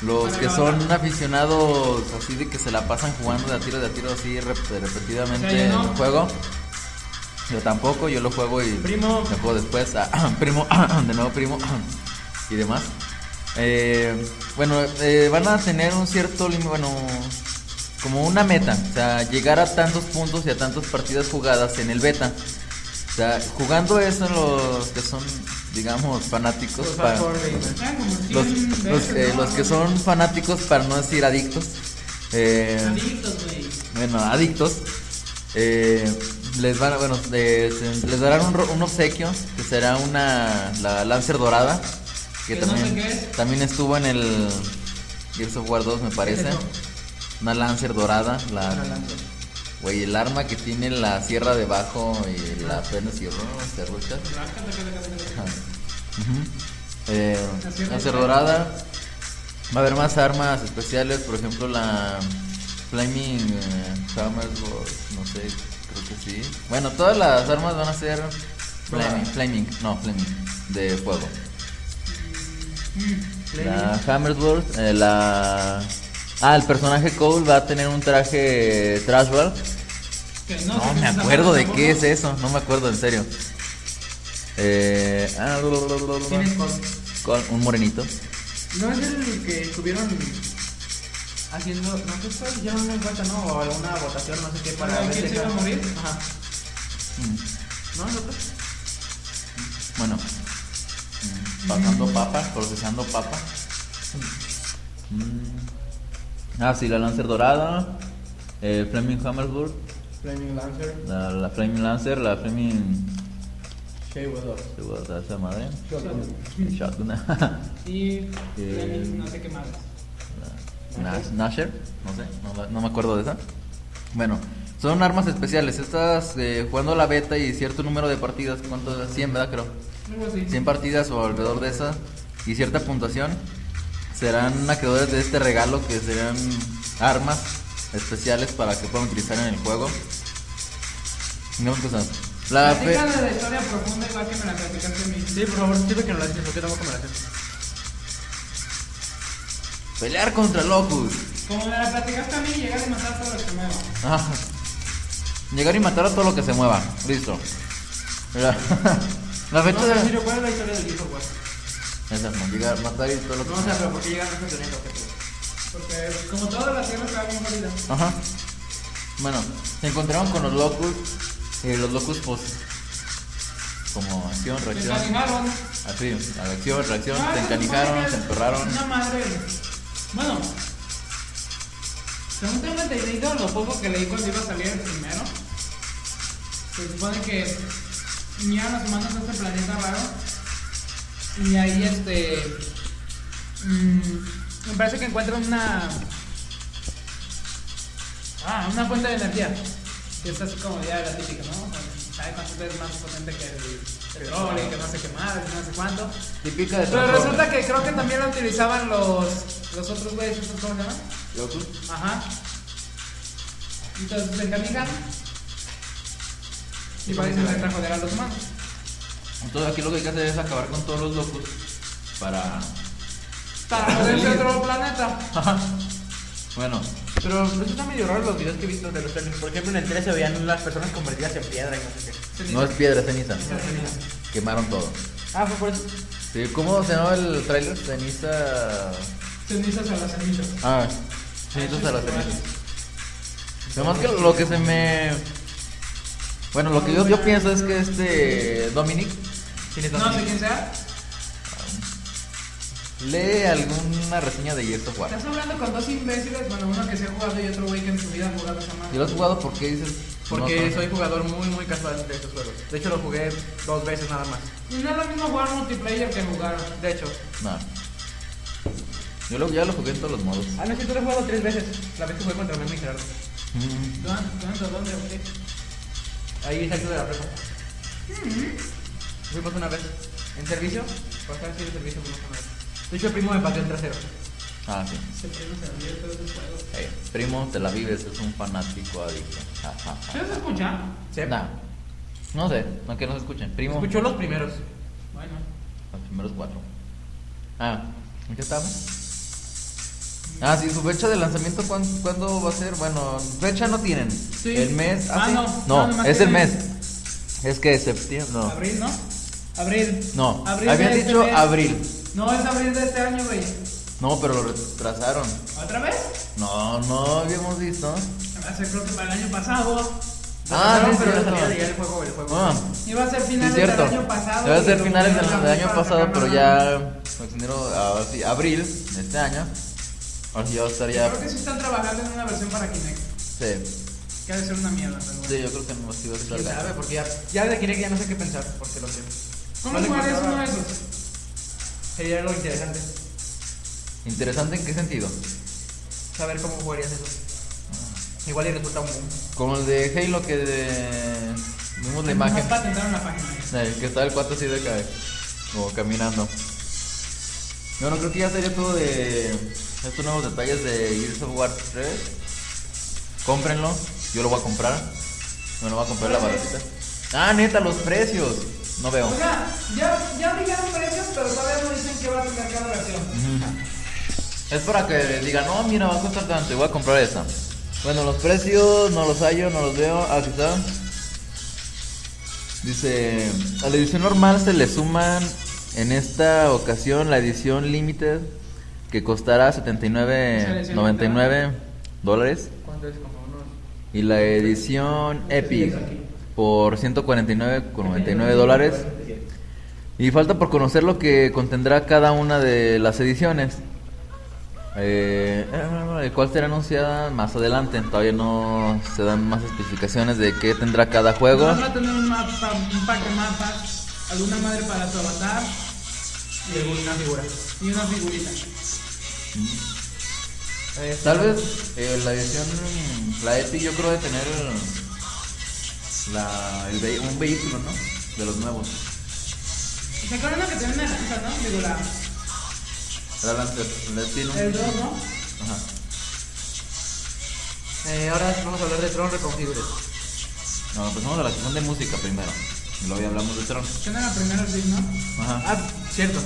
S3: Los
S2: Para
S3: que
S2: la
S3: son
S2: banda.
S3: aficionados así de que se la pasan jugando de a tiro de a tiro así rep- repetidamente
S2: O sea, yo no.
S3: en el juego. Yo tampoco, yo lo juego y
S2: Primo.
S3: lo juego después. Ah, primo, de nuevo primo y demás. Eh, bueno, eh, van a tener un cierto límite, bueno, como una meta, o sea, llegar a tantos puntos y a tantas partidas jugadas en el beta. O sea, jugando eso los que son, digamos, fanáticos.
S4: Los
S3: pa-
S4: hardcore Mm, gamers.
S2: Eran Ah, como
S3: los,
S2: 100
S3: los,
S2: veces,
S3: eh,
S2: ¿no?
S3: los que son fanáticos, para no decir adictos, eh,
S2: Adictos, güey.
S3: bueno, adictos, eh, les van, bueno, de- se- les darán un, ro- un obsequio que será una la Lancer dorada que
S2: Que no
S3: también
S2: sé qué es.
S3: también estuvo en el Gears of War 2 me parece,
S2: eso?
S3: una Lancer dorada, la
S4: Una lanza.
S3: güey el arma que tiene la sierra debajo y este, la pena cierra, serruchas.
S2: Rácate, rácate, rácate, rácate.
S3: Ajá. Ujú. Eh,
S2: Así es.
S3: láser dorada. Va a haber más armas especiales, por ejemplo la Flaming eh, Hammerbolt, no sé, creo que sí. Bueno, todas las armas van a ser Flaming, flaming no, Flaming, de
S2: Mm,
S3: fuego. La Hammersworth, eh, la Ah, el personaje Cole va a tener un traje trash bar.
S2: Que
S3: No
S2: sé
S3: me
S2: si
S3: acuerdo de
S2: tampoco.
S3: qué es eso, no me acuerdo, en serio. Eh, ah,
S4: ¿Quién es Cole?
S3: con un morenito.
S4: ¿No es el que estuvieron haciendo, no sé, pues, hicieron una encuesta, ¿no? O alguna votación, no sé qué, para
S2: ¿Para
S4: ver
S2: quién
S4: de
S2: se
S4: qué-
S2: iba a morir?
S4: Ajá.
S3: Mm,
S4: ¿No? ¿No? pues?
S3: Bueno, mm, pasando papa, procesando papa. Mm. Ah, sí, la Lancer Dorada, eh, Fleming Hammersburg,
S4: Flaming Lancer,
S3: la, la Flaming Lancer, la Fleming.
S4: Shea Weather.
S3: ¿Te guarda esa madre?
S4: Shotgun.
S3: El Shotgun. La-
S2: Y
S3: Eh.
S2: no sé qué más.
S3: Nash- Nasher, no sé, no, la- no me acuerdo de esa. Bueno, son armas especiales. Estás eh, jugando la beta y cierto número de partidas, ¿cuánto? 100, ¿verdad? Creo.
S2: Algo así.
S3: 100 partidas o alrededor de esa y cierta puntuación serán acreedores de este regalo que serán armas especiales para que puedan utilizar en el juego. No, pues, no. La fe-
S2: Platícame de la historia profunda igual que me la platicaste a mí.
S5: Sí, por favor, dime que no la dices, porque tampoco me la sé.
S3: pelear contra Locus.
S2: Como me la platicaste a mí, llegas y matar a todos los que me van.
S3: Ah, Llegar y matar a todo lo que se mueva. Listo. La, la fecha
S4: No,
S3: de...
S4: pero en serio, ¿cuál es la historia del hijo, güey?
S3: Esa, no, llegar, matar y todo lo que
S4: No,
S3: se
S4: o sea,
S3: mueva.
S4: pero ¿por qué llegaron a ese planeta? ¿Qué pedo?
S2: Porque como toda la tierra está bien jodida.
S3: Ajá. Bueno, se encontraron con los locus. Y los locus, pues. Como acción,
S2: Se
S3: reacción.
S2: encanijaron.
S3: Así, a la acción, reacción.
S2: Ah,
S3: Se
S2: se supone que
S3: encanijaron,
S2: es
S3: se emperraron.
S2: Una madre. Bueno. Según tengo entendido, lo poco que leí cuando iba a salir el primero, se supone que vinieron los humanos a este planeta raro. Y ahí este. mm, me parece que encuentran una. Ah, una fuente de energía. Que es así como ya la típica, ¿no? Sabe cuántas veces más potente que el petróleo y que no sé qué más, y no sé cuánto.
S3: Típica de
S2: Pero resulta que creo que también la utilizaban los, los otros güeyes, ¿estos cómo se llaman?
S3: Locus.
S2: Ajá. Entonces se encaminan. Y parece que se a joder a los humanos.
S3: Entonces aquí lo que hay que hacer es acabar con todos los locus. Para.
S2: Para joderse a otro planeta.
S3: Ajá. bueno,
S4: Pero pues, está medio raro los videos que he visto de los trailers.
S5: Por ejemplo, en el 3 se veían las personas convertidas en piedra y no sé qué.
S3: no es piedra, es ceniza. Quemaron todo.
S4: Ah, fue por eso.
S3: Sí, ¿Cómo se llama el trailer? Ceniza.
S2: Cenizas a las cenizas.
S3: Ah, cenizas a las cenizas. Además que lo que se me... Bueno, lo que yo, yo pienso es que este Dominic
S5: ¿Quién es
S2: No sé quién sea.
S3: lee alguna reseña de Gears of War.
S2: Estás hablando con dos imbéciles, bueno, uno que se ha jugado y otro güey que en su vida ha jugado esa
S3: Si lo
S2: madre.
S3: has jugado, ¿por qué dices?
S4: Porque
S3: no,
S4: soy jugador muy, muy casual de estos juegos. De hecho, lo jugué dos veces nada más.
S2: Y no es lo mismo jugar multiplayer que jugar.
S4: De hecho.
S3: No. Yo lo, ya lo jugué en todos los modos.
S4: Ah, no, sí, tú lo he jugado tres veces. La vez que jugué contra Memo y Gerardo.
S3: Mm.
S2: ¿Cuánto? ¿Dónde? ¿O qué?
S4: Ahí salí de la prepa. Fuimos una vez. ¿En servicio? Pasar así de servicio fuimos una vez. De hecho, el primo me pateó el trasero.
S3: Ah, sí.
S2: Se prende, se abrió todo ese juego.
S3: Hey, primo, te la vives, es un fanático adicto. Ja, ja, ja.
S2: ¿Ustedes escuchan?
S4: ¿Se
S3: Nah. No sé, no que nos escuchen. Primo,
S4: Escuchó los primeros.
S2: Bueno.
S3: los primeros cuatro. Ah, ¿en qué estamos? Ah, sí, su fecha de lanzamiento, ¿cuán- ¿cuándo, va a ser? Bueno, fecha no tienen.
S2: Sí.
S3: El mes.
S2: Ah,
S3: sí.
S2: no, no,
S3: No,
S2: nomás
S3: es el
S2: tienen-
S3: mes. Es que septiembre. No.
S2: Abril, ¿no? Abril.
S3: No,
S2: Abril
S3: habían
S2: de este
S3: dicho
S2: mes.
S3: abril.
S2: No, es abril de este año, güey.
S3: No, pero lo retrasaron.
S2: ¿Otra vez?
S3: No, no habíamos visto.
S2: Va a ser creo que para el año pasado.
S3: Ah, sí, es
S4: pero la
S3: cierto.
S4: salida de ya el juego, el juego.
S3: Ah,
S2: Iba a ser
S3: sí, es
S2: finales del
S3: cierto.
S2: año pasado.
S3: Debe
S2: y
S3: ser
S2: lo
S3: finales del
S2: pusieron
S3: del
S2: abril
S3: año
S2: para
S3: pasado,
S2: sacar
S3: pero
S2: más
S3: ya
S2: adelante.
S3: lo extendieron a- sí, abril de este año. Ahora sí ya va a estar ya.
S2: Creo que sí están trabajando en una versión para Kinect.
S3: Sí,
S2: Que ha de ser una mierda, pero bueno.
S3: sí, yo creo que no
S2: Pues
S3: sí va a estar
S4: ¿Quién
S3: la-
S4: sabe? Porque ya, ya de Kinect ya no sé qué pensar, porque lo sé.
S2: ¿Cómo
S4: No le
S2: jugarías
S4: encontraba-
S2: uno de esos?
S4: Sería algo interesante
S3: Interesante en qué sentido.
S4: saber cómo jugarías eso.
S3: Ah.
S4: Igual y resulta un boom.
S3: Como el de Halo que de... vimos la imagen.
S2: Más patentaron la página.
S3: Eh, que está el cuate así de acá, como caminando. No, no creo que ya sería todo de estos nuevos detalles de Gears of War 3. Cómprenlo, yo lo voy a comprar. Me lo voy a comprar la baratita. Ah, neta, los precios. No veo.
S2: O sea, ya, ya brillaron precios, pero todavía no dicen que va a tener cada versión.
S3: Ujú. Es para que digan, no, mira, va a costar tanto y voy a comprar esa. Bueno, los precios no los hallo, no los veo. Ah, Aquí está. Dice, a la edición normal se le suman en esta ocasión la edición límite que costará
S2: ¿Esa edición
S3: 79.99 dólares
S1: ¿Cuánto es como unos?
S3: y la edición Epic por 149.99 dólares. Y falta por conocer lo que contendrá cada una de las ediciones. Eh, el cual será anunciada más adelante. Todavía no se dan más especificaciones de qué tendrá cada juego.
S2: Vamos a tener un, mapa, un pack de mapas, alguna madre para tu avatar
S1: Y alguna figura.
S2: y una figurita.
S3: Tal vez eh, la edición, mm, la Epic, yo creo de tener la, el ve- un vehículo, ¿no? De los nuevos.
S2: ¿Se acuerdan lo que tiene una lanza, no? Digo, la,
S3: Era el antes, el Platinum.
S2: el dos, ¿no?
S3: Ajá.
S1: Eh, ahora vamos a hablar de Tron Reconfigured.
S3: No, empezamos a la sección de música primero. Y luego ya hablamos de Tron.
S2: Que no era primero, sí, ¿no?
S3: Ajá.
S1: Ah, cierto.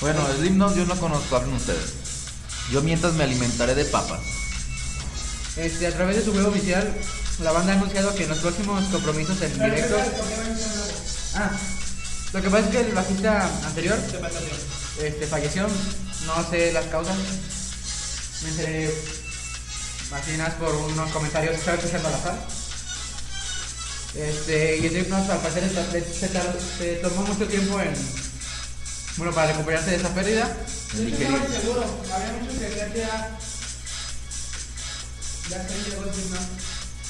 S3: Bueno, Slipknot yo no conozco, hablen ustedes. Yo mientras me alimentaré de papas.
S1: Este, a través de su web oficial, la banda ha anunciado que en los próximos compromisos en directo. Ah, lo que pasa es que el bajista anterior este, falleció, no sé las causas. Me enteré así nada más por unos comentarios que estaba al azar. Este, y Slipknot al parecer esta- se, tar- se tomó mucho tiempo en. Bueno, para recuperarse de esa pérdida.
S2: Yo
S1: Y que-
S2: estaba seguro, había muchos que creían que ya. Ya se llegó el signo.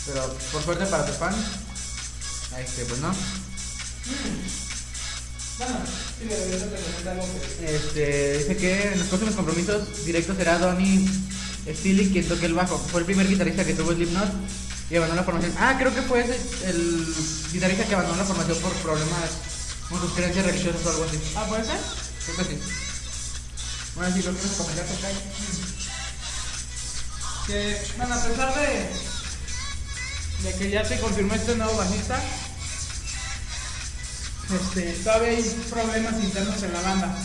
S1: Pero por suerte para tu fan, este, pues no.
S2: Bueno, sí, pero yo te comento algo que.
S1: Este, dice que en los próximos compromisos directos será Donny Steely quien toque el bajo. Fue el primer guitarrista que tuvo Slipknot y abandonó la formación. Ah, creo que fue ese el guitarrista que abandonó la formación por problemas con sus creencias religiosas o algo así.
S2: Ah, ¿puede ser?
S1: Creo que sí. Bueno, sí, lo que nos comentar por acá.
S2: que, bueno, a pesar de, de que ya se confirmó este nuevo bajista, este, todavía hay problemas internos en la banda.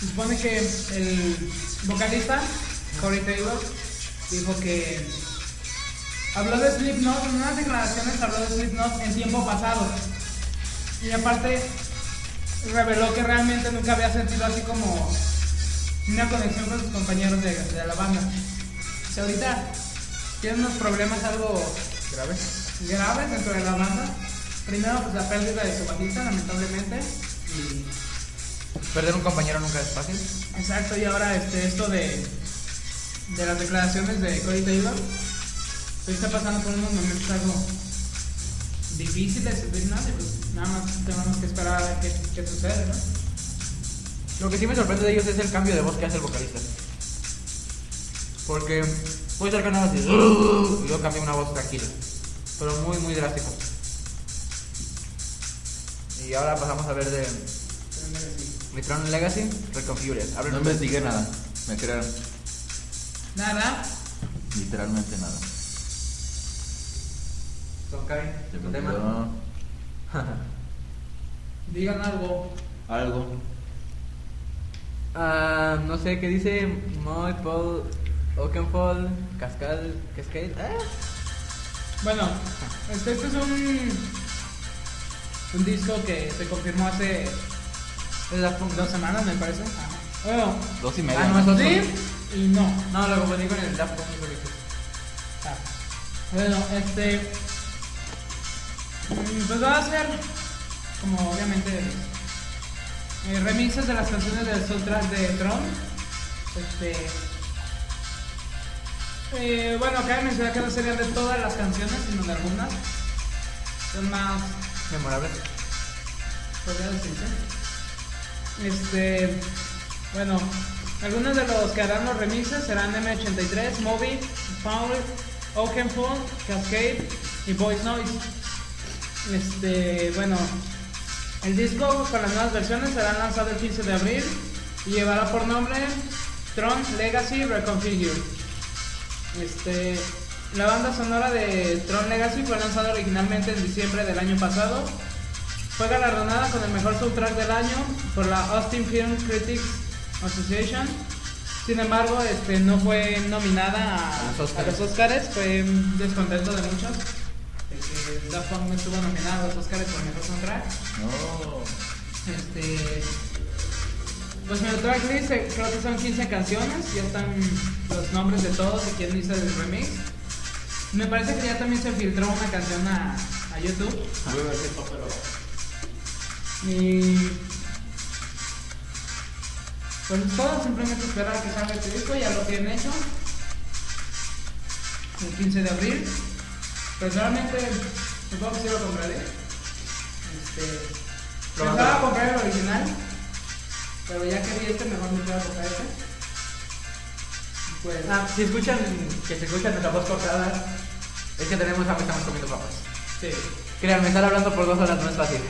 S2: Se supone que el vocalista, Corey Taylor, dijo que habló de Slipknot, en unas declaraciones habló de Slipknot en tiempo pasado. Y aparte reveló que realmente nunca había sentido así como una conexión con sus compañeros de, de la banda. O sea, ahorita tiene unos problemas algo
S1: Grave.
S2: graves dentro de la banda. Primero, pues la pérdida de su bajista, lamentablemente. Y
S1: Perder un compañero nunca es fácil.
S2: Exacto, y ahora este, esto de, de las declaraciones de Corey Taylor, pues está pasando por unos momentos algo difíciles, pues, nada, pues, nada más tenemos que esperar a ver qué, qué sucede, ¿no?
S1: Lo que sí me sorprende de ellos es el cambio de voz que hace el vocalista. Porque puede ser que no haga así. Y yo cambio una voz tranquila. Pero muy, muy drástica. Y ahora pasamos a ver de Metron Legacy Reconfigured. Abren
S3: No
S1: un-
S3: investigué nada. Me crearon.
S2: Nada,
S3: Literalmente nada.
S1: Son Karen,
S3: Se
S1: tu
S3: me
S1: tema.
S3: olvidó
S2: digan algo.
S3: algo.
S1: Ah, no sé qué dice Mod, Paul, Oakenfall, Cascal, Cascade. Ah,
S2: Bueno, este, este es un, un disco que se confirmó hace
S1: es la fun-
S2: dos semanas, me parece. Ajá. Bueno,
S3: Dos y
S1: Ah, no,
S3: media.
S1: es
S3: ¿no?
S1: otro.
S2: sí y no.
S1: No, lo confundí con el Daft Punk. lo que dije.
S2: Ah. Bueno, este. mm, Pues va a ser como obviamente eh, remixes de las canciones del soundtrack de Tron. Este. eh, bueno, cabe mencionar que no serían de todas las canciones, sino de algunas. Son más,
S1: Memorable.
S2: podría decirse. Este. Bueno, algunos de los que harán los remixes serán M83, Moby, Power, Oakenfold, Cascade y Voice Noise. Este, bueno, el disco con las nuevas versiones será lanzado el 15 de abril y llevará por nombre Tron Legacy Reconfigured. Este, la banda sonora de Tron Legacy fue lanzada originalmente en diciembre del año pasado. Fue galardonada con el mejor soundtrack del año por la Austin Film Critics Association. Sin embargo, este, no fue nominada a,
S7: A los Óscares.
S2: a los Oscars, fue un descontento de muchos. de que Daft Punk no estuvo nominado a los Oscars por mejor soundtrack.
S3: No.
S2: Este, pues en el tracklist eh, creo que son 15 canciones, ya están los nombres de todos y quién hizo el remix. Me parece que ya también se filtró una canción a, a YouTube. Y pues todo simplemente esperar a que salga este disco, ya lo tienen hecho. El 15 de abril. Personalmente, supongo que sí lo compraré. Este, pensaba comprar el original, pero ya que vi este, mejor me quedo a comprar este. Pues,
S1: Ah, si escuchan que se escuchan nuestra voz cortada, es que tenemos hambre, estamos comiendo papas.
S2: sí,
S1: Créanme, estar hablando por dos horas no es fácil.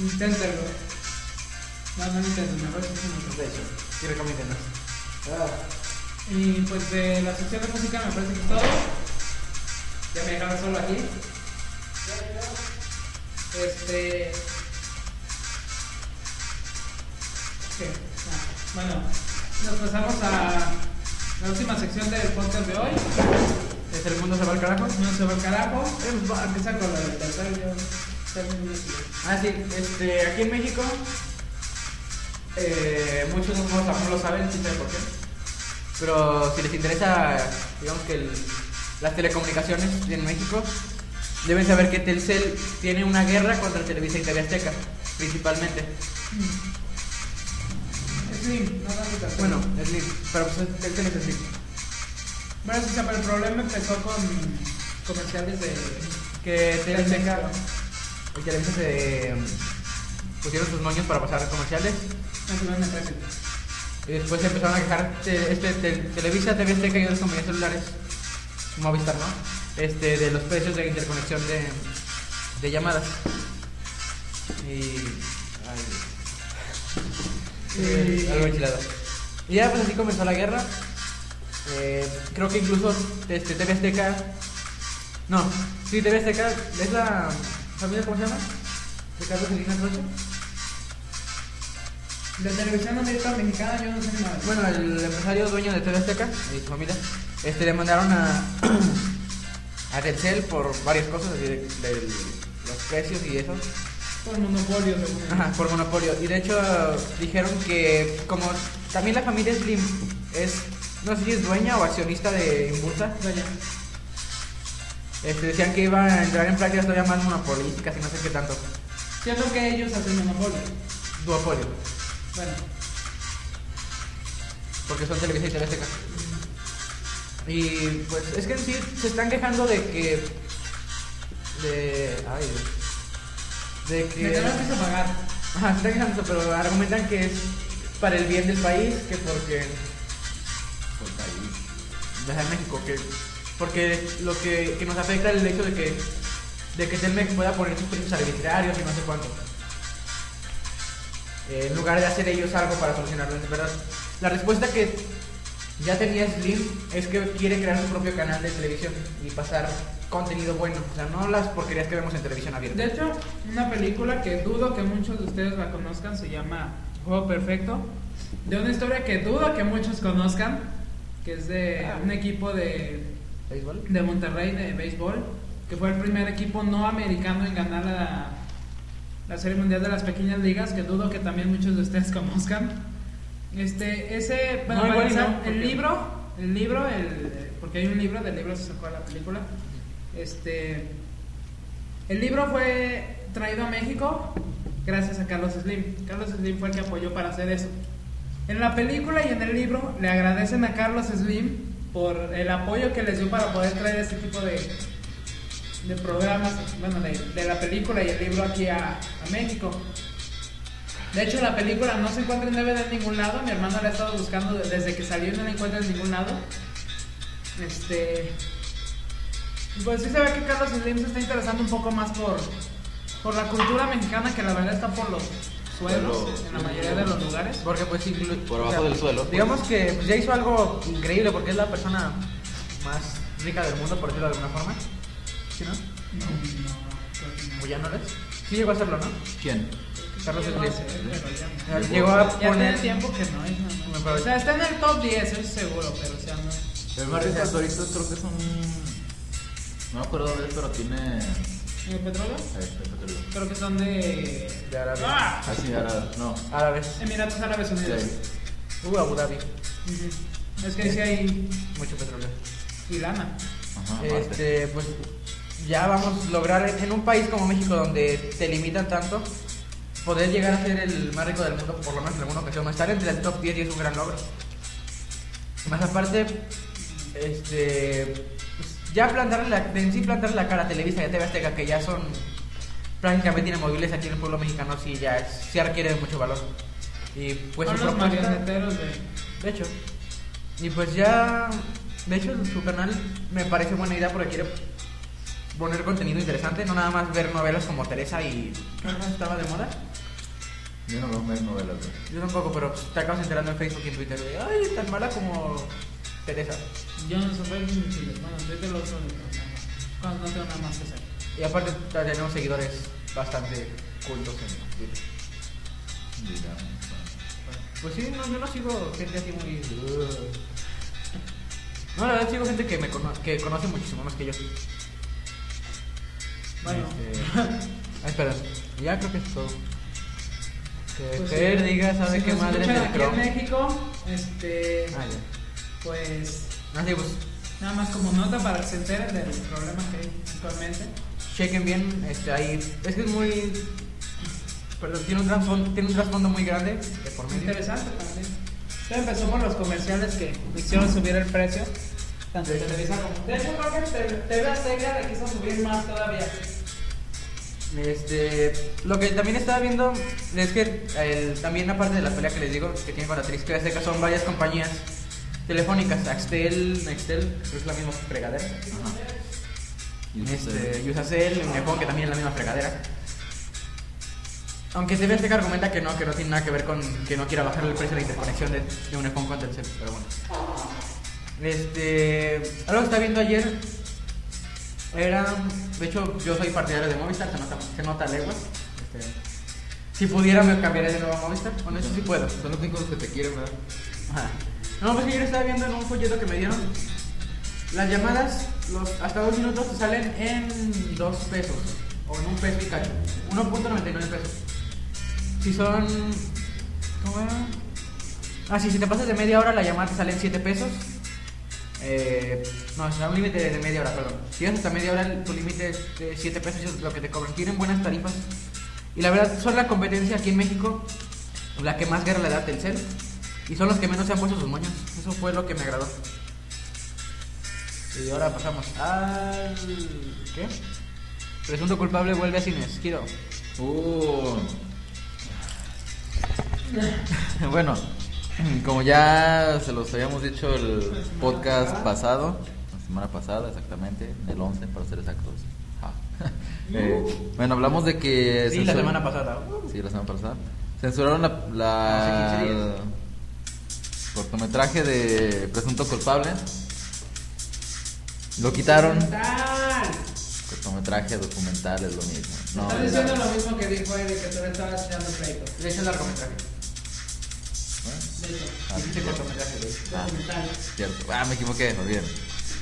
S2: inténtalo. No, no lo intentes, mejor sí, sí, no.
S1: De hecho, sí recomiéndenos.
S2: Y pues de la sección de música me parece que es todo. Ya me dejaron solo aquí. Este. ¿Qué? Ah, bueno, nos pasamos a la última sección del podcast de hoy.
S1: ¿Es el mundo se va al carajo?
S2: No se va al carajo. Empieza con la del tercer yo termino aquí.
S1: Ah, sí, este, aquí en México, eh, muchos no, no lo saben, quién sabe por qué. Pero si les interesa, digamos que el- las telecomunicaciones en México, deben saber que Telcel tiene una guerra contra Televisa y TV Azteca, principalmente.
S2: Slim, no tanto tercer.
S1: Bueno, es Slim, pero pues Telcel es Slim.
S2: bueno, sí, pero el problema empezó con comerciales de.
S1: Que TV Azteca
S2: Azteca.
S1: y Televisa se mm, eh, pusieron sus moños para pasar comerciales
S2: Naturalmente, gracias.
S1: y después se empezaron a quejar te- este, te- Televisa, TV Azteca y otras compañías celulares, Movistar, ¿no? Este, de los precios de interconexión de, de llamadas. Y... ay,
S2: Y-
S1: algo enchilado. Y ya pues así comenzó la guerra. Eh, creo que incluso este, TV Azteca... No, sí, TV Azteca es la familia, ¿cómo se llama? De Carlos Salinas Rocha.
S2: De televisión abierta mexicana yo no sé nada.
S1: Bueno, el empresario dueño de TV Azteca y su familia, este, le mandaron a, a Telcel por varias cosas, así de, del- los precios y eso,
S2: por monopolio según él.
S1: Ajá, por monopolio. Y de hecho dijeron que como también la familia Slim es, no sé si es dueña o accionista de Imbursa,
S2: Vaya.
S1: este, decían que iba a entrar en prácticas todavía más monopolísticas y no sé qué tanto,
S2: Siendo que ellos hacen monopolio.
S1: duopolio,
S2: Bueno,
S1: porque son Televisa y TV Azteca. Y pues es que en sí se están quejando de que. De. Ay, Dios. De
S2: me
S1: que.
S2: tengo que pagar.
S1: Ajá, se están quejando, de eso, pero argumentan que es para el bien del país, que porque.
S3: Por país.
S1: Deja en México, que. Porque lo que, que nos afecta es el hecho de que. De que Telmex pueda poner sus precios arbitrarios y no sé cuánto. Eh, en lugar de hacer ellos algo para solucionarlo, de verdad. La respuesta que ya tenía Slim es que quiere crear su propio canal de televisión y pasar contenido bueno, o sea, no las porquerías que vemos en televisión abierta.
S2: De hecho, una película que dudo que muchos de ustedes la conozcan se llama Juego Perfecto. De una historia que dudo que muchos conozcan, que es de
S1: Ah.
S2: un equipo de,
S1: ¿Béisbol?
S2: de Monterrey de béisbol, que fue el primer equipo no americano en ganar la, la Serie Mundial de las Pequeñas Ligas, que dudo que también muchos de ustedes conozcan. Este, ese, bueno,
S1: No, igual
S2: para
S1: y
S2: empezar,
S1: no, porque-
S2: el libro, el libro, el, porque hay un libro, del libro se sacó la película. Este, el libro fue traído a México gracias a Carlos Slim. Carlos Slim fue el que apoyó para hacer eso. En la película y en el libro le agradecen a Carlos Slim por el apoyo que les dio para poder traer este tipo de, de programas, bueno, de, de la película y el libro aquí a, a México. De hecho, la película no se encuentra en DVD en ningún lado. Mi hermano la ha estado buscando de- desde que salió y no la encuentra en ningún lado. Este. Pues sí se ve que Carlos Slim se está interesando un poco más por, por la cultura mexicana, que la verdad está por los suelos
S3: Por lo-
S2: en la mayoría de los lugares.
S1: Porque pues inclu-
S3: Por abajo del suelo.
S1: Digamos que pues, ya hizo algo increíble porque es la persona más rica del mundo, por decirlo de alguna forma. ¿Sí no?
S2: No, no, creo que no.
S1: O ya no lo es. Sí llegó a hacerlo, ¿no?
S3: ¿Quién?
S2: Creo
S1: Carlos Slim.
S2: Slim.
S1: Llegó a
S2: Ya tiene
S1: poner-
S2: tiempo que no es nada
S1: Me
S2: más.
S1: parece.
S2: O sea, está en el top 10, eso es seguro, pero o sea, no.
S3: El Barrio de Doritos creo que es un. No me acuerdo de él, pero tiene.
S2: ¿Y el eh, petróleo?
S3: Este, petróleo.
S2: Creo que son de.
S1: De Arabia.
S2: ¡Ah!
S3: Ah, sí, ahora. No.
S1: A la vez.
S2: Emiratos Árabes Unidos.
S3: Sí.
S1: Uh, Abu Dhabi.
S2: Ujú. Es que dice ahí.
S1: Mucho petróleo.
S2: Y lana.
S3: Ajá, aparte.
S1: Este, pues ya vamos a lograr en en un país como México donde te limitan tanto, poder llegar a ser el más rico del mundo, por lo menos en alguna ocasión, o estar entre el top 10 y es un gran logro. Más aparte, este, pues, ya plantarle la, de en sí plantarle la cara a Televisa y a TV Azteca, que ya son prácticamente inamovibles aquí en el pueblo mexicano, sí ya es, sí requiere de mucho valor. Y pues
S2: son
S1: su
S2: los
S1: propuesta-
S2: marioneteros de.
S1: de hecho. Y pues ya. De hecho, su canal me parece buena idea porque quiere poner contenido interesante, no nada más ver novelas como Teresa y. ¿Cuál más estaba de moda?
S3: Yo no veo más novelas, güey.
S1: Yo tampoco, pero te acabas enterando en Facebook y en Twitter de. ¡Ay, tan mala como Teresa!
S2: Yo no soy ni chile. Bueno, desde el otro. no, nada más. Cuando no tengo nada más que hacer.
S1: Y aparte, tenemos seguidores bastante cultos en Twitter.
S3: Digamos.
S1: Pues sí, no, yo no sigo gente así muy. uh. No, la verdad, sigo gente que me cono- que conoce muchísimo más que yo.
S2: Bueno.
S1: Este, Ah, espera, ya creo que es todo. Que
S2: Pues
S1: Fer
S2: sí. pues,
S1: diga, sabe
S2: Si
S1: qué
S2: nos
S1: madre es
S2: escuchan
S1: el
S2: aquí en
S1: Chrome.
S2: México, este.
S1: Ah, ya.
S2: Pues.
S1: No sé, pues
S2: Nada más como nota para que se enteren del problema que hay actualmente.
S1: chequen bien, este, ahí. Es que es muy. Perdón, tiene un trasfondo, tiene un trasfondo muy grande de por medio.
S2: Interesante también. Ya empezó con los comerciales que hicieron subir el precio. Tanto Televisa como. De hecho, creo que Te- TV Azteca le quiso subir más todavía.
S1: Este, lo que también estaba viendo es que el- también aparte de la pelea que les digo que tiene para Tris que este son varias compañías telefónicas, Axtel, Nextel, creo que es la misma fregadera.
S3: Y
S1: Este, Yusacel, Megafon, que también es la misma fregadera. Aunque TV Azteca argumenta que no, que no tiene nada que ver con que no quiera bajar el precio de la interconexión de, de un iPhone con Telcel, pero bueno. Este, algo que estaba viendo ayer era, de hecho, yo soy partidario de Movistar, se nota, se nota a leguas. Este, si pudiera me cambiaría de nuevo a Movistar, con eso sí puedo.
S3: Son los únicos que te quieren, ¿verdad?
S1: Ajá. No, pues que yo lo estaba viendo en un folleto que me dieron. Las llamadas, los, hasta dos minutos te salen en dos pesos. O en un peso y cacho. 1.99 pesos. Si son. ¿Cómo era? Ah, sí, si te pasas de media hora, la llamada te sale en 7 pesos. Eh, no, será un límite de media hora, perdón. Si llegas hasta media hora, tu límite es de 7 pesos, es lo que te cobran. Tienen buenas tarifas. Y la verdad, son la competencia aquí en México la que más guerra le da a Telcel. Y son los que menos se han puesto sus moños. Eso fue lo que me agradó. Y ahora pasamos al. ¿Qué? Presunto culpable vuelve a cines. Quiero.
S3: Uh. bueno, como ya se los habíamos dicho el podcast pasado, la semana pasada exactamente, el 11 para ser exactos. Ja. Eh, bueno, hablamos de que...
S1: Sí, la
S3: censur-
S1: semana pasada.
S3: Sí, la semana pasada. Censuraron la, la-
S1: Hace 15 días.
S3: cortometraje de Presunto Culpable. Lo quitaron.
S2: ¡Tal!
S3: Cortometraje, documental, es lo mismo. No,
S2: Estás
S3: es-
S2: diciendo lo mismo que dijo él de que tú le estabas echando pleito.
S1: Le hice el largometraje.
S3: bueno.
S2: De hecho,
S3: Ah,
S1: Hiciste
S3: cierto.
S1: cortometraje, de hecho.
S3: Ah,
S2: documental.
S3: cierto. Ah, me equivoqué, me olvidé.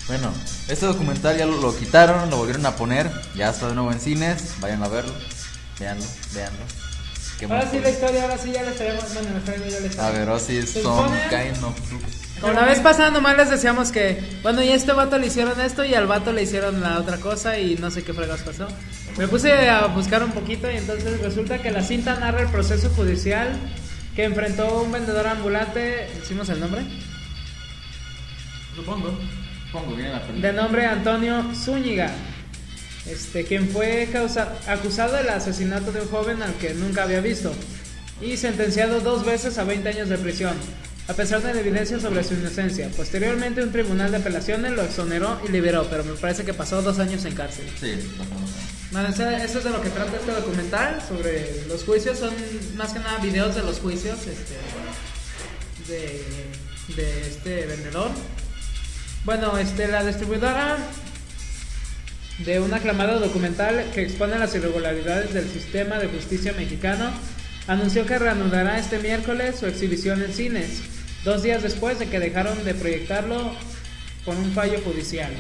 S3: Bueno, este documental ya lo, lo quitaron, lo volvieron a poner. Ya está de nuevo en cines. Vayan a verlo. Veanlo, veanlo. Qué
S2: Ahora
S3: más
S2: sí la
S3: cosas.
S2: historia, ahora sí ya la estaremos. Bueno, me traigo yo la historia.
S3: A ver, ahora sí
S2: Se
S3: son
S2: supone-
S3: kind of crooks.
S2: Como la vez pasada nomás les decíamos que, bueno, y a este vato le hicieron esto y al vato le hicieron la otra cosa y no sé qué fregas pasó. Me puse a buscar un poquito y entonces resulta que la cinta narra el proceso judicial que enfrentó un vendedor ambulante, ¿decimos el nombre?
S1: Supongo.
S3: Pongo bien la
S2: De nombre Antonio Zúñiga, este, quien fue causa- acusado del asesinato de un joven al que nunca había visto y sentenciado dos veces a 20 años de prisión, a pesar de la evidencia sobre su inocencia. Posteriormente un tribunal de apelaciones lo exoneró y liberó, pero me parece que pasó dos años en cárcel.
S3: Sí, lo pongo.
S2: Bueno, o sea, eso es de lo que trata este documental sobre los juicios. Son más que nada videos de los juicios este, de, de este vendedor. Bueno, este, la distribuidora de un aclamado documental que expone las irregularidades del sistema de justicia mexicano anunció que reanudará este miércoles su exhibición en cines, dos días después de que dejaron de proyectarlo por un fallo judicial.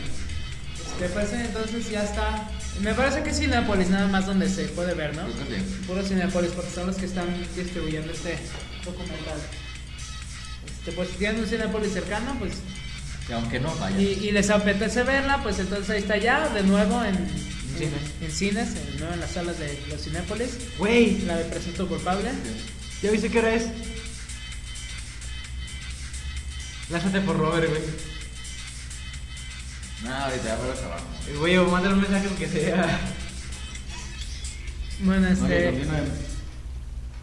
S2: Este, pues, entonces ya está. Me parece que es Cinepolis nada más donde se puede ver, ¿no?
S3: Creo que sí.
S2: Puro Cinepolis, porque son los que están distribuyendo este documental. Este, pues si tienen un Cinepolis cercano, pues
S3: Que aunque no vaya.
S2: y, y les apetece verla, pues entonces ahí está ya, de nuevo en, en,
S1: Cines.
S2: en cines, de nuevo en las salas de los Cinépolis.
S1: Güey,
S2: La de Presunto Culpable.
S1: ¿ya viste qué hora es? Lázate por Robert, güey.
S3: No, ahorita ya me lo acabamos.
S1: Eh, Güey, o mándale un mensaje aunque sea.
S2: Bueno,
S3: No,
S2: este,
S3: continúen.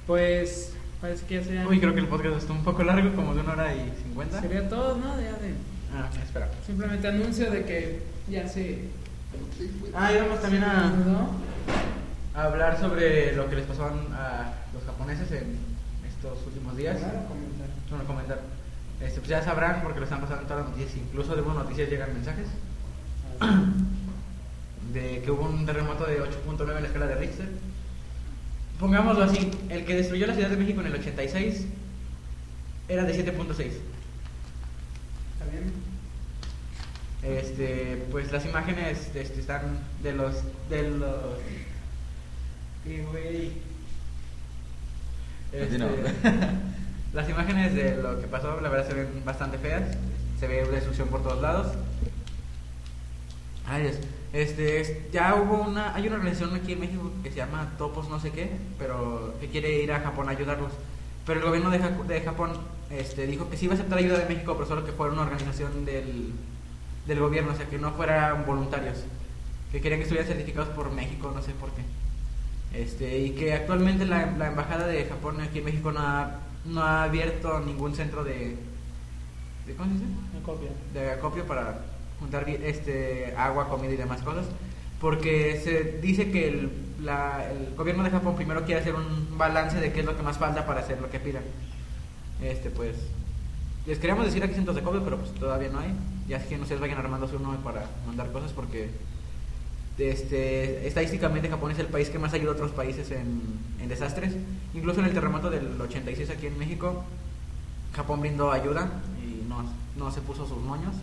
S2: pues parece que ya sería,
S1: Uy, creo que el podcast está un poco largo, como de una hora y cincuenta.
S2: sería todo, ¿no? Ya de-
S1: Ah, espera.
S2: simplemente anuncio de que ya se...
S1: Ah, y vamos también a,
S2: ¿no?
S1: a hablar sobre lo que les pasó a los japoneses en estos últimos días. Bueno, comentar. Este, pues ya sabrán porque lo están pasando en todas las noticias. Incluso de buenas noticias llegan mensajes. De que hubo un terremoto de 8.9 en la escala de Richter. Pongámoslo así, el que destruyó la Ciudad de México en el 86 era de 7.6.
S2: ¿Está bien?
S1: Este, pues las imágenes este, están de los de los y, güey. Este,
S3: Continúa.
S1: las imágenes de lo que pasó, la verdad se ven bastante feas. Se ve destrucción por todos lados. Ay, Dios. Este, es- ya hubo una, hay una organización aquí en México que se llama Topos no sé qué, pero que quiere ir a Japón a ayudarlos. Pero el gobierno de, Ja- de Japón este, dijo que sí iba a aceptar ayuda de México, pero solo que fuera una organización del, del gobierno, o sea, que no fueran voluntarios. Que querían que estuvieran certificados por México, no sé por qué. Este, y que actualmente la, la embajada de Japón aquí en México no ha, no ha abierto ningún centro de, de ¿cómo se dice?
S2: Me copia.
S1: de acopio para juntar bien, este agua, comida y demás cosas, porque se dice que el, la- el gobierno de Japón primero quiere hacer un balance de qué es lo que más falta para hacer lo que pidan. Este, pues les queríamos decir aquí centros de acopio, pero pues todavía no hay, y así que no se vayan armando su uno para mandar cosas porque este, estadísticamente Japón es el país que más ayuda a otros países en, en desastres. Incluso en el terremoto del 86 aquí en México, Japón brindó ayuda y no, no se puso sus moños.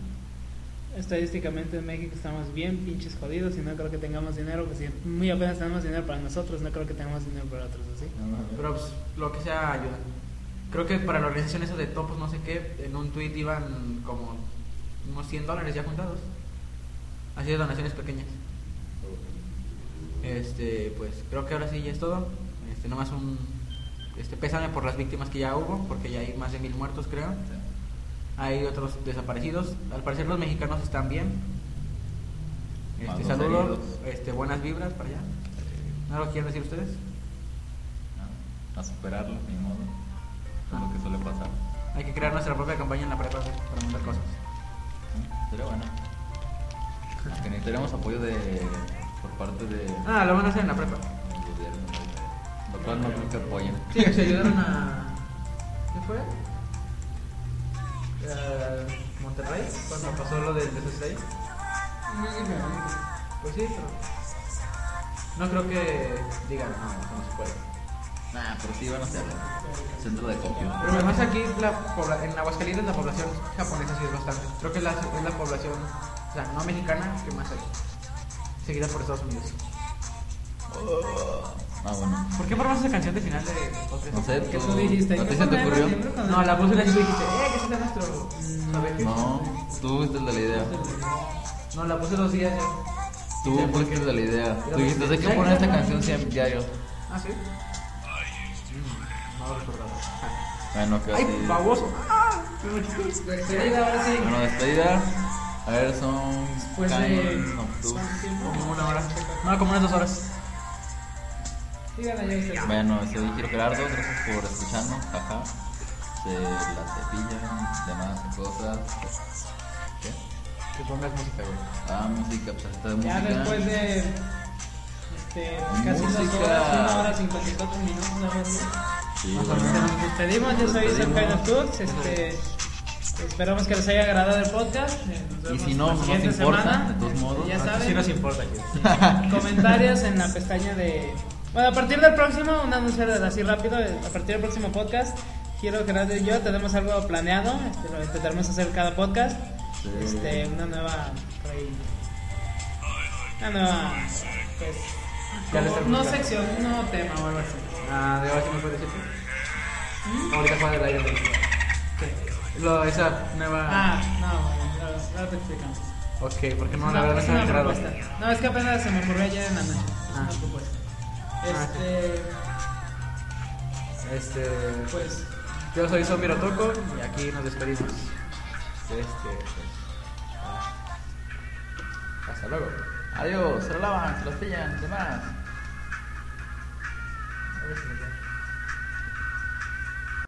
S2: Estadísticamente en México estamos bien pinches jodidos y no creo que tengamos dinero, pues si muy apenas tenemos dinero para nosotros, no creo que tengamos dinero para otros, ¿así?
S3: No, no, no.
S1: Pero pues, lo que sea ayuda. Creo que para la organización eso de topos, no sé qué, en un tweet iban como unos 100 dólares ya juntados. Así de donaciones pequeñas. Este, pues creo que ahora sí ya es todo. Este, nomás un este, pésame por las víctimas que ya hubo, porque ya hay más de mil muertos, creo. Hay otros desaparecidos. Al parecer los mexicanos están bien. Este,
S3: Malos
S1: saludos,
S3: heridos.
S1: este, buenas vibras para allá. ¿No lo quieren decir ustedes?
S3: A superarlo, ni modo. Es lo que suele pasar.
S1: Hay que crear nuestra propia campaña en la prepa güey, para montar cosas.
S3: Sí, Sería bueno. Aunque necesitaremos apoyo de por parte de
S1: Ah, lo van a hacer en la prepa.
S3: del gobierno. Lo cual no creo que apoyen.
S1: Sí, se ayudaron a. ¿Qué fue? Eh, Monterrey, cuando pasó lo del desastre ahí. Pues sí, pero. No creo que digan, no, eso no se puede.
S3: Nah, pero sí van a hacerlo. Centro de copio. Ah,
S1: Pero además aquí la pobla- en Aguascalientes la población japonesa sí es bastante. Creo que la, es la población, o sea, no mexicana, que más hay. Seguida por Estados Unidos.
S3: Ah, bueno.
S1: ¿Por qué formamos esa canción de final de podcast?
S3: No sé, pues,
S2: ¿Qué
S3: tú-
S2: tú dijiste?
S3: ¿a ti
S2: ¿Qué
S3: se te
S2: problema
S3: ocurrió?
S2: siempre con
S1: No,
S2: el-
S1: la puse en el y dijiste, eh, que ese es nuestro. ¿sabes?
S3: No, tú fuiste el de la idea.
S1: No, la puse dos días.
S3: Tú fuiste el de la idea. Tú dijiste, hay que poner esta canción siempre diario.
S1: Ah, sí. Mm, No lo recordaba.
S3: Bueno, que
S1: ¡Ay, baboso! Ah,
S2: Despedida, ahora sí.
S3: Bueno, despedida. A ver, son.
S2: Pues, eh,
S3: Kind of Two.
S1: Como una hora. No, como unas dos horas.
S2: Digan allá ustedes.
S3: Bueno, soy Giro Gerardo, gracias por escucharnos, jaja. Se la cepillan, demás cosas. ¿Qué?
S1: Que pongas música, güey.
S3: Ah, música, pues está de música.
S2: Ya después de este, casi dos
S3: Música.
S2: horas, una hora 54 minutos, ¿no?
S3: Sí,
S1: Ajá.
S3: bueno.
S2: Nos despedimos, yo soy
S3: Nos
S2: Isaac
S3: despedimos.
S2: Tux, este, esperamos que les haya agradado el podcast. eh, nos
S3: Y
S2: vemos
S3: si no,
S2: la
S3: no nos
S2: siguiente
S3: importa,
S2: semana,
S3: de todos
S2: este,
S3: modos.
S2: Ya
S1: No,
S2: saben,
S1: Sí nos importa, güey.
S2: comentarios en la pestaña de Bueno, a partir del próximo, un anuncio de- así rápido, eh, a partir del próximo podcast, quiero que Nadia y yo tenemos algo planeado, este, lo intentaremos hacer cada podcast,
S3: Sí.
S2: este, una nueva, por ahí, una nueva, pues,
S1: Ya lo
S2: como-
S1: estoy
S2: no
S1: buscando.
S2: sección, un nuevo tema o algo así.
S1: Ah, de ahora sí me puedes decir. ¿Mm? Ahorita juega del aire. ¿Qué? Lo, esa nueva.
S2: Ah, no, bueno, ahora te explicamos.
S1: Ok, porque no, la
S2: Es una-
S1: verdad
S2: es
S1: no me
S2: una
S1: he enterado.
S2: propuesta. No, es que apenas se me ocurrió ayer en la noche, es
S1: Ah.
S2: una propuesta.
S1: Ah,
S2: Este,
S1: Este.
S2: pues,
S1: Yo soy Zombie Rotoco y aquí nos despedimos. Este. pues, ah. Hasta luego.
S3: Adiós, se lo lavan, se los pillan, demás.
S1: A ver si me queda.